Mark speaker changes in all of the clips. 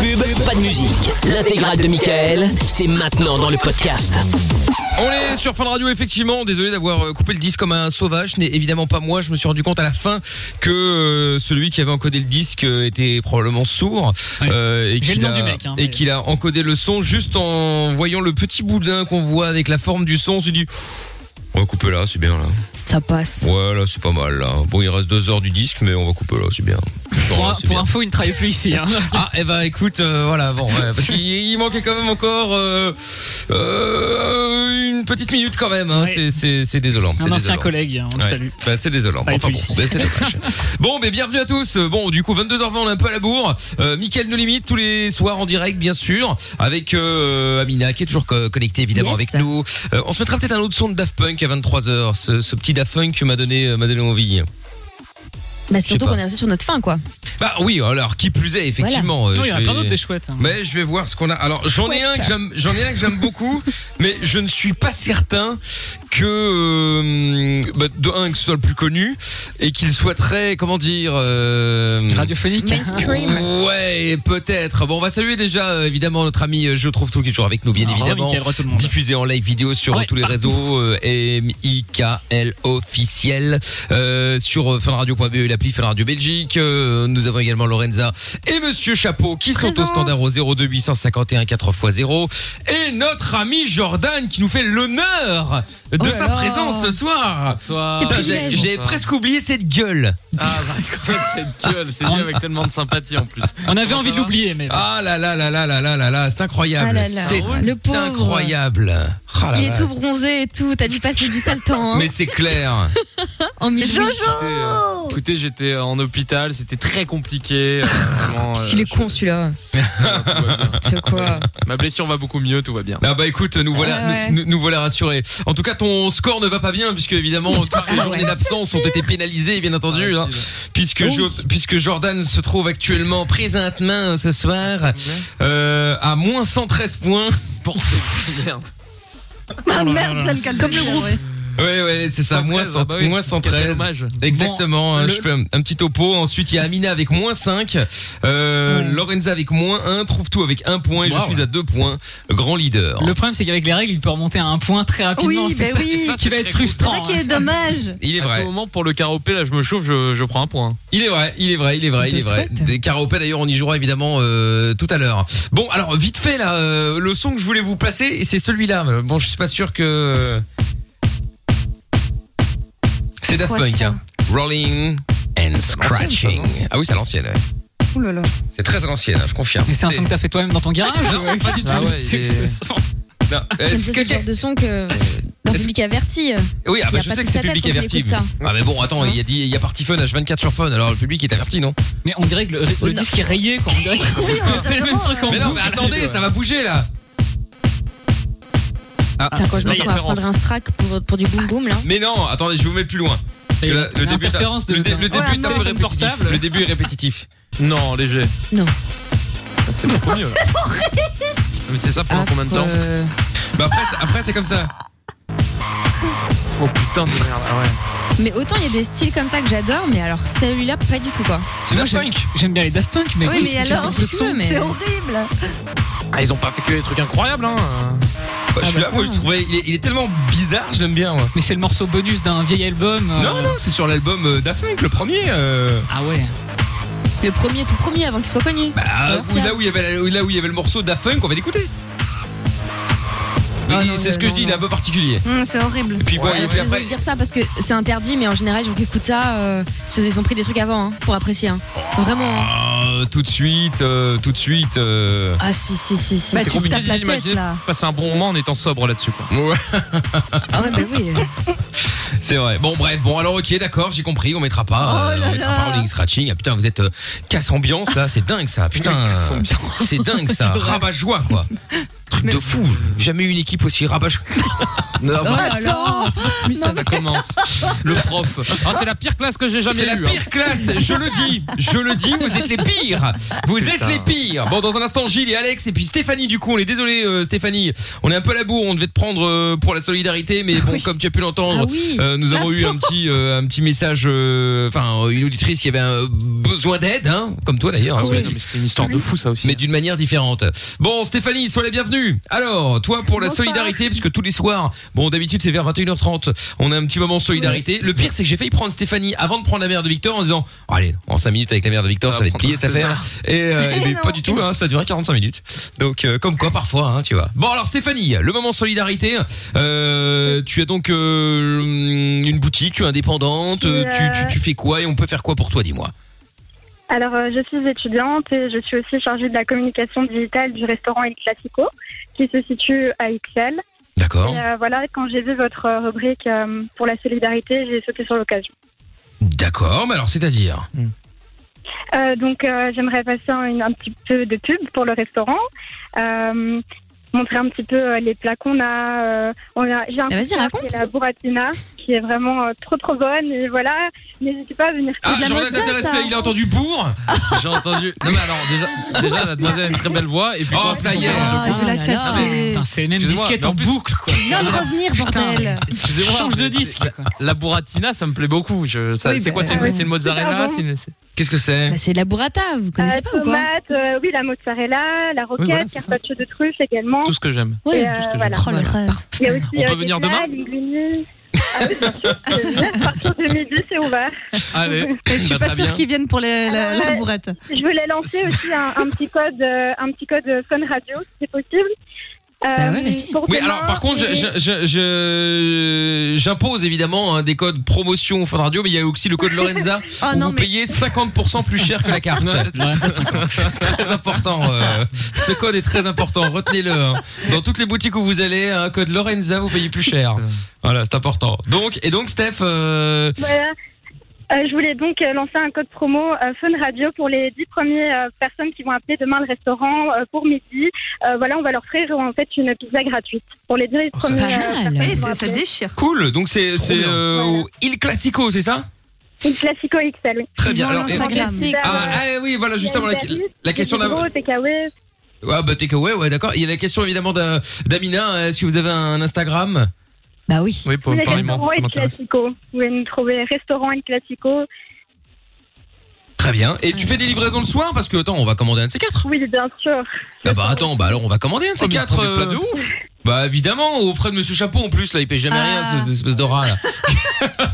Speaker 1: pub, pas de musique. L'intégrale de Michael, c'est maintenant dans le podcast.
Speaker 2: On est sur Fun Radio effectivement, désolé d'avoir euh, coupé le 10 comme un sauvage, ce n'est évidemment pas moi, je me suis rendu compte à la fin que euh, celui qui avait encodé le disque euh, était probablement sourd euh, et
Speaker 3: J'ai
Speaker 2: qu'il
Speaker 3: le nom
Speaker 2: a,
Speaker 3: du mec, hein,
Speaker 2: et qu'il a encodé le son juste en voyant le petit boudin qu'on voit avec la forme du son, on s'est dit on va couper là, c'est bien là.
Speaker 4: Ça passe.
Speaker 2: Ouais là c'est pas mal là. Bon il reste deux heures du disque mais on va couper là, c'est bien.
Speaker 3: Pour,
Speaker 2: Genre,
Speaker 3: un-
Speaker 2: c'est
Speaker 3: pour
Speaker 2: bien.
Speaker 3: info, il ne travaille plus ici. Hein.
Speaker 2: Ah, et bah écoute, euh, voilà, bon, ouais, parce qu'il il manquait quand même encore euh, euh, une petite minute quand même. hein.
Speaker 3: Ouais.
Speaker 2: C'est- C'est c'est désolant.
Speaker 3: Un
Speaker 2: c'est
Speaker 3: ancien
Speaker 2: désolant.
Speaker 3: collègue, on le
Speaker 2: Ouais.
Speaker 3: salue.
Speaker 2: Bah, c'est désolant.
Speaker 3: Ah, il
Speaker 2: Enfin,
Speaker 3: faut
Speaker 2: bon,
Speaker 3: ici.
Speaker 2: bah, c'est dommage. bon, mais bienvenue à tous. Euh, Bon, du coup, 22h20, on est un peu à la bourre. Euh, Mickaël nous limite tous les soirs en direct, bien sûr, avec euh, Amina qui est toujours co- connectée évidemment
Speaker 4: Yes.
Speaker 2: avec nous. Euh, on se mettra peut-être un autre son de Daft Punk à 23h. Ce, ce petit Daft Punk m'a donné euh, m'a donné envie.
Speaker 4: Bah
Speaker 2: sais
Speaker 4: surtout
Speaker 2: pas.
Speaker 4: qu'on est resté sur notre fin quoi.
Speaker 2: Bah oui, alors qui plus est, effectivement. euh,
Speaker 3: Non, il y en a
Speaker 2: je
Speaker 3: plein
Speaker 2: vais-
Speaker 3: d'autres des chouettes. hein.
Speaker 2: mais je vais voir ce qu'on a. Alors j'en ai un que j'aime, j'en ai un que j'aime beaucoup, mais je ne suis pas certain que euh, bah, de un que ce soit le plus connu et qu'il souhaiterait comment dire. euh,
Speaker 3: Radiophonique.
Speaker 4: Mainstream.
Speaker 2: Ouais, peut-être. Bon, on va saluer déjà euh, évidemment notre ami euh, Je trouve tout qui est toujours avec nous, bien
Speaker 3: Alors,
Speaker 2: évidemment.
Speaker 3: Mickaël, re tout le monde.
Speaker 2: Diffusé en live vidéo sur
Speaker 3: Ouais,
Speaker 2: tous les réseaux euh, M-I-K-L officiel euh, sur euh, funradio.be et l'appli Fun Radio Belgique. Euh, nous avons également Lorenza et Monsieur Chapeau qui sont au standard au 02 851 4x0 et notre ami Jordan qui nous fait l'honneur de
Speaker 4: Oh là
Speaker 2: sa
Speaker 4: là.
Speaker 2: présence ce soir.
Speaker 5: Bonsoir.
Speaker 4: Quel
Speaker 2: Putain, J'ai
Speaker 4: privilège.
Speaker 2: j'ai presque oublié cette gueule.
Speaker 5: Ah, bah, cette gueule, c'est dit avec tellement de sympathie en plus.
Speaker 3: On avait envie de l'oublier, mais.
Speaker 2: Ah là là là là là là là là, c'est incroyable.
Speaker 4: Ah là là.
Speaker 2: C'est
Speaker 4: Le pauvre.
Speaker 2: incroyable. Ah là
Speaker 4: Il
Speaker 2: là.
Speaker 4: est tout bronzé et tout, t'as dû passer du sale temps hein,
Speaker 2: Mais c'est clair.
Speaker 4: en mille jours.
Speaker 5: J'étais, euh, écoutez, j'étais en hôpital, c'était très compliqué. euh, vraiment, euh,
Speaker 4: Il est
Speaker 5: je-
Speaker 4: con celui-là.
Speaker 5: voilà, tout va bien.
Speaker 4: C'est quoi
Speaker 5: Ma blessure va beaucoup mieux, tout va bien.
Speaker 2: Ah bah écoute, nous voilà,
Speaker 4: Ah ouais.
Speaker 2: nous, nous voilà rassurés. En tout cas, ton score ne va pas bien puisque évidemment toutes ces
Speaker 4: Ah ouais. Ah
Speaker 2: journées d'absence ont été pénalisées, bien entendu,
Speaker 5: Ah,
Speaker 2: hein, puisque
Speaker 4: Oui.
Speaker 2: Jo- puisque Jordan se trouve actuellement présentement euh, ce soir euh, à moins 113 points.
Speaker 5: Bon, merde.
Speaker 6: Ah merde, c'est le cas de
Speaker 4: Comme
Speaker 6: le
Speaker 4: le
Speaker 6: dire,
Speaker 4: groupe.
Speaker 6: ouais.
Speaker 2: Ouais ouais, c'est ça, moins,
Speaker 5: 113,
Speaker 2: 100
Speaker 5: bah oui,
Speaker 2: moins
Speaker 5: quel
Speaker 2: 113.
Speaker 5: dommage.
Speaker 2: Exactement,
Speaker 3: Bon,
Speaker 2: hein,
Speaker 3: le-
Speaker 2: je fais un, un petit topo. Ensuite, il y a Amina avec moins 5, euh,
Speaker 4: Ouais.
Speaker 2: Lorenza avec moins 1, Trouve tout avec 1 point et
Speaker 5: Wow.
Speaker 2: je suis à 2 points, grand leader.
Speaker 3: Le problème, c'est qu'avec les règles, il peut remonter à un point très rapidement.
Speaker 6: Oui,
Speaker 3: c'est
Speaker 6: ben
Speaker 3: ça
Speaker 6: oui.
Speaker 3: qui va être
Speaker 6: C'est ça
Speaker 3: frustrant.
Speaker 6: qui est
Speaker 3: hein.
Speaker 6: dommage.
Speaker 2: Il est
Speaker 5: À
Speaker 2: vrai,
Speaker 5: tout moment, pour le caropé, là, je me chauffe, je, je prends un point.
Speaker 2: il est vrai, il est vrai, il est vrai,
Speaker 4: On te
Speaker 2: il est vrai.
Speaker 4: souhaite.
Speaker 2: Des karaopés d'ailleurs, on y jouera évidemment euh, tout à l'heure. Bon, alors vite fait là, euh, le son que je voulais vous placer, c'est celui-là. Bon, je suis pas sûr que euh, c'est Daft
Speaker 6: quoi,
Speaker 2: Punk.
Speaker 6: ça
Speaker 2: hein. Rolling and scratching. Ah oui, c'est à l'ancienne. ouais.
Speaker 6: Ouh là là.
Speaker 2: C'est très à l'ancienne, hein, je confirme.
Speaker 3: Mais c'est un son que t'as fait toi-même dans ton garage
Speaker 2: Non, pas du tout.
Speaker 5: Ah ouais,
Speaker 3: C'est-
Speaker 5: il
Speaker 3: c'est-
Speaker 5: est-
Speaker 2: Non,
Speaker 4: Comme
Speaker 2: est-ce
Speaker 4: ça,
Speaker 2: que
Speaker 4: c'est le
Speaker 2: quelqu'un-
Speaker 4: genre de son que d'un
Speaker 2: Est-ce-
Speaker 4: public averti.
Speaker 2: Oui, ah
Speaker 4: Il
Speaker 2: bah
Speaker 4: y a
Speaker 2: je
Speaker 4: pas
Speaker 2: sais que
Speaker 4: toute
Speaker 2: c'est
Speaker 4: la table
Speaker 2: public
Speaker 4: quand il
Speaker 2: averti.
Speaker 4: écoute ça. Hein
Speaker 2: Ah mais bon, attends, il y a dit il y a party fun H24 sur fun, alors le public est averti, non
Speaker 3: Mais on dirait que le, le
Speaker 4: non.
Speaker 3: disque est rayé, quoi. On dirait que c'est le même truc en
Speaker 2: Mais non, mais
Speaker 3: boucle.
Speaker 2: attendez, ça va bouger là. Ah,
Speaker 4: Putain, quand je
Speaker 5: la
Speaker 4: m'entends, on va
Speaker 5: référence.
Speaker 4: prendre un strack pour, pour du boom boom là.
Speaker 2: Mais non, attendez, je vais vous mettre plus loin. Parce que là, le début est un-
Speaker 3: L'interférence de
Speaker 2: le dé- le début est un peu
Speaker 3: téléphone
Speaker 2: répétitif.
Speaker 3: portable.
Speaker 2: Le début est répétitif.
Speaker 5: Non, léger.
Speaker 4: Non.
Speaker 5: C'est beaucoup mieux. là. Mais c'est ça pendant combien de temps
Speaker 4: euh,
Speaker 2: Bah après c'est- après c'est comme ça.
Speaker 5: Oh putain de merde, ah ouais.
Speaker 4: Mais autant il y a des styles comme ça que j'adore, mais alors celui-là pas du tout quoi.
Speaker 2: C'est
Speaker 3: Moi,
Speaker 2: Daft
Speaker 3: j'aime-
Speaker 2: Punk.
Speaker 3: J'aime bien les Daft Punk, mais
Speaker 6: Oui,
Speaker 3: oui,
Speaker 6: mais
Speaker 3: c'est-
Speaker 6: alors,
Speaker 3: ce
Speaker 4: si tu
Speaker 3: son.
Speaker 4: veux, mais-
Speaker 6: C'est horrible.
Speaker 5: Ah, ils ont pas fait que des trucs incroyables, hein.
Speaker 2: Bah,
Speaker 3: Ah,
Speaker 2: celui-là,
Speaker 3: bah,
Speaker 2: moi
Speaker 3: ça.
Speaker 2: je trouvais il est, il est tellement bizarre, j'aime bien. moi.
Speaker 3: Mais c'est le morceau bonus d'un vieil album. euh,
Speaker 2: Non non, c'est sur l'album euh, Daft Punk, le premier. euh,
Speaker 3: Ah ouais.
Speaker 4: Le premier, tout premier avant qu'il soit connu.
Speaker 3: Ah,
Speaker 2: bah,
Speaker 4: Alors,
Speaker 2: où-
Speaker 4: tiens.
Speaker 2: là où il y avait la- là où il y avait le morceau Daft Punk, on va l'écouter.
Speaker 4: Ah,
Speaker 2: Il-
Speaker 4: non,
Speaker 2: C'est ce
Speaker 4: mais
Speaker 2: que je
Speaker 4: non,
Speaker 2: dis, il est un peu particulier.
Speaker 6: Hum, c'est horrible.
Speaker 2: Et puis bon,
Speaker 4: Ouais,
Speaker 2: et
Speaker 4: alors,
Speaker 2: puis
Speaker 4: désolée
Speaker 2: après,
Speaker 4: de dire ça parce que c'est interdit, mais en général, gens qui écoutent ça, euh, ils ont pris des trucs avant hein, pour apprécier. hein.
Speaker 2: Oh.
Speaker 4: Vraiment. hein.
Speaker 2: Ah, tout de suite, euh, tout de suite. euh,
Speaker 4: Ah si si si si.
Speaker 6: Bah,
Speaker 5: C'est
Speaker 6: tu me
Speaker 5: compliqué
Speaker 6: tapes la tête
Speaker 5: d'imaginer
Speaker 6: là.
Speaker 5: passer un bon moment en étant sobre là-dessus, quoi.
Speaker 2: Ouais,
Speaker 4: Ah ouais, bah oui.
Speaker 2: c'est vrai. Bon, bref, bon, alors, ok, d'accord, j'ai compris, on mettra pas, euh,
Speaker 6: Oh là
Speaker 2: on mettra
Speaker 6: là.
Speaker 2: pas Rolling Scratching. Ah, putain, vous êtes euh, casse ambiance, là, c'est dingue ça, putain. C'est dingue ça, rabat joie, quoi. Truc de fou, jamais eu une équipe aussi rabat joie. Non,
Speaker 3: Oh
Speaker 2: bah,
Speaker 3: là là
Speaker 5: Plus ça va commence. Le prof. Ah, c'est la pire classe que j'ai jamais
Speaker 2: C'est la
Speaker 5: eue,
Speaker 2: pire
Speaker 5: hein.
Speaker 2: classe, je le dis, je le dis, vous êtes les pires, vous êtes les pires. Bon, dans un instant, Gilles et Alex et puis Stéphanie. Du coup, on est désolé, euh, Stéphanie, on est un peu à la bourre. On devait te prendre euh, pour la solidarité, mais bon, comme tu as pu l'entendre,
Speaker 4: Ah oui.
Speaker 2: euh, nous avons eu un petit, euh, un petit message, euh, enfin une auditrice qui avait un besoin d'aide, hein, comme toi d'ailleurs. hein.
Speaker 5: Ah ouais, non, mais c'était une histoire de fou, ça aussi.
Speaker 2: Mais d'une manière différente. Bon, Stéphanie, sois la bienvenue. Alors, toi, pour la solidarité, puisque tous les soirs, bon, d'habitude, c'est vers 21h30, on a un petit moment solidarité. Le pire, c'est que j'ai failli prendre Stéphanie avant de prendre la mère de Victor en disant, Oh, allez, en 5 minutes avec la mère de Victor,
Speaker 5: Ça
Speaker 2: ça
Speaker 5: va
Speaker 2: va être
Speaker 5: prendre-
Speaker 2: plié cette
Speaker 5: Ah, c'est ça.
Speaker 2: affaire. Et, euh, eh ben,
Speaker 6: non.
Speaker 2: pas du tout, hein, ça a duré 45 minutes. Donc, euh, comme quoi, parfois, hein, tu vois. Bon, alors, Stéphanie, le moment solidarité, euh, tu as donc euh, une boutique, tu es indépendante,
Speaker 7: Euh,
Speaker 2: tu, tu, tu fais quoi et on peut faire quoi pour toi, dis-moi.
Speaker 7: Alors, euh, je suis étudiante et je suis aussi chargée de la communication digitale du restaurant El Classico, qui se situe à Ixelles.
Speaker 2: D'accord
Speaker 7: Et euh, voilà, quand j'ai vu votre euh, rubrique euh, pour la solidarité, j'ai sauté sur l'occasion.
Speaker 2: D'accord, mais alors, c'est-à-dire
Speaker 7: Euh, donc, euh, j'aimerais passer un, une- un petit peu de pub pour le restaurant. Euh, montrer un petit peu euh, les plats qu'on a. euh, on a j'ai un
Speaker 4: Bah, vas-y,
Speaker 7: plat
Speaker 4: raconte.
Speaker 7: qui est la burratina, qui est vraiment euh, trop trop bonne. Et voilà, n'hésitez pas à venir.
Speaker 2: Ah,
Speaker 4: de la
Speaker 2: j'en ai
Speaker 4: mode, ça.
Speaker 2: intéressé, il a entendu bourg
Speaker 5: J'ai entendu. Non, mais alors, déjà, déjà, la demoiselle a une très belle voix. Et puis,
Speaker 2: Oh,
Speaker 5: quand-
Speaker 2: ça y est.
Speaker 6: Ah, il
Speaker 4: là
Speaker 6: l'a
Speaker 4: là.
Speaker 6: cherché.
Speaker 3: Putain, c'est les mêmes
Speaker 5: Excusez-moi,
Speaker 3: disquettes
Speaker 5: mais en
Speaker 3: en
Speaker 5: plus-
Speaker 3: boucle, quoi.
Speaker 6: Viens de revenir,
Speaker 2: Ah,
Speaker 6: bordel.
Speaker 5: Excusez-moi.
Speaker 3: Change de
Speaker 5: mais-
Speaker 3: disque. quoi.
Speaker 5: La burratina, ça me plaît beaucoup. Je, ça,
Speaker 6: Oui,
Speaker 5: c'est
Speaker 6: bah,
Speaker 5: quoi C'est une,
Speaker 6: ouais.
Speaker 5: c'est une mozzarella
Speaker 7: C'est pas
Speaker 5: c'est une- c'est-
Speaker 2: Qu'est-ce que c'est
Speaker 4: Bah, c'est de la burrata, vous connaissez
Speaker 7: Euh,
Speaker 4: pas ou quoi
Speaker 7: tomate, euh, oui, la mozzarella, la roquette,
Speaker 5: voilà, c'est ça.
Speaker 7: carpaccio de truffe également.
Speaker 5: Tout ce que j'aime.
Speaker 4: Ouais.
Speaker 7: Et, euh,
Speaker 5: tout ce que
Speaker 7: voilà.
Speaker 6: Oh le
Speaker 2: Bah,
Speaker 6: rêve.
Speaker 7: Il y a aussi,
Speaker 5: On
Speaker 7: euh,
Speaker 5: peut
Speaker 7: des
Speaker 5: venir
Speaker 7: plats,
Speaker 5: demain
Speaker 7: linguini. Ah oui, bien sûr. Euh, À partir de midi, c'est ouvert.
Speaker 5: Allez.
Speaker 6: Je suis
Speaker 2: Bah, très
Speaker 6: pas
Speaker 2: bien.
Speaker 6: sûre qu'ils viennent pour les- la, la
Speaker 7: Ouais.
Speaker 6: bourrette.
Speaker 7: Je voulais lancer aussi un, un petit code, euh, un petit code Fun Radio, si c'est possible. Euh,
Speaker 4: Bah ouais, vas-y.
Speaker 7: pour
Speaker 2: Oui,
Speaker 7: demain,
Speaker 2: alors par contre, je-
Speaker 7: et-
Speaker 2: je- je- je- j'impose évidemment hein, des codes promotion Fun Radio, mais il y a aussi le code Lorenza
Speaker 6: Oh
Speaker 2: où
Speaker 6: non,
Speaker 2: vous
Speaker 6: mais-
Speaker 2: payez 50% plus cher que la carte. très important. euh, ce code est très important. Retenez-le. hein. Dans toutes les boutiques où vous allez, un code Lorenza, vous payez plus cher. Voilà, c'est important. Donc et donc, Steph. euh,
Speaker 7: voilà. Euh, je voulais donc euh, lancer un code promo euh, Fun Radio pour les 10 premières euh, personnes qui vont appeler demain le restaurant euh, pour midi. Euh, voilà, on va leur offrir en fait une pizza gratuite pour les 10
Speaker 5: ça
Speaker 7: premières euh,
Speaker 4: Pas mal.
Speaker 7: personnes.
Speaker 6: Eh,
Speaker 7: qui vont
Speaker 6: ça, ça
Speaker 7: appeler.
Speaker 6: déchire.
Speaker 2: Cool, donc c'est c'est
Speaker 5: bien.
Speaker 2: euh,
Speaker 7: Voilà.
Speaker 2: au Il Classico, c'est ça
Speaker 7: Une Classico XL, oui.
Speaker 2: Très bien.
Speaker 6: Ils ont
Speaker 2: Alors, et-
Speaker 6: lancé- Instagram.
Speaker 4: Classique.
Speaker 2: ah, ah, oui, voilà justement la, la question d'avant.
Speaker 7: d'avant. takeaway.
Speaker 2: Ouais, bah takeaway, ouais, d'accord. Il y a la question évidemment d'A- d'Amina. euh, Est-ce que vous avez un Instagram
Speaker 4: Bah oui.
Speaker 5: Oui,
Speaker 7: Vous
Speaker 5: pour
Speaker 7: avez
Speaker 5: parlement,
Speaker 7: restaurant
Speaker 5: ça
Speaker 7: El
Speaker 5: m'intéresse.
Speaker 7: Classico. Vous pouvez nous trouver restaurant El Classico.
Speaker 2: Très bien. Et tu fais des livraisons le soir parce que attends, on va commander un de ces quatre.
Speaker 7: Oui, bien sûr.
Speaker 2: Ah bah attends, bah alors on va commander un de ces
Speaker 5: Oh, mais ils
Speaker 2: quatre.
Speaker 5: font des plats de
Speaker 2: euh, Bah évidemment, au frais de Monsieur Chapeau en plus là, il paye jamais
Speaker 6: Ah.
Speaker 2: rien cette espèce de rat là.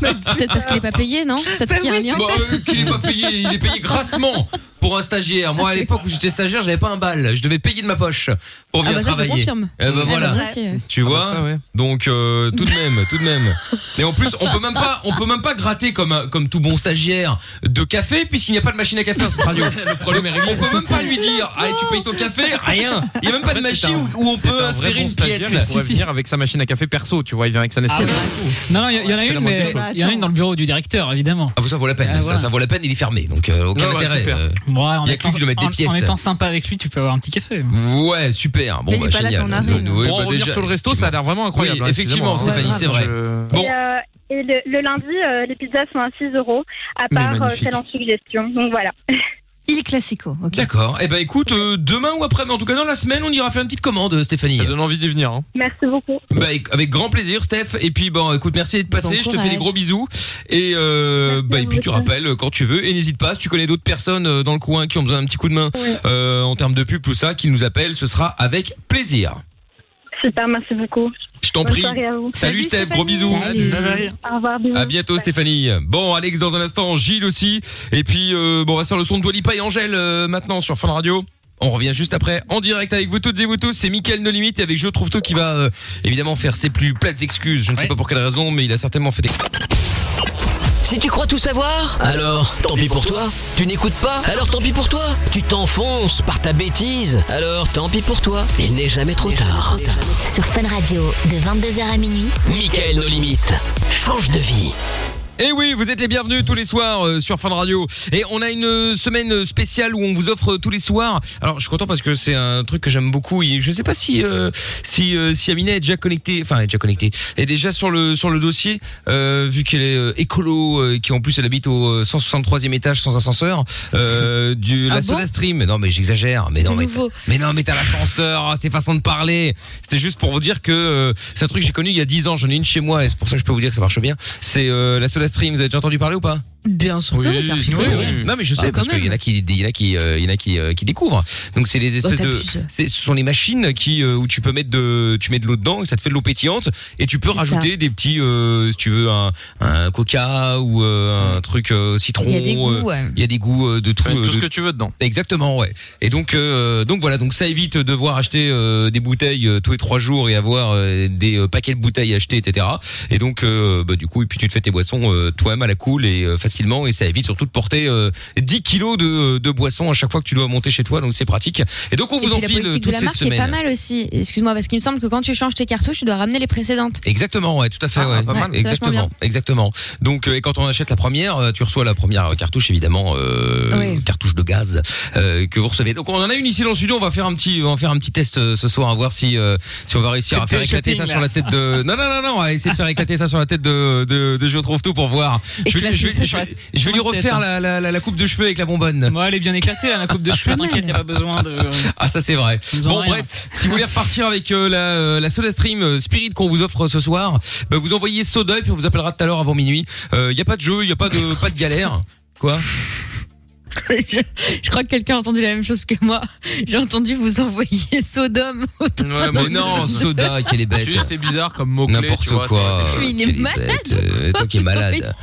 Speaker 4: Peut-être parce qu'il est pas payé, non Peut-être qu'il y a un lien.
Speaker 2: Bah euh, qu'il est pas payé, il est payé grassement pour un stagiaire. Moi à l'époque où j'étais stagiaire, j'avais pas un bal, je devais payer de ma poche pour
Speaker 4: Ah
Speaker 2: venir
Speaker 4: bah ça, je
Speaker 2: travailler.
Speaker 4: confirme.
Speaker 2: Eh bah
Speaker 6: Ah,
Speaker 2: voilà.
Speaker 6: bah,
Speaker 4: Moi aussi, euh.
Speaker 2: Tu vois
Speaker 5: Ah, ça, ouais.
Speaker 2: Donc euh, tout de même, tout de même. Et en plus, on peut même pas, on peut même pas gratter comme un- comme tout bon stagiaire de café puisqu'il n'y a pas de machine à café à cette radio. Le problème est réglé. On peut même pas lui dire, allez, tu payes ton café, rien. Il n'y a même pas
Speaker 5: En
Speaker 2: de
Speaker 5: fait, c'est
Speaker 2: machine
Speaker 5: un-
Speaker 2: où, où on peut
Speaker 5: Un vrai
Speaker 2: insérer
Speaker 5: bon
Speaker 2: une pièce.
Speaker 5: stagiaire, il pourrait
Speaker 3: Si, si.
Speaker 5: venir avec sa machine à café perso, tu vois, il vient avec sa
Speaker 2: Ah,
Speaker 4: C'est
Speaker 5: Nestlé.
Speaker 4: vrai.
Speaker 2: bah,
Speaker 3: Non, non, il y, il y en a
Speaker 5: C'est la
Speaker 3: une,
Speaker 5: moindre
Speaker 3: mais
Speaker 5: des choses.
Speaker 3: il y en a une dans le bureau du directeur, évidemment.
Speaker 2: Ah, bon, ça vaut la peine.
Speaker 3: Ah,
Speaker 2: ça,
Speaker 3: voilà.
Speaker 2: ça vaut la peine. Il est fermé, donc euh, aucun
Speaker 5: Ouais, ouais,
Speaker 2: intérêt.
Speaker 5: super.
Speaker 2: Euh,
Speaker 3: Bon, ouais, en,
Speaker 2: Il y a que lui
Speaker 3: étant,
Speaker 2: qui doit mettre des
Speaker 3: en-
Speaker 2: pièces.
Speaker 3: en étant sympa avec lui, tu peux avoir un petit café.
Speaker 2: Euh, Ouais, super. Bon,
Speaker 6: Mais il
Speaker 2: bah,
Speaker 6: est pas là
Speaker 2: génial.
Speaker 6: qu'on arrive.
Speaker 2: Nous- nous-
Speaker 5: Pour en
Speaker 2: bah,
Speaker 5: revenir
Speaker 2: déjà,
Speaker 5: sur le resto, ça a l'air vraiment incroyable.
Speaker 2: Oui,
Speaker 5: hein,
Speaker 2: effectivement,
Speaker 5: excusez-moi,
Speaker 2: Stéphanie,
Speaker 5: hein.
Speaker 2: c'est vrai.
Speaker 5: Je-
Speaker 2: Bon.
Speaker 7: Et, euh, et le, le lundi, euh, les pizzas sont à 6 euros, à
Speaker 5: Mais
Speaker 7: part euh,
Speaker 5: magnifique.
Speaker 7: celle en suggestion. Donc voilà.
Speaker 6: Il est classico. ok.
Speaker 2: D'accord. Eh ben, écoute, euh, demain ou après, mais en tout cas dans la semaine, on ira faire une petite commande, euh, Stéphanie.
Speaker 5: Ça donne envie d'y venir. hein.
Speaker 7: Merci beaucoup.
Speaker 2: Bah, avec, avec grand plaisir, Steph. Et puis, bon, écoute, merci d'être passé.
Speaker 4: Bon
Speaker 2: je te fais
Speaker 4: courage.
Speaker 2: des gros bisous. Et, euh,
Speaker 7: Merci
Speaker 2: bah, et
Speaker 7: à
Speaker 2: puis,
Speaker 7: vous
Speaker 2: tu
Speaker 7: aussi.
Speaker 2: rappelles quand tu veux. Et n'hésite pas, si tu connais d'autres personnes euh, dans le coin qui ont besoin d'un petit coup de main
Speaker 7: Oui.
Speaker 2: euh, en termes de pub, tout ça, qui nous appellent, ce sera avec plaisir.
Speaker 7: Super, merci beaucoup.
Speaker 2: Je t'en
Speaker 7: Bonne
Speaker 2: prie.
Speaker 7: soirée à vous.
Speaker 2: Salut,
Speaker 6: Salut,
Speaker 2: Steph, gros
Speaker 6: Stéphanie.
Speaker 2: bisous.
Speaker 4: Salut.
Speaker 7: Au revoir, bisous.
Speaker 2: À bientôt Stéphanie. Bon Alex dans un instant, Gilles aussi. Et puis euh, bon on va faire le son de Dwalipa et Angèle euh, maintenant sur Fun Radio. On revient juste après en direct avec vous toutes et vous tous. C'est Mickaël No Limite et avec Je trouve tout qui va euh, évidemment faire ses plus plates excuses. Je ne sais
Speaker 3: Ouais.
Speaker 2: pas pour quelle raison, mais il a certainement fait des.
Speaker 1: Si tu crois tout savoir, alors tant pis pour toi. Tu n'écoutes pas, alors tant pis pour toi. Tu t'enfonces par ta bêtise, alors tant pis pour toi. Il n'est jamais trop tard.
Speaker 8: Sur Fun Radio, de 22h à minuit,
Speaker 1: Michael nos limites. Change de vie.
Speaker 2: Et Eh oui, vous êtes les bienvenus tous les soirs euh, sur Fun Radio. Et on a une euh, semaine spéciale où on vous offre euh, tous les soirs. Alors, je suis content parce que c'est un truc que j'aime beaucoup. Et je sais pas si euh, si euh, si Amina est déjà connectée, enfin est déjà connectée, est déjà sur le sur le dossier euh, vu qu'elle est euh, écolo, euh, qui en plus elle habite au euh, 163e étage sans ascenseur euh, du la
Speaker 4: Ah bon
Speaker 2: Soda Stream. Non, mais j'exagère. Mais non, mais
Speaker 4: nouveau.
Speaker 2: mais non, mais t'as l'ascenseur, hein, c'est façon de parler. C'était juste pour vous dire que euh, c'est un truc que j'ai connu il y a 10 ans, j'en ai une chez moi et c'est pour ça que je peux vous dire que ça marche bien. C'est euh, la Soda Stream, vous avez déjà entendu parler ou pas
Speaker 4: Bien sûr. que
Speaker 5: oui,
Speaker 4: c'est un
Speaker 5: oui,
Speaker 4: film.
Speaker 5: oui.
Speaker 2: Non mais je sais
Speaker 4: Ah, quand
Speaker 2: parce qu'il y en a qui il y en a qui euh, il y en a qui euh, qui découvrent. Donc c'est
Speaker 4: Oh,
Speaker 2: des espèces de
Speaker 4: t'abuses.
Speaker 2: c'est- ce sont les machines qui euh, où tu peux mettre de tu mets de l'eau dedans et ça te fait de l'eau pétillante et tu peux
Speaker 4: C'est
Speaker 2: rajouter des petits euh, si tu veux un un coca ou euh, un truc euh, citron
Speaker 4: Il y a des goûts,
Speaker 2: euh,
Speaker 4: ouais.
Speaker 2: il y a des goûts euh, de tout
Speaker 5: Tout
Speaker 2: euh,
Speaker 5: ce
Speaker 2: de
Speaker 5: que tu veux dedans.
Speaker 2: Exactement, ouais. Et donc, euh, donc voilà, donc ça évite de devoir acheter euh, des bouteilles euh, tous les trois jours et avoir euh, des euh, paquets de bouteilles achetées, etc. Et donc, euh, bah, du coup, et puis tu te fais tes boissons euh, toi-même à la cool et euh, facilement, et ça évite surtout de porter euh, 10 kilos de, de boissons à chaque fois que tu dois monter chez toi, donc c'est pratique. Et donc, on
Speaker 4: Et
Speaker 2: vous
Speaker 4: puis la
Speaker 2: enfile euh,
Speaker 4: politique de
Speaker 2: toute
Speaker 4: la
Speaker 2: cette
Speaker 4: marque est pas
Speaker 2: semaine.
Speaker 4: mal aussi. Excuse-moi, parce qu'il me semble que quand tu changes tes cartouches, tu dois ramener les précédentes.
Speaker 2: Exactement, ouais, tout à fait,
Speaker 5: Ah,
Speaker 2: ouais.
Speaker 5: pas
Speaker 4: mal. Ouais, vachement
Speaker 2: exactement,
Speaker 4: bien.
Speaker 2: exactement. Donc, euh, et quand on achète la première, euh, tu reçois la première cartouche, évidemment, euh,
Speaker 4: Oui.
Speaker 2: cartouche de gaz euh, que vous recevez. Donc, on en a une ici dans le studio. On va faire un petit, on va faire un petit test euh, ce soir, à voir si euh, si on va réussir à
Speaker 3: C'était
Speaker 2: faire éclater
Speaker 3: shopping,
Speaker 2: ça sur la tête de. Non, non, non, non. On va essayer de faire éclater ça sur la tête de de, de Je trouve tout pour voir. Je vais,
Speaker 4: Éclater
Speaker 2: je vais,
Speaker 4: ça
Speaker 2: je
Speaker 4: sur
Speaker 2: vais-
Speaker 4: la-
Speaker 2: je vais lui
Speaker 3: sur la tête,
Speaker 2: refaire
Speaker 3: hein.
Speaker 2: la, la, la, la coupe de cheveux avec la bonbonne.
Speaker 3: Moi, elle est bien éclatée, hein, la coupe de cheveux.
Speaker 4: mal.
Speaker 3: T'inquiète, y a pas besoin de.
Speaker 2: Ah, ça c'est vrai.
Speaker 3: Nous en
Speaker 2: Bon,
Speaker 3: rien.
Speaker 2: bref, si vous voulez repartir avec euh, la, euh, la Soda Stream euh, Spirit qu'on vous offre ce soir, bah, vous envoyez Soda et puis on vous appellera tout à l'heure avant minuit. Il y a pas de jeu, il y a pas de pas de galère. Quoi
Speaker 4: je, je crois que quelqu'un a entendu la même chose que moi. J'ai entendu vous envoyer Sodome. autour.
Speaker 5: Ouais,
Speaker 2: Mais non, Soda, qu'elle est bête.
Speaker 5: Juste, c'est bizarre comme mot-clé. tu vois,
Speaker 2: N'importe quoi.
Speaker 5: c'est-
Speaker 4: Oui, il est
Speaker 2: Quelle
Speaker 4: malade.
Speaker 2: bête, euh, toi qui es malade.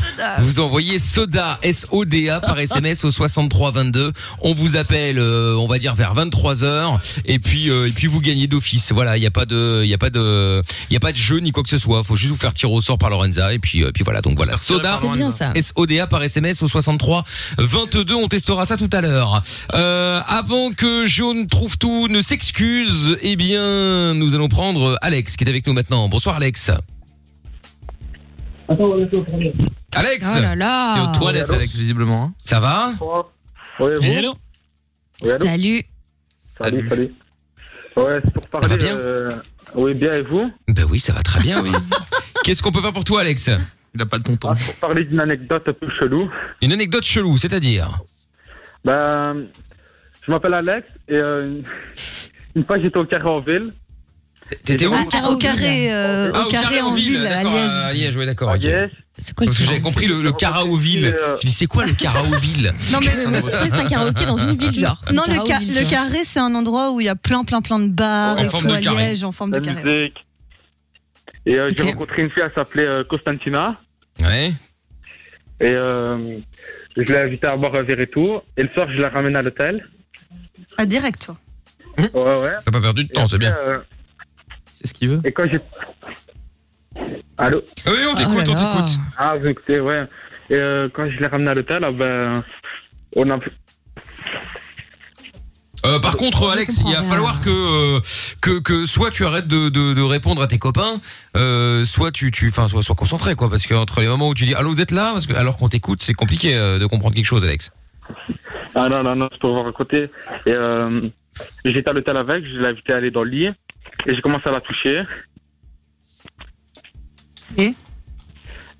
Speaker 2: Vous envoyez SODA, S-O-D-A par SMS au 6322. On vous appelle, euh, on va dire vers 23 heures. Et puis, euh, et puis vous gagnez d'office. Voilà, il n'y a pas de, il y a pas de, il y a pas de jeu ni quoi que ce soit. Faut juste vous faire tirer au sort par Lorenza. Et puis, euh, puis voilà. Donc voilà, SODA.
Speaker 4: C'est bien ça.
Speaker 2: SODA par SMS au 63 22. On testera ça tout à l'heure. Euh, avant que Jaune trouve tout, ne s'excuse. Eh bien, nous allons prendre Alex qui est avec nous maintenant. Bonsoir Alex. Alex.
Speaker 4: Oh là
Speaker 5: T'es aux
Speaker 4: là.
Speaker 5: toilettes, Alex, visiblement. hein.
Speaker 2: Ça va
Speaker 8: Ouais,
Speaker 3: Eh,
Speaker 8: bon,
Speaker 3: allô
Speaker 8: oui, allô
Speaker 4: Salut.
Speaker 8: Salut, salut. Ouais, c'est pour parler.
Speaker 2: va bien
Speaker 8: euh, Oui, bien, et vous
Speaker 2: Ben oui, ça va très bien, oui. Qu'est-ce qu'on peut faire pour toi, Alex
Speaker 5: Il a pas le ton
Speaker 8: Ah, Pour parler d'une anecdote un peu chelou.
Speaker 2: Une anecdote chelou, c'est-à-dire
Speaker 8: Ben, je m'appelle Alex et euh, une fois j'étais au carré en ville.
Speaker 2: T'étais où
Speaker 6: Ah,
Speaker 4: carré
Speaker 6: au
Speaker 4: en
Speaker 6: carré, euh,
Speaker 2: Ah,
Speaker 6: au carré en ville, à
Speaker 2: d'accord, euh,
Speaker 6: Liège.
Speaker 2: à Liège, oui, d'accord.
Speaker 8: à
Speaker 2: ok.
Speaker 8: Liège.
Speaker 4: C'est quoi le
Speaker 2: Parce que j'avais
Speaker 4: truc
Speaker 2: compris le, le karaoville.
Speaker 8: euh,
Speaker 2: Je dis, c'est quoi le karaoville
Speaker 6: Non, mais
Speaker 4: Mais c'est quoi, c'est un karaoké dans une ville, genre
Speaker 6: Non,
Speaker 4: Un
Speaker 6: le, ca-
Speaker 4: karaoké,
Speaker 6: le
Speaker 4: genre.
Speaker 6: carré, c'est un endroit où il y a plein, plein, plein de bars.
Speaker 2: En
Speaker 6: et
Speaker 2: forme
Speaker 6: tout,
Speaker 2: de
Speaker 6: à
Speaker 2: carré.
Speaker 6: Liège, en forme de
Speaker 8: La
Speaker 6: carré.
Speaker 8: musique. Et euh, j'ai
Speaker 4: Ok.
Speaker 8: rencontré une fille, elle s'appelait euh, Constantina.
Speaker 2: Ouais.
Speaker 8: Et euh, je l'ai invitée à boire un verre et tout. Et le soir, je la ramène à l'hôtel.
Speaker 6: Ah, direct, toi.
Speaker 8: Ouais, ouais.
Speaker 2: T'as pas perdu de
Speaker 8: Et
Speaker 2: temps, c'est bien.
Speaker 8: après, euh,
Speaker 5: C'est ce qu'il veut.
Speaker 8: et quand j'ai. Allô
Speaker 2: Oui, on
Speaker 4: Oh là
Speaker 2: t'écoute, on
Speaker 4: là.
Speaker 2: t'écoute.
Speaker 8: Ah, vous écoutez, ouais. Et euh, quand je l'ai ramené à l'hôtel, ah ben, on a.
Speaker 2: Euh, par contre,
Speaker 4: Je
Speaker 2: Alex,
Speaker 4: comprends
Speaker 2: il va
Speaker 4: rien.
Speaker 2: falloir que, euh, que que soit tu arrêtes de, de, de répondre à tes copains, euh, soit tu tu enfin soit soit concentré quoi, parce que entre les moments où tu dis allô vous êtes là, parce que alors qu'on t'écoute, c'est compliqué euh, de comprendre quelque chose, Alex.
Speaker 8: Ah non, non, non, c'est pour vous raconter. Et euh, j'étais à l'hôtel avec, je l'ai invité à aller dans le lit, et j'ai commencé à la toucher.
Speaker 6: Et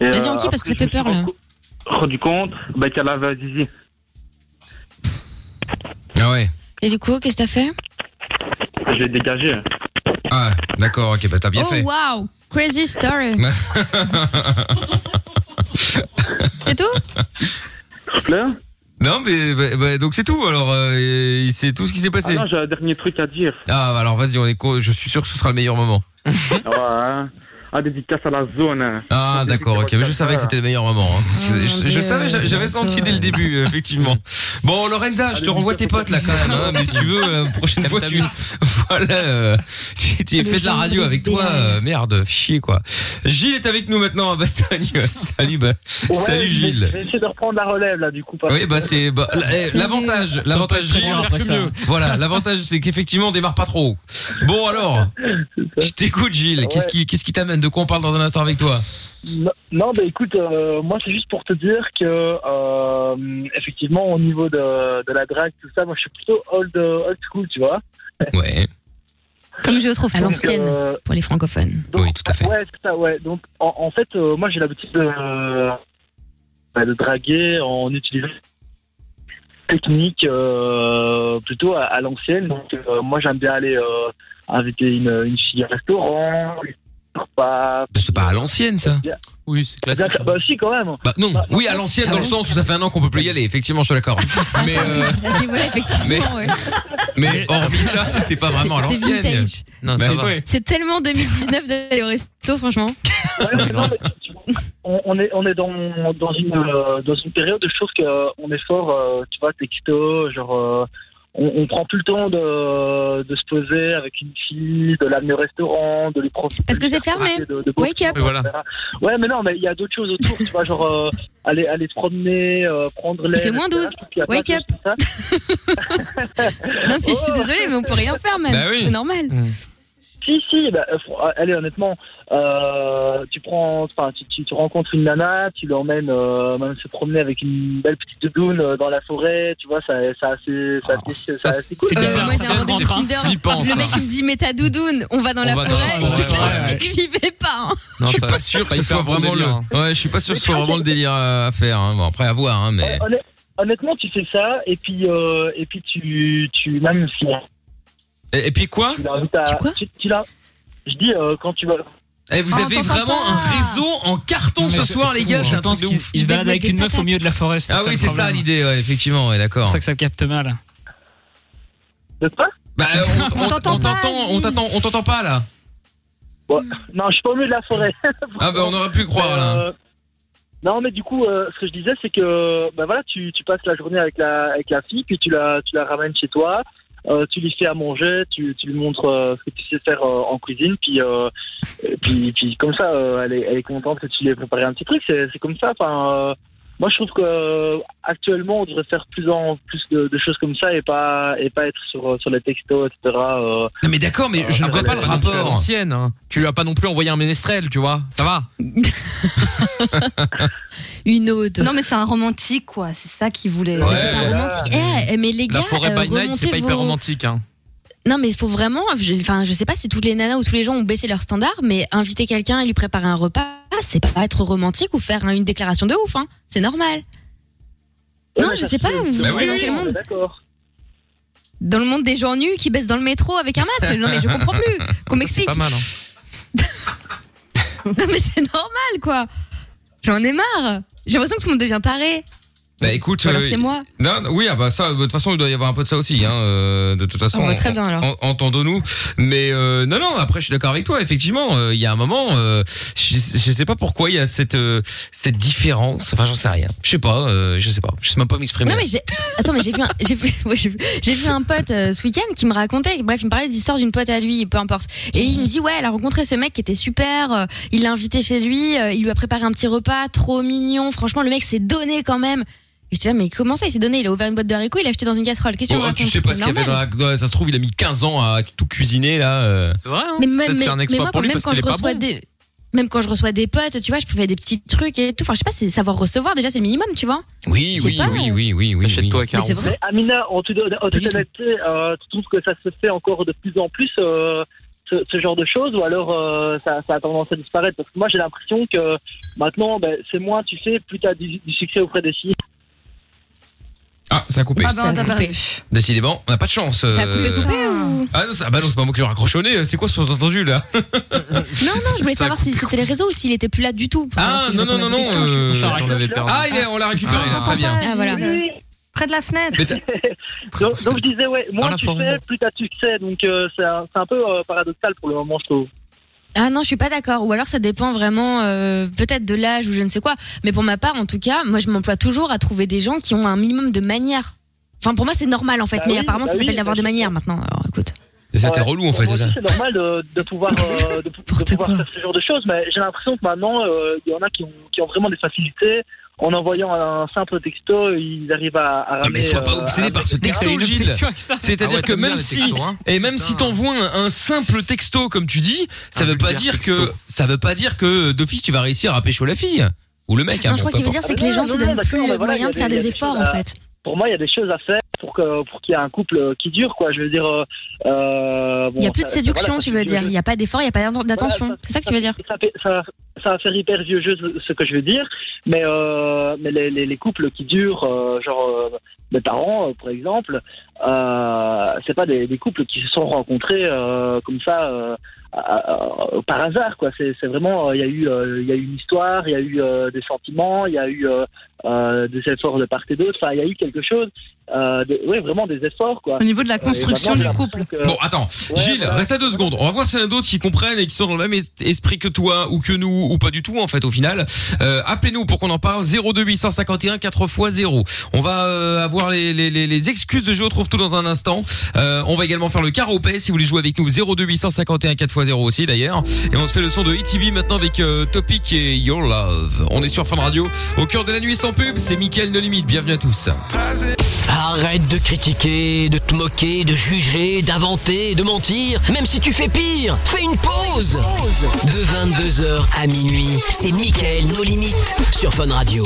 Speaker 8: Et,
Speaker 4: Vas-y,
Speaker 8: euh,
Speaker 4: on quitte parce que
Speaker 8: après,
Speaker 4: ça fait peur,
Speaker 8: je me suis
Speaker 4: là.
Speaker 8: rendu- rendu compte bah, qu'elle avait un zizi.
Speaker 2: Ah ouais.
Speaker 4: Et du coup, qu'est-ce que t'as fait
Speaker 8: Je l'ai dégagé.
Speaker 2: Ah d'accord, ok, bah t'as bien
Speaker 4: Oh
Speaker 2: fait.
Speaker 4: wow, crazy story. C'est tout
Speaker 8: S'il te plaît.
Speaker 2: Non mais bah, bah, donc c'est tout. Alors euh, et c'est tout ce qui s'est
Speaker 8: Ah
Speaker 2: passé.
Speaker 8: non, j'ai un dernier truc à dire.
Speaker 2: Ah, bah, alors vas-y, on est co- je suis sûr que ce sera le meilleur moment.
Speaker 8: ouais,
Speaker 2: Hmm
Speaker 8: hein. Ah, dédicace à la zone. hein.
Speaker 2: Ah
Speaker 8: Dédicace
Speaker 2: d'accord,
Speaker 8: à
Speaker 2: ok, mais je
Speaker 8: Rockstar.
Speaker 2: savais que c'était le meilleur moment. hein.
Speaker 4: Ah,
Speaker 2: Je- je, je
Speaker 4: Dieu,
Speaker 2: savais, j'a- j'avais
Speaker 4: ça
Speaker 2: senti
Speaker 4: va.
Speaker 2: dès le début, euh, effectivement. Bon, Lorenza, je te
Speaker 8: Allez,
Speaker 2: renvoie tes potes là quand même, hein, mais si tu veux, euh, prochaine
Speaker 5: Tape
Speaker 2: fois
Speaker 5: ta
Speaker 2: tu, voilà, euh, tu, tu
Speaker 4: Le
Speaker 2: fais de la
Speaker 4: genre
Speaker 2: radio avec
Speaker 4: brisé,
Speaker 2: toi,
Speaker 4: ouais.
Speaker 2: euh, merde, chier quoi. Gilles est avec nous maintenant à Bastogne. Salut, bah,
Speaker 9: Ouais,
Speaker 2: salut
Speaker 9: je vais-
Speaker 2: Gilles.
Speaker 9: Je vais essayer de reprendre la relève là du coup. parce
Speaker 2: Oui, bah c'est bah, l- eh, l'avantage, l'avantage
Speaker 3: Très
Speaker 2: Gilles,
Speaker 3: bien après ça.
Speaker 2: Voilà, l'avantage c'est qu'effectivement on démarre pas trop. haut. Bon alors, je t'écoute Gilles, qu'est-ce qui qu'est-ce qui t'amène Lohan, de quoi on parle dans un instant avec toi
Speaker 9: Non, non, bah écoute, euh, moi c'est juste pour te dire que euh, effectivement au niveau de, de la drague tout ça, moi je suis plutôt old euh, old school, tu vois.
Speaker 2: Ouais.
Speaker 4: Comme je le trouve à
Speaker 6: Ah,
Speaker 9: Donc,
Speaker 4: l'ancienne
Speaker 9: euh,
Speaker 4: pour les francophones.
Speaker 2: oui, tout à fait.
Speaker 9: Ouais, c'est ça, ouais. Donc, en, en fait, euh, moi, j'ai l'habitude de, bah, de draguer en utilisant une technique euh, plutôt à, à l'ancienne. Donc, euh, moi, j'aime bien aller euh, inviter une, une fille au restaurant, pas.
Speaker 2: Bah, C'est pas à l'ancienne, ça
Speaker 5: Oui, c'est
Speaker 9: Bien, bah, si, quand même.
Speaker 2: Bah non, oui, à l'ancienne dans le sens où ça fait un an qu'on peut plus y aller, effectivement, je suis d'accord. Mais, euh,
Speaker 4: Ah, À ce niveau-là, effectivement,
Speaker 2: Mais-
Speaker 4: ouais.
Speaker 2: mais hormis ça, c'est pas vraiment à
Speaker 4: C'est
Speaker 2: l'ancienne.
Speaker 4: vintage.
Speaker 5: Non, ça
Speaker 2: Bah,
Speaker 5: va.
Speaker 2: ouais.
Speaker 4: C'est tellement 2019 d'aller au resto, franchement.
Speaker 9: On, on est, on est dans, dans, une, euh, dans une période où je trouve qu'on est fort, euh, tu vois, texto, genre. euh, on, on prend plus le temps de, de se poser avec une fille, de l'amener au restaurant, de lui profiter.
Speaker 4: Parce que
Speaker 9: de lui
Speaker 4: c'est
Speaker 9: faire
Speaker 4: fermé.
Speaker 9: profiter de- de
Speaker 4: Wake up.
Speaker 5: Et voilà.
Speaker 9: Ouais, mais non, mais il y a d'autres choses autour, tu vois, genre euh, aller, aller se promener, euh, prendre l'air.
Speaker 4: fait moins
Speaker 9: etc.
Speaker 4: 12.
Speaker 9: Je trouve qu'il y a
Speaker 4: Wake
Speaker 9: plein de choses comme ça.
Speaker 4: Non, mais je suis désolée, mais on peut rien faire, même.
Speaker 2: Bah oui.
Speaker 4: C'est normal.
Speaker 9: Si, si, bah, euh, fr- allez, honnêtement, euh, tu prends, enfin, tu, tu, tu rencontres une nana, tu l'emmènes euh, même se promener avec une belle petite doudoune euh, dans la forêt, tu vois, ça, ça, assez, ça,
Speaker 2: Ah,
Speaker 9: assez- ça,
Speaker 5: ça,
Speaker 9: assez cool.
Speaker 5: c'est
Speaker 4: Euh,
Speaker 5: bizarre,
Speaker 4: moi,
Speaker 5: ça
Speaker 4: j'ai
Speaker 5: fait
Speaker 4: un rendez
Speaker 5: rentrer un
Speaker 4: Tinder.
Speaker 5: flippant,
Speaker 4: Le
Speaker 5: ça.
Speaker 4: mec, il me dit, mets ta doudoune, on va dans
Speaker 5: On
Speaker 4: la
Speaker 5: va dans
Speaker 4: forêt.
Speaker 5: la
Speaker 4: Je te
Speaker 5: forêt,
Speaker 4: garantis
Speaker 5: ouais.
Speaker 4: que j'y vais pas. hein.
Speaker 2: Je
Speaker 5: Non,
Speaker 2: suis
Speaker 5: ça-
Speaker 2: pas sûr que
Speaker 5: pas
Speaker 2: ce
Speaker 5: hyper
Speaker 2: soit
Speaker 5: bon
Speaker 2: vraiment le.
Speaker 5: délire, hein.
Speaker 2: Ouais, je suis pas sûr que ce soit vraiment le délire à à faire. hein. Bon, après à voir, hein, mais.
Speaker 9: Honnêt- Honnêtement, tu fais ça, et puis, euh, et puis tu, tu, même si
Speaker 2: Et, et puis quoi
Speaker 9: tu l'invites à.
Speaker 4: Tu quoi
Speaker 9: tu, tu l'as- je dis, euh, quand tu vas.
Speaker 2: Eh, Vous
Speaker 4: Ah,
Speaker 2: avez
Speaker 4: on t'entend
Speaker 2: vraiment
Speaker 4: pas.
Speaker 2: un réseau en carton
Speaker 3: Mais
Speaker 2: ce
Speaker 3: c'est
Speaker 2: soir,
Speaker 3: fou,
Speaker 2: les gars,
Speaker 3: hein.
Speaker 2: c'est
Speaker 3: Je
Speaker 2: un
Speaker 3: pense
Speaker 2: truc de
Speaker 3: qu'il
Speaker 2: ouf.
Speaker 3: il se balade
Speaker 4: Ils
Speaker 3: avec une
Speaker 4: développent
Speaker 3: meuf
Speaker 4: des
Speaker 3: au milieu de la forêt.
Speaker 2: Ah oui,
Speaker 3: le
Speaker 2: c'est ça
Speaker 3: problème.
Speaker 2: l'idée, ouais, effectivement, ouais,
Speaker 5: C'est
Speaker 2: d'accord.
Speaker 5: pour ça que ça capte mal.
Speaker 9: De quoi
Speaker 2: Bah, on- on
Speaker 6: On t'entend
Speaker 2: on
Speaker 6: pas,
Speaker 2: t'entend, on
Speaker 6: Gilles.
Speaker 2: t'entend, on t'entend pas là.
Speaker 4: Hmm.
Speaker 9: Non, je suis pas au milieu de la forêt.
Speaker 2: Ah bah on aurait pu croire là.
Speaker 9: Euh, non, mais du coup, euh, ce que je disais, c'est que bah voilà, tu, tu passes la journée avec la, avec la fille, puis tu la, tu la ramènes chez toi, euh, tu lui fais à manger, tu, tu lui montres euh, ce que tu sais faire euh, en cuisine, puis, euh, et puis, puis comme ça, euh, elle, est, elle est contente que tu lui aies préparé un petit truc. C'est c'est comme ça. Enfin, euh, moi, je trouve que euh, actuellement, on devrait faire plus en plus de, de choses comme ça et pas et pas être sur sur les textos, etc. euh.
Speaker 2: Non mais d'accord, mais je ne vois pas le rapport.
Speaker 5: Ancienne, hein. Tu lui as pas non plus envoyé un ménestrel, tu vois. Ça va.
Speaker 4: Une autre.
Speaker 6: Non, mais c'est un romantique, quoi. C'est ça qu'il voulait.
Speaker 2: Ouais.
Speaker 4: C'est pas romantique. Eh, eh, mais les gars,
Speaker 5: La forêt
Speaker 4: euh,
Speaker 5: by night, c'est
Speaker 4: remontez
Speaker 5: pas hyper
Speaker 4: vos,
Speaker 5: romantique, hein.
Speaker 4: Non, mais il faut vraiment. je- Enfin, je sais pas si toutes les nanas ou tous les gens ont baissé leur standard, mais inviter quelqu'un et lui préparer un repas, c'est pas être romantique ou faire hein, une déclaration de ouf, hein. C'est normal. Non,
Speaker 9: Ouais,
Speaker 4: je
Speaker 9: ça
Speaker 4: sais
Speaker 9: se
Speaker 4: pas,
Speaker 9: fait.
Speaker 4: vous
Speaker 9: Bah
Speaker 4: vivez
Speaker 9: oui,
Speaker 4: dans
Speaker 9: oui,
Speaker 4: quel
Speaker 9: on est
Speaker 4: monde
Speaker 9: D'accord.
Speaker 4: Dans le monde des gens nus qui baissent dans le métro avec un masque Non, mais je comprends plus. Qu'on m'explique.
Speaker 5: Pas mal, hein.
Speaker 4: Non, mais c'est normal, quoi. J'en ai marre. J'ai l'impression que tout le monde devient taré.
Speaker 2: Bah écoute,
Speaker 4: Ou alors
Speaker 2: euh,
Speaker 4: c'est moi.
Speaker 2: Non, non, oui, ah bah ça, de toute façon, il doit y avoir un peu de ça aussi. Hein, euh, de toute façon,
Speaker 4: Ah bah, très bien, alors.
Speaker 2: en- entendons-nous. Mais euh, non, non. Après, je suis d'accord avec toi. Effectivement, euh, il y a un moment, euh, je, je sais pas pourquoi il y a cette euh, cette différence. Enfin, j'en sais rien. Je sais pas. euh, je sais pas. Je sais même pas m'exprimer.
Speaker 4: Non mais j'ai attends mais j'ai vu un... j'ai vu ouais, j'ai vu... j'ai vu un pote euh, ce week-end qui me racontait bref il me parlait d'histoire d'une pote à lui peu importe et il me dit ouais elle a rencontré ce mec qui était super euh, il l'a invité chez lui euh, il lui a préparé un petit repas trop mignon franchement le mec s'est donné quand même et je dis mais comment ça il s'est donné il a ouvert une boîte de haricots il a acheté dans une casserole qu'est-ce que
Speaker 2: Oh,
Speaker 4: racontes
Speaker 2: tu sais pas ce qu'il y avait. Dans la... ouais, Ça se trouve, il a mis 15 ans à tout cuisiner là. euh.
Speaker 5: C'est vrai, hein.
Speaker 4: mais même
Speaker 5: Peut-être
Speaker 4: mais,
Speaker 5: c'est un
Speaker 4: mais
Speaker 5: exploit
Speaker 4: moi
Speaker 5: pour
Speaker 4: quand
Speaker 5: lui
Speaker 4: même
Speaker 5: parce
Speaker 4: quand
Speaker 5: qu'il
Speaker 4: je
Speaker 5: est pas
Speaker 4: reçois
Speaker 5: bon.
Speaker 4: des même quand je reçois des potes tu vois je fais des petits trucs et tout enfin je sais pas c'est savoir recevoir déjà c'est le minimum tu vois
Speaker 2: Oui,
Speaker 4: Je sais
Speaker 2: oui,
Speaker 4: pas.
Speaker 2: oui, oui, oui, oui. oui.
Speaker 5: T'achètes-toi,
Speaker 4: mais
Speaker 5: Caro.
Speaker 4: c'est vrai
Speaker 9: Mais Amina, en toute, en toute
Speaker 4: du tout.
Speaker 9: honnêteté, euh, tu trouves que ça se fait encore de plus en plus euh, ce, ce genre de choses ou alors euh, ça, ça a tendance à disparaître Parce que moi j'ai l'impression que maintenant ben, c'est moins tu fais, plus tu as du, du succès auprès des filles.
Speaker 2: Ah, ça a coupé.
Speaker 6: Ah
Speaker 4: Ça
Speaker 6: ben, on
Speaker 4: a
Speaker 6: t'a
Speaker 4: coupé.
Speaker 6: perdu.
Speaker 2: Décidément, on n'a pas de chance.
Speaker 4: ça a coupé
Speaker 2: euh.
Speaker 4: coupé ou
Speaker 2: Ah non, ça, bah non, c'est pas moi qui l'ai raccrochonné. C'est quoi ce sous-entendu là
Speaker 4: Non, non, je voulais
Speaker 5: Ça
Speaker 4: savoir si c'était les réseaux ou s'il était plus là du tout. Enfin,
Speaker 2: Ah
Speaker 4: si je
Speaker 2: non, non, non,
Speaker 4: réponds à
Speaker 2: non.
Speaker 4: cette question.
Speaker 2: euh,
Speaker 5: Ça, on l'avait perdu.
Speaker 2: Ah, il est, on l'a récupéré,
Speaker 6: Ah,
Speaker 2: là,
Speaker 6: on
Speaker 2: très
Speaker 6: t'entend
Speaker 2: bien.
Speaker 6: pas,
Speaker 4: Ah, voilà.
Speaker 6: Gilles. Près de la fenêtre.
Speaker 2: Mais t'as-
Speaker 9: Donc, donc, je disais, ouais,
Speaker 5: Dans
Speaker 9: moins
Speaker 5: la
Speaker 9: tu
Speaker 5: forêt.
Speaker 9: fais, plus tu as de succès. Donc euh, c'est un, c'est un peu euh, paradoxal pour le moment, je trouve.
Speaker 4: Ah non, je suis pas d'accord. Ou alors ça dépend vraiment euh, peut-être de l'âge ou je ne sais quoi. Mais pour ma part, en tout cas, moi je m'emploie toujours à trouver des gens qui ont un minimum de manières. Enfin, pour moi c'est normal en fait,
Speaker 9: Bah
Speaker 4: mais
Speaker 9: oui,
Speaker 4: apparemment
Speaker 9: bah
Speaker 4: ça s'appelle
Speaker 9: oui,
Speaker 4: d'avoir des
Speaker 9: bah,
Speaker 4: manières maintenant. Alors écoute.
Speaker 2: ça, t'es
Speaker 9: Ouais.
Speaker 2: relou en fait,
Speaker 9: Moi
Speaker 2: c'est
Speaker 9: aussi,
Speaker 2: ça
Speaker 9: C'est normal de, de pouvoir, euh, de, pou- de
Speaker 4: N'importe
Speaker 9: pouvoir
Speaker 4: quoi.
Speaker 9: faire ce genre de choses, mais j'ai l'impression que maintenant, euh, il y en a qui ont, qui ont vraiment des facilités en envoyant un simple texto, ils arrivent à, à
Speaker 2: Non, mais
Speaker 9: ramener,
Speaker 2: sois pas
Speaker 9: euh,
Speaker 2: obsédé
Speaker 9: un
Speaker 2: par ce
Speaker 9: mec, etc.
Speaker 2: texto, Gilles. C'est-à-dire
Speaker 5: Ah ouais,
Speaker 2: que
Speaker 5: t'aimes bien
Speaker 2: même
Speaker 5: les
Speaker 2: si
Speaker 5: textos, hein.
Speaker 2: et même si t'envoies un, un simple texto comme tu dis, ça veut pas
Speaker 5: vulgaire
Speaker 2: dire que
Speaker 5: texto.
Speaker 2: ça veut pas dire que d'office tu vas réussir à pécho la fille ou le mec. hein,
Speaker 4: Non, je
Speaker 2: bon,
Speaker 4: crois
Speaker 2: peu
Speaker 4: qu'il veut dire
Speaker 2: importe.
Speaker 4: c'est que les gens se
Speaker 9: Ah Non,
Speaker 4: donnent
Speaker 9: non,
Speaker 4: plus
Speaker 9: d'accord,
Speaker 4: le
Speaker 9: mais voilà,
Speaker 4: moyen
Speaker 9: il y
Speaker 4: de
Speaker 9: a
Speaker 4: faire
Speaker 9: des- euh, il
Speaker 4: des
Speaker 9: y a des
Speaker 4: efforts
Speaker 9: choses
Speaker 4: en
Speaker 9: à-
Speaker 4: fait.
Speaker 9: Pour moi, il y a des choses à faire pour que pour qu'il y ait un couple euh, qui dure, quoi. Je veux dire, euh, euh, bon,
Speaker 4: Il y a plus de
Speaker 9: ça-
Speaker 4: séduction,
Speaker 9: voilà,
Speaker 4: tu veux dire. Il n'y a pas d'effort, il n'y a pas d'attention.
Speaker 9: Voilà,
Speaker 4: C'est ça que tu veux dire
Speaker 9: ça, fait- ça, ça va faire hyper vieux jeu ce- ce que je veux dire, mais, euh, mais les, les, les couples qui durent, euh, genre euh, mes parents euh, par exemple, euh, c'est pas des, des couples qui se sont rencontrés euh, comme ça euh, à- à- par hasard quoi. C'est c'est vraiment euh, il y a eu euh, il y a eu une histoire, il y a eu euh, des sentiments, il y a eu euh, euh, des efforts de part et d'autre. Enfin il y a eu quelque chose, euh, de- ouais vraiment des efforts quoi.
Speaker 6: Au niveau de la
Speaker 9: Et
Speaker 6: construction
Speaker 9: maintenant, j'ai
Speaker 6: du
Speaker 9: l'impression
Speaker 6: couple.
Speaker 9: que-
Speaker 2: Bon, attends,
Speaker 9: Ouais,
Speaker 2: Gilles,
Speaker 9: voilà.
Speaker 2: reste à deux secondes. On va voir s'il y en a d'autres qui comprennent et qui sont dans le même es- esprit que toi ou que nous ou pas du tout en fait au final. Euh, Appelez-nous pour qu'on en parle 02851 4 x 0. On va euh, avoir les, les, les, les excuses de jeu, on trouve tout dans un instant. Euh, on va également faire le caropé si vous voulez jouer avec nous 02851 4 x 0 aussi d'ailleurs. Et on se fait le son de ETB maintenant avec euh, Topic et Your Love. On est sur Fun Radio, au cœur de la nuit sans pub, c'est Mickaël No Limite. Bienvenue à tous.
Speaker 1: Arrête de critiquer, de te moquer, de juger, d'inventer, de mentir. Même si tu fais pire, fais une pause. De 22h à minuit, c'est Mickaël nos limites sur Fun Radio.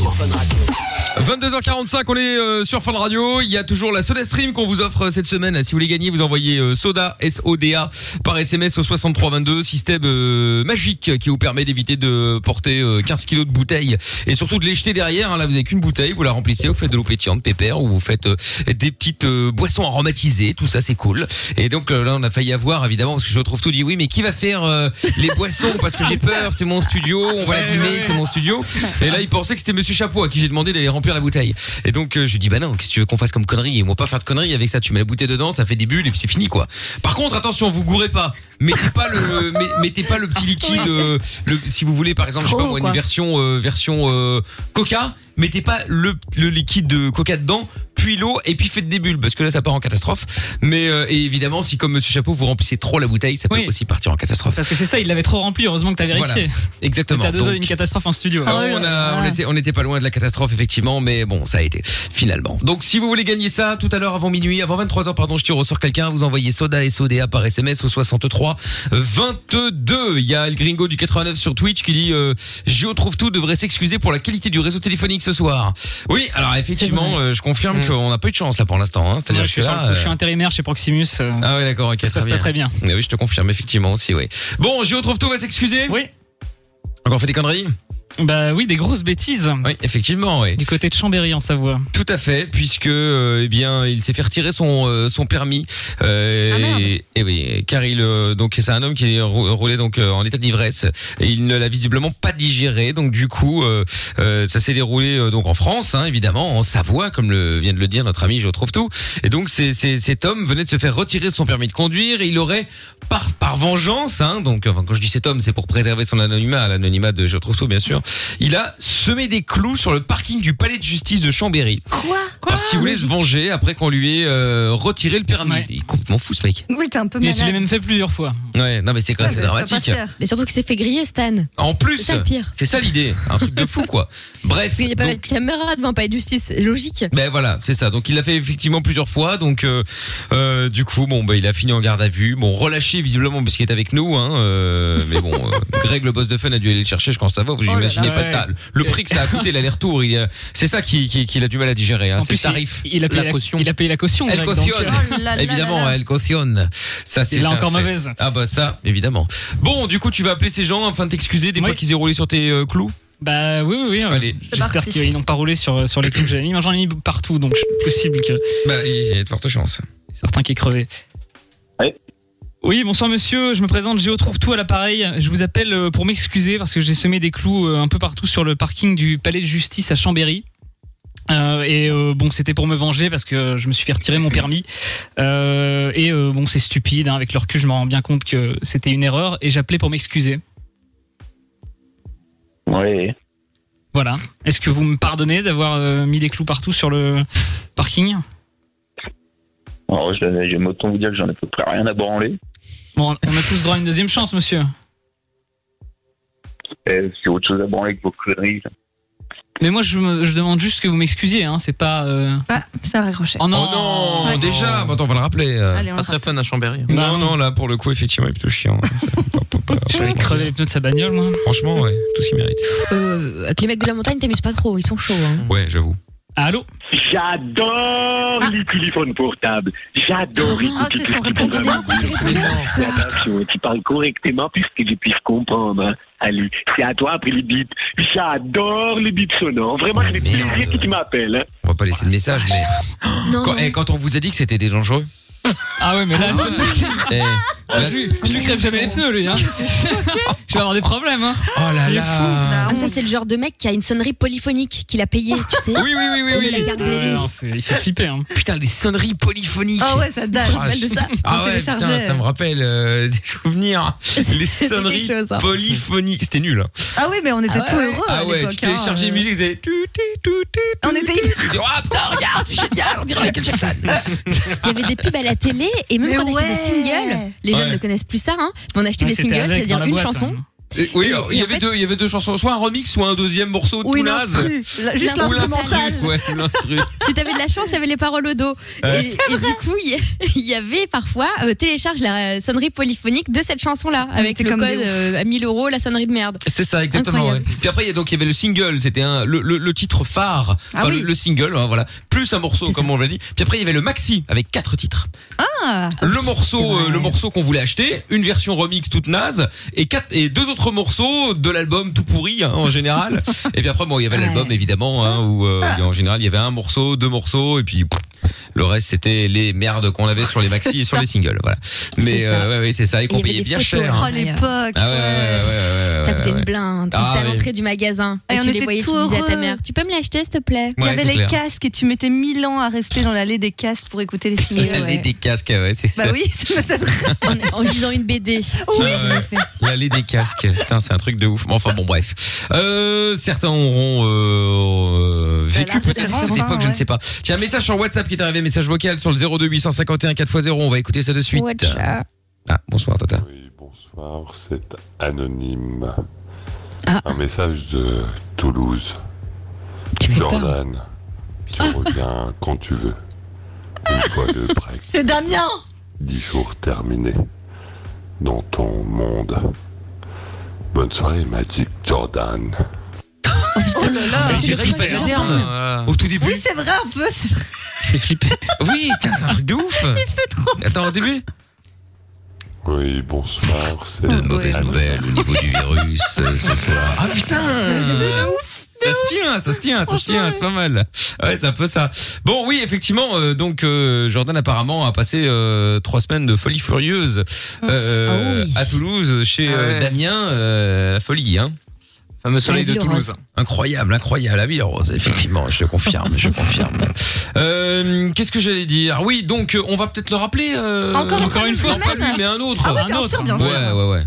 Speaker 2: 22h45, on est euh, sur Fun Radio. Il y a toujours la Soda Stream qu'on vous offre euh, cette semaine. Si vous voulez gagner, vous envoyez euh, Soda S O D A par SMS au 6322, système euh, magique qui vous permet d'éviter de porter euh, 15 kilos de bouteilles et surtout de les jeter derrière. hein. Là, vous avez qu'une bouteille, vous la remplissez, vous faites de l'eau pétillante, pépère, ou vous faites euh, des petites euh, boissons aromatisées. Tout ça, c'est cool. Et donc euh, là, on a failli avoir évidemment parce que je retrouve tout dit oui, mais qui va faire euh, les boissons parce que j'ai peur, c'est mon studio, on va l'abîmer, c'est mon studio. Et là, il pensait que c'était Monsieur Chapeau à qui j'ai demandé d'aller remplir la bouteille. Et donc, euh, je lui dis, bah non, qu'est-ce que tu veux qu'on fasse comme connerie On va pas faire de conneries avec ça. Tu mets la bouteille dedans, ça fait des bulles et puis c'est fini, quoi. Par contre, attention, vous gourrez pas. Mettez pas le, met- mettez pas le petit liquide. euh, le, si vous voulez, par exemple, je sais
Speaker 6: Trop,
Speaker 2: pas moi, une
Speaker 6: quoi.
Speaker 2: version, euh, version euh, Coca. Mettez pas le, le liquide de Coca dedans, puis l'eau, et puis faites des bulles, parce que là, ça part en catastrophe. Mais euh, et évidemment, si comme Monsieur Chapeau, vous remplissez trop la bouteille, ça peut
Speaker 3: Oui.
Speaker 2: aussi partir en catastrophe.
Speaker 3: Parce que c'est ça, il l'avait trop rempli, heureusement que t'as vérifié.
Speaker 2: Exactement.
Speaker 3: T'as deux
Speaker 2: Donc,
Speaker 3: une catastrophe en studio.
Speaker 2: ah, on, a- on était, on était pas loin de la catastrophe effectivement, mais bon, ça a été finalement. Donc si vous voulez gagner ça, tout à l'heure avant minuit, avant 23 h pardon, je tire au sort quelqu'un. Vous envoyez Soda et Soda par SMS au 63 22. Il y a El Gringo du 89 sur Twitch qui dit euh, Gio trouve tout devrait s'excuser pour la qualité du réseau téléphonique ce soir. Oui, alors effectivement, euh, je confirme
Speaker 5: Mm.
Speaker 2: qu'on n'a pas eu de chance là pour l'instant. Hein. C'est-à-dire
Speaker 3: Ouais, je,
Speaker 2: que
Speaker 3: suis sur le
Speaker 2: là,
Speaker 3: coup, je suis
Speaker 2: euh,
Speaker 3: intérimaire chez Proximus. euh,
Speaker 2: ah ouais d'accord, ok,
Speaker 3: ça se
Speaker 2: très
Speaker 3: passe
Speaker 2: bien.
Speaker 3: pas très bien.
Speaker 2: Ah oui, je te confirme effectivement aussi, oui. Bon, Gio trouve tout va s'excuser.
Speaker 3: Oui,
Speaker 2: Encore fait des conneries.
Speaker 3: bah oui, des grosses bêtises.
Speaker 2: Oui, effectivement, oui.
Speaker 3: Du côté de Chambéry en Savoie.
Speaker 2: Tout à fait, puisque euh, eh bien il s'est fait retirer son euh, son permis. Euh,
Speaker 6: Ah, merde.
Speaker 2: et, et oui, car il euh, donc c'est un homme qui est rou- roulé donc euh, en état d'ivresse. Et Il ne l'a visiblement pas digéré, donc du coup euh, euh, ça s'est déroulé euh, donc en France, hein, évidemment en Savoie, comme le vient de le dire notre ami Je trouve tout. Et donc c'est, c'est, cet homme venait de se faire retirer son permis de conduire et il aurait par par vengeance, hein, donc enfin, quand je dis cet homme c'est pour préserver son anonymat, l'anonymat de Je trouve tout bien sûr. Il a semé des clous sur le parking du palais de justice de Chambéry.
Speaker 6: Quoi
Speaker 2: Parce qu'il voulait se venger après qu'on lui ait euh, retiré le permis.
Speaker 3: Ouais.
Speaker 2: Il est complètement fou ce mec.
Speaker 6: Oui, t'es un peu
Speaker 3: Mais tu l'as
Speaker 6: malade.
Speaker 3: même fait plusieurs fois.
Speaker 2: Ouais, non mais Ah, c'est quand même
Speaker 6: Ouais,
Speaker 2: c'est
Speaker 6: mais sois pas
Speaker 2: dramatique.
Speaker 6: fier.
Speaker 4: Mais surtout qu'il s'est fait griller, Stan.
Speaker 2: En
Speaker 4: C'est
Speaker 2: plus,
Speaker 4: ça le pire.
Speaker 2: c'est ça l'idée, un truc de fou quoi. Bref,
Speaker 4: Parce qu'il n'y a pas
Speaker 2: donc-
Speaker 4: de caméra devant un palais de justice. C'est Logique.
Speaker 2: ben voilà, c'est ça. Donc il l'a fait effectivement plusieurs fois. Donc euh, euh, du coup, bon, bah, il a fini en garde à vue. Bon, relâché visiblement parce qu'il est avec nous. Hein, euh, mais bon, euh, Greg le boss de fun a dû aller le chercher. Je pense ça va. Vous
Speaker 3: Oh là
Speaker 2: imaginez
Speaker 3: là,
Speaker 2: pas
Speaker 3: ouais.
Speaker 2: ta- le prix que ça a coûté l'aller-retour. il, euh, C'est ça qui, qui, qu'il a du mal à digérer. Hein,
Speaker 3: En
Speaker 2: c'est le
Speaker 3: plus,
Speaker 2: tarif.
Speaker 3: il, il a payé la,
Speaker 2: caution.
Speaker 3: il a payé la caution.
Speaker 2: Elle
Speaker 3: Greg, donc,
Speaker 2: cautionne.
Speaker 3: euh,
Speaker 6: Oh là là là
Speaker 2: Évidemment,
Speaker 6: là.
Speaker 2: elle cautionne. Ça, c'est
Speaker 3: Il a
Speaker 2: un
Speaker 3: encore
Speaker 2: fait.
Speaker 3: mauvaise.
Speaker 2: Ah bah ça, évidemment. Bon, du coup, tu vas appeler ces gens afin de t'excuser des
Speaker 3: Oui.
Speaker 2: fois qu'ils aient roulé sur tes euh, clous.
Speaker 3: Bah oui, oui, oui. euh,
Speaker 2: Allez.
Speaker 3: J'espère
Speaker 6: parti.
Speaker 3: qu'ils n'ont pas roulé sur, sur les clips que j'avais mis. Moi, J'en ai mis partout, donc c'est possible que
Speaker 2: Bah, il y a de fortes chances.
Speaker 3: certains qui aient crevé.
Speaker 9: Ouais.
Speaker 3: Oui, bonsoir monsieur, je me présente, Géo trouve tout à l'appareil. Je vous appelle euh, pour m'excuser parce que j'ai semé des clous euh, un peu partout sur le parking du palais de justice à Chambéry. Euh, et euh, bon, c'était pour me venger parce que euh, je me suis fait retirer mon permis. Euh, et euh, bon, c'est stupide, hein, avec leur cul, je me rends bien compte que c'était une erreur et j'appelais pour m'excuser.
Speaker 9: Oui.
Speaker 3: Voilà. Est-ce que vous me pardonnez d'avoir euh, mis des clous partout sur le parking
Speaker 9: Alors, je, m'autant vous dire que j'en ai peu près rien à branler.
Speaker 3: Bon, on a tous droit à une deuxième chance, monsieur.
Speaker 9: Eh, C'est autre chose à branler que vos conneries.
Speaker 3: Mais moi, je, me- je demande juste que vous m'excusiez, hein, c'est pas. euh,
Speaker 6: Ah, ça va rocher.
Speaker 3: Oh non,
Speaker 2: Oh,
Speaker 3: Ouais.
Speaker 2: déjà, bah, attends, on va le rappeler. euh.
Speaker 6: Allez, Bah. on
Speaker 5: Pas très
Speaker 6: le
Speaker 5: fun à Chambéry.
Speaker 2: Non, non, là, pour le coup, effectivement, il est plutôt chiant. hein. C'est pas- pas- pas-
Speaker 3: Je
Speaker 2: pas-
Speaker 3: vais crever les pneus de sa bagnole, moi.
Speaker 2: Franchement, ouais, tout ce qu'il mérite.
Speaker 4: Euh, avec les mecs de la montagne, t'amuses pas trop, ils sont chauds. Hein.
Speaker 6: Mm.
Speaker 2: Ouais, j'avoue.
Speaker 3: Ah, Allô
Speaker 10: J'adore les téléphones portables. J'adore les
Speaker 6: Ah, c'est son répondeur.
Speaker 10: Attention, tu parles correctement puisque je puisse comprendre. hein. Allez, c'est à toi après les bips. J'adore les bips sonores. Vraiment,
Speaker 2: Ouais,
Speaker 10: c'est
Speaker 2: merde.
Speaker 10: plaisir que tu m'appelles. hein.
Speaker 2: On va pas laisser de message, mais.
Speaker 4: Non,
Speaker 2: Quand,
Speaker 4: non.
Speaker 2: eh, quand on vous a dit que c'était des dangereux.
Speaker 3: Ah ouais, mais là,
Speaker 2: eh,
Speaker 3: je, je lui- je lui crève jamais les pneus, lui. Hein. je vais avoir des problèmes. Hein.
Speaker 2: Oh là
Speaker 3: Il est
Speaker 2: là.
Speaker 4: Ah, mais ça, c'est le genre de mec qui a une sonnerie polyphonique qu'il a payée, tu sais.
Speaker 2: Oui, oui, oui, oui,
Speaker 4: Et il a
Speaker 2: oui.
Speaker 4: gardé.
Speaker 3: Ouais, non, c'est- il fait flipper. Hein.
Speaker 2: Putain, les sonneries polyphoniques.
Speaker 6: Ah ouais, ça date.
Speaker 2: Ah,
Speaker 4: Rappelle de ça.
Speaker 2: Ah
Speaker 6: On
Speaker 2: ouais,
Speaker 6: téléchargeait.
Speaker 2: putain, ça me rappelle euh, des souvenirs. Les
Speaker 4: C'était
Speaker 2: sonneries
Speaker 4: quelque chose, hein.
Speaker 2: polyphoniques. C'était nul. hein.
Speaker 6: Ah oui, mais on était
Speaker 4: Ah
Speaker 6: tout
Speaker 4: ouais.
Speaker 6: heureux. à
Speaker 2: Ah ouais,
Speaker 6: l'époque,
Speaker 2: tu
Speaker 6: hein,
Speaker 2: téléchargeais
Speaker 6: euh.
Speaker 2: une musique, c'était tout, tout, tout, tout,
Speaker 6: On était.
Speaker 2: tout. Tu dis, oh putain, regarde, c'est génial, on dirait Michael Jackson.
Speaker 4: Il y avait des pubs à la télé et même
Speaker 6: Mais
Speaker 4: quand on achetait des
Speaker 6: ouais.
Speaker 4: singles, les jeunes
Speaker 2: Ouais.
Speaker 4: ne connaissent plus ça, hein. Mais on achetait des
Speaker 3: Ouais, c'était
Speaker 4: singles,
Speaker 3: avec dans
Speaker 4: c'est-à-dire
Speaker 3: la
Speaker 4: une
Speaker 3: boîte,
Speaker 4: chanson.
Speaker 3: hein.
Speaker 2: Et- oui,
Speaker 4: Et-
Speaker 2: alors,
Speaker 4: et
Speaker 2: il y
Speaker 4: en
Speaker 2: avait
Speaker 4: fait-
Speaker 2: deux, il y avait deux chansons, soit un remix, soit un deuxième morceau
Speaker 6: Oui,
Speaker 2: tout naze.
Speaker 6: l'instru. La- Juste
Speaker 4: Ou l'instru.
Speaker 6: l'instrumental.
Speaker 2: Ouais, ou l'instru.
Speaker 4: Si t'avais de la chance, il y avait les paroles au dos.
Speaker 2: hein. Ouais.
Speaker 4: Et, et du coup, il y- il y avait parfois euh, télécharge la euh, sonnerie polyphonique de cette chanson-là avec
Speaker 6: était
Speaker 4: le
Speaker 6: comme
Speaker 4: code
Speaker 6: des ouf.
Speaker 4: euh, à 1000 euros, la sonnerie de merde.
Speaker 2: C'est ça, exactement.
Speaker 4: Incroyable.
Speaker 2: ouais. Puis après, il y a donc il y avait le single, c'était un le, le, le titre phare,
Speaker 6: Ah
Speaker 2: Enfin,
Speaker 6: oui.
Speaker 2: le, le single, hein, voilà, plus un morceau
Speaker 4: C'est
Speaker 2: comme on l'a dit. Puis après, il y avait le maxi avec quatre titres.
Speaker 6: Ah,
Speaker 2: Le morceau,
Speaker 6: vrai.
Speaker 2: euh, le morceau qu'on voulait acheter, une version remix toute naze et quatre et deux autres morceaux de l'album tout pourri hein, en général. et puis après, bon, il y avait
Speaker 4: Ouais. Ah.
Speaker 2: l'album évidemment hein, où euh, il y a- en général il y avait un morceau, deux morceaux et puis pff, le reste c'était les merdes qu'on avait sur les maxi et sur les singles, voilà. Mais
Speaker 4: C'est ça.
Speaker 2: euh, ouais, ouais, c'est ça et
Speaker 4: il
Speaker 2: qu'on
Speaker 4: y avait
Speaker 2: payait
Speaker 4: des
Speaker 2: bien
Speaker 4: photos,
Speaker 2: cher.
Speaker 6: oh
Speaker 2: hein.
Speaker 4: Incroyable.
Speaker 6: l'époque.
Speaker 2: Ah ouais, ouais, ouais, ouais, ouais,
Speaker 4: Ça
Speaker 2: ouais,
Speaker 4: coûtait
Speaker 2: ouais.
Speaker 4: une blinde.
Speaker 2: Ah,
Speaker 4: C'était à
Speaker 2: ouais.
Speaker 4: l'entrée du magasin.
Speaker 6: Et
Speaker 4: Et,
Speaker 6: on
Speaker 4: tu les
Speaker 6: était
Speaker 4: voyais, tu
Speaker 6: tout
Speaker 4: disais à ta
Speaker 6: heureux.
Speaker 4: mère, tu peux me l'acheter, s'il te plaît
Speaker 6: Il y
Speaker 2: Ouais,
Speaker 6: avait
Speaker 2: c'est
Speaker 6: les
Speaker 2: clair.
Speaker 6: casques et tu mettais mille ans à rester dans l'allée des casques pour écouter les
Speaker 4: Et
Speaker 6: signaux.
Speaker 4: ouais.
Speaker 2: L'allée des casques, ouais, c'est
Speaker 6: Bah
Speaker 2: ça.
Speaker 6: oui, c'est c'est vrai.
Speaker 4: en, en lisant une BD.
Speaker 2: Oui.
Speaker 4: Je l'ai fait.
Speaker 2: L'allée des casques. Putain, c'est un truc de ouf. Mais Enfin bon, bref. Euh, certains auront euh, euh, vécu
Speaker 4: Voilà,
Speaker 2: peut-être
Speaker 6: référence,
Speaker 2: cette époque,
Speaker 6: hein,
Speaker 2: je ne
Speaker 6: ouais.
Speaker 2: sais pas. Tiens, un message sur WhatsApp qui est arrivé, message vocal sur le 02851 4x0. On va écouter ça de suite.
Speaker 4: Watch out.
Speaker 2: Ah, bonsoir Tata.
Speaker 10: Oui, bonsoir, c'est Anonyme.
Speaker 4: Ah.
Speaker 10: Un message de Toulouse.
Speaker 4: Tu fais peur. hein.
Speaker 10: Jordan, tu
Speaker 2: Ah.
Speaker 10: reviens quand tu veux. Une fois le break,
Speaker 6: C'est Damien.
Speaker 10: dix jours terminés. Dans ton monde. Bonne soirée, Magic Jordan.
Speaker 6: Oh là là.
Speaker 2: Je dirais qu'il fallait les termes
Speaker 5: Euh,
Speaker 2: au tout début.
Speaker 6: Oui, c'est vrai un peu. c'est vrai.
Speaker 3: Je fais flipper.
Speaker 2: Oui, putain, c'est un truc de ouf. Attends, au début
Speaker 10: Oui, bonsoir, c'est Anonyme.
Speaker 2: au niveau du virus ce soir. Ah putain Ça se tient, ça se tient, ça se tient, c'est pas mal. Ouais, c'est un peu ça. Bon, oui, effectivement, euh, donc euh, Jordan apparemment a passé euh, trois semaines de folie furieuse euh,
Speaker 4: Ah oui.
Speaker 2: à Toulouse chez
Speaker 5: Ah
Speaker 2: euh,
Speaker 5: ouais.
Speaker 2: Damien. euh, la folie, hein.
Speaker 5: Fameux soleil de
Speaker 4: ville
Speaker 5: Toulouse.
Speaker 2: Incroyable, incroyable, Ah la ville rose, effectivement, je te confirme, je confirme. Euh, Qu'est-ce que j'allais dire Oui, donc euh, on va peut-être le rappeler euh,
Speaker 6: Encore,
Speaker 3: Encore une fois.
Speaker 2: non, pas lui, mais un autre. hein.
Speaker 6: Ah ouais, bien
Speaker 3: Un
Speaker 6: sûr,
Speaker 3: autre.
Speaker 6: bien sûr.
Speaker 2: ouais, ouais, ouais.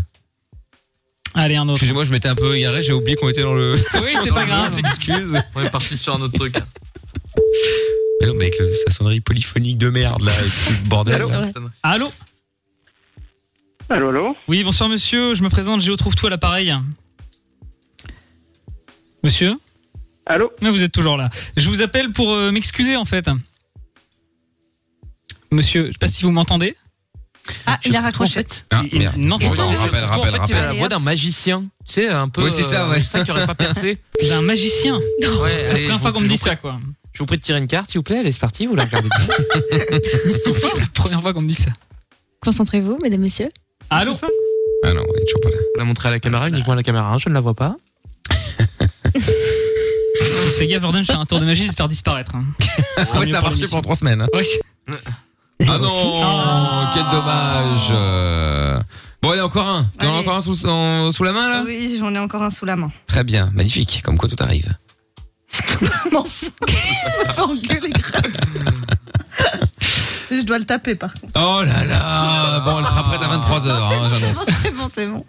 Speaker 3: Allez, un autre.
Speaker 2: Excusez-moi, je m'étais un peu égaré, j'ai oublié qu'on était dans le.
Speaker 3: Oui, c'est pas grave.
Speaker 2: Excuse.
Speaker 5: On est parti sur un autre truc.
Speaker 2: Mais non, mais avec le- sa sonnerie polyphonique de merde, là, avec tout le bordel.
Speaker 5: Allô
Speaker 2: là.
Speaker 3: Allô
Speaker 9: Allô, allô
Speaker 3: Oui, bonsoir monsieur, je me présente, Géo trouve tout à l'appareil. Monsieur
Speaker 9: Allô
Speaker 3: Mais vous êtes toujours là. Je vous appelle pour euh, m'excuser en fait. Monsieur, je sais pas si vous m'entendez.
Speaker 6: Ah, il a raccroché.
Speaker 2: Ah,
Speaker 3: Il-
Speaker 2: merde.
Speaker 3: il m'entend.
Speaker 2: Attends,
Speaker 5: Surtout,
Speaker 2: rappelle,
Speaker 5: en
Speaker 2: rappelle,
Speaker 5: fait, il a
Speaker 2: rappelle.
Speaker 5: la voix d'un magicien. Tu sais, un peu.
Speaker 2: Oui, c'est ça,
Speaker 5: euh,
Speaker 2: ouais.
Speaker 5: Ça qui aurait pas percé.
Speaker 3: Vous êtes un magicien.
Speaker 5: Ouais,
Speaker 3: La première fois qu'on me dit ça, quoi.
Speaker 5: Je vous prie de tirer une carte, s'il vous plaît. Allez, c'est parti, vous la regardez bien.
Speaker 3: La première fois qu'on me dit ça.
Speaker 4: Concentrez-vous, mesdames, messieurs.
Speaker 3: Allô
Speaker 2: Ah non, il est toujours pas là.
Speaker 5: Vous la montrez à la caméra, uniquement à la caméra. hein, Je ne la vois pas.
Speaker 3: Fais gaffe, Jordan, je fais un tour de magie, je vais te faire disparaître. hein.
Speaker 2: Ouais,
Speaker 3: mieux
Speaker 2: ça a marché
Speaker 3: pour l'émission.
Speaker 2: pendant trois semaines. hein.
Speaker 3: Oui.
Speaker 2: Ah non,
Speaker 3: Ah.
Speaker 2: quel dommage. euh. Bon, allez, encore un. T'en as
Speaker 6: Allez.
Speaker 2: encore un sous, en- sous la main, là
Speaker 6: Ah Oui, j'en ai encore un sous la main.
Speaker 2: Très bien, magnifique. Comme quoi tout arrive.
Speaker 6: M'en fous. Ça fait engueuler, grave. Je dois le taper par contre.
Speaker 2: Oh là là. Bon, elle sera prête à 23h, hein, j'annonce.
Speaker 6: C'est bon, c'est bon.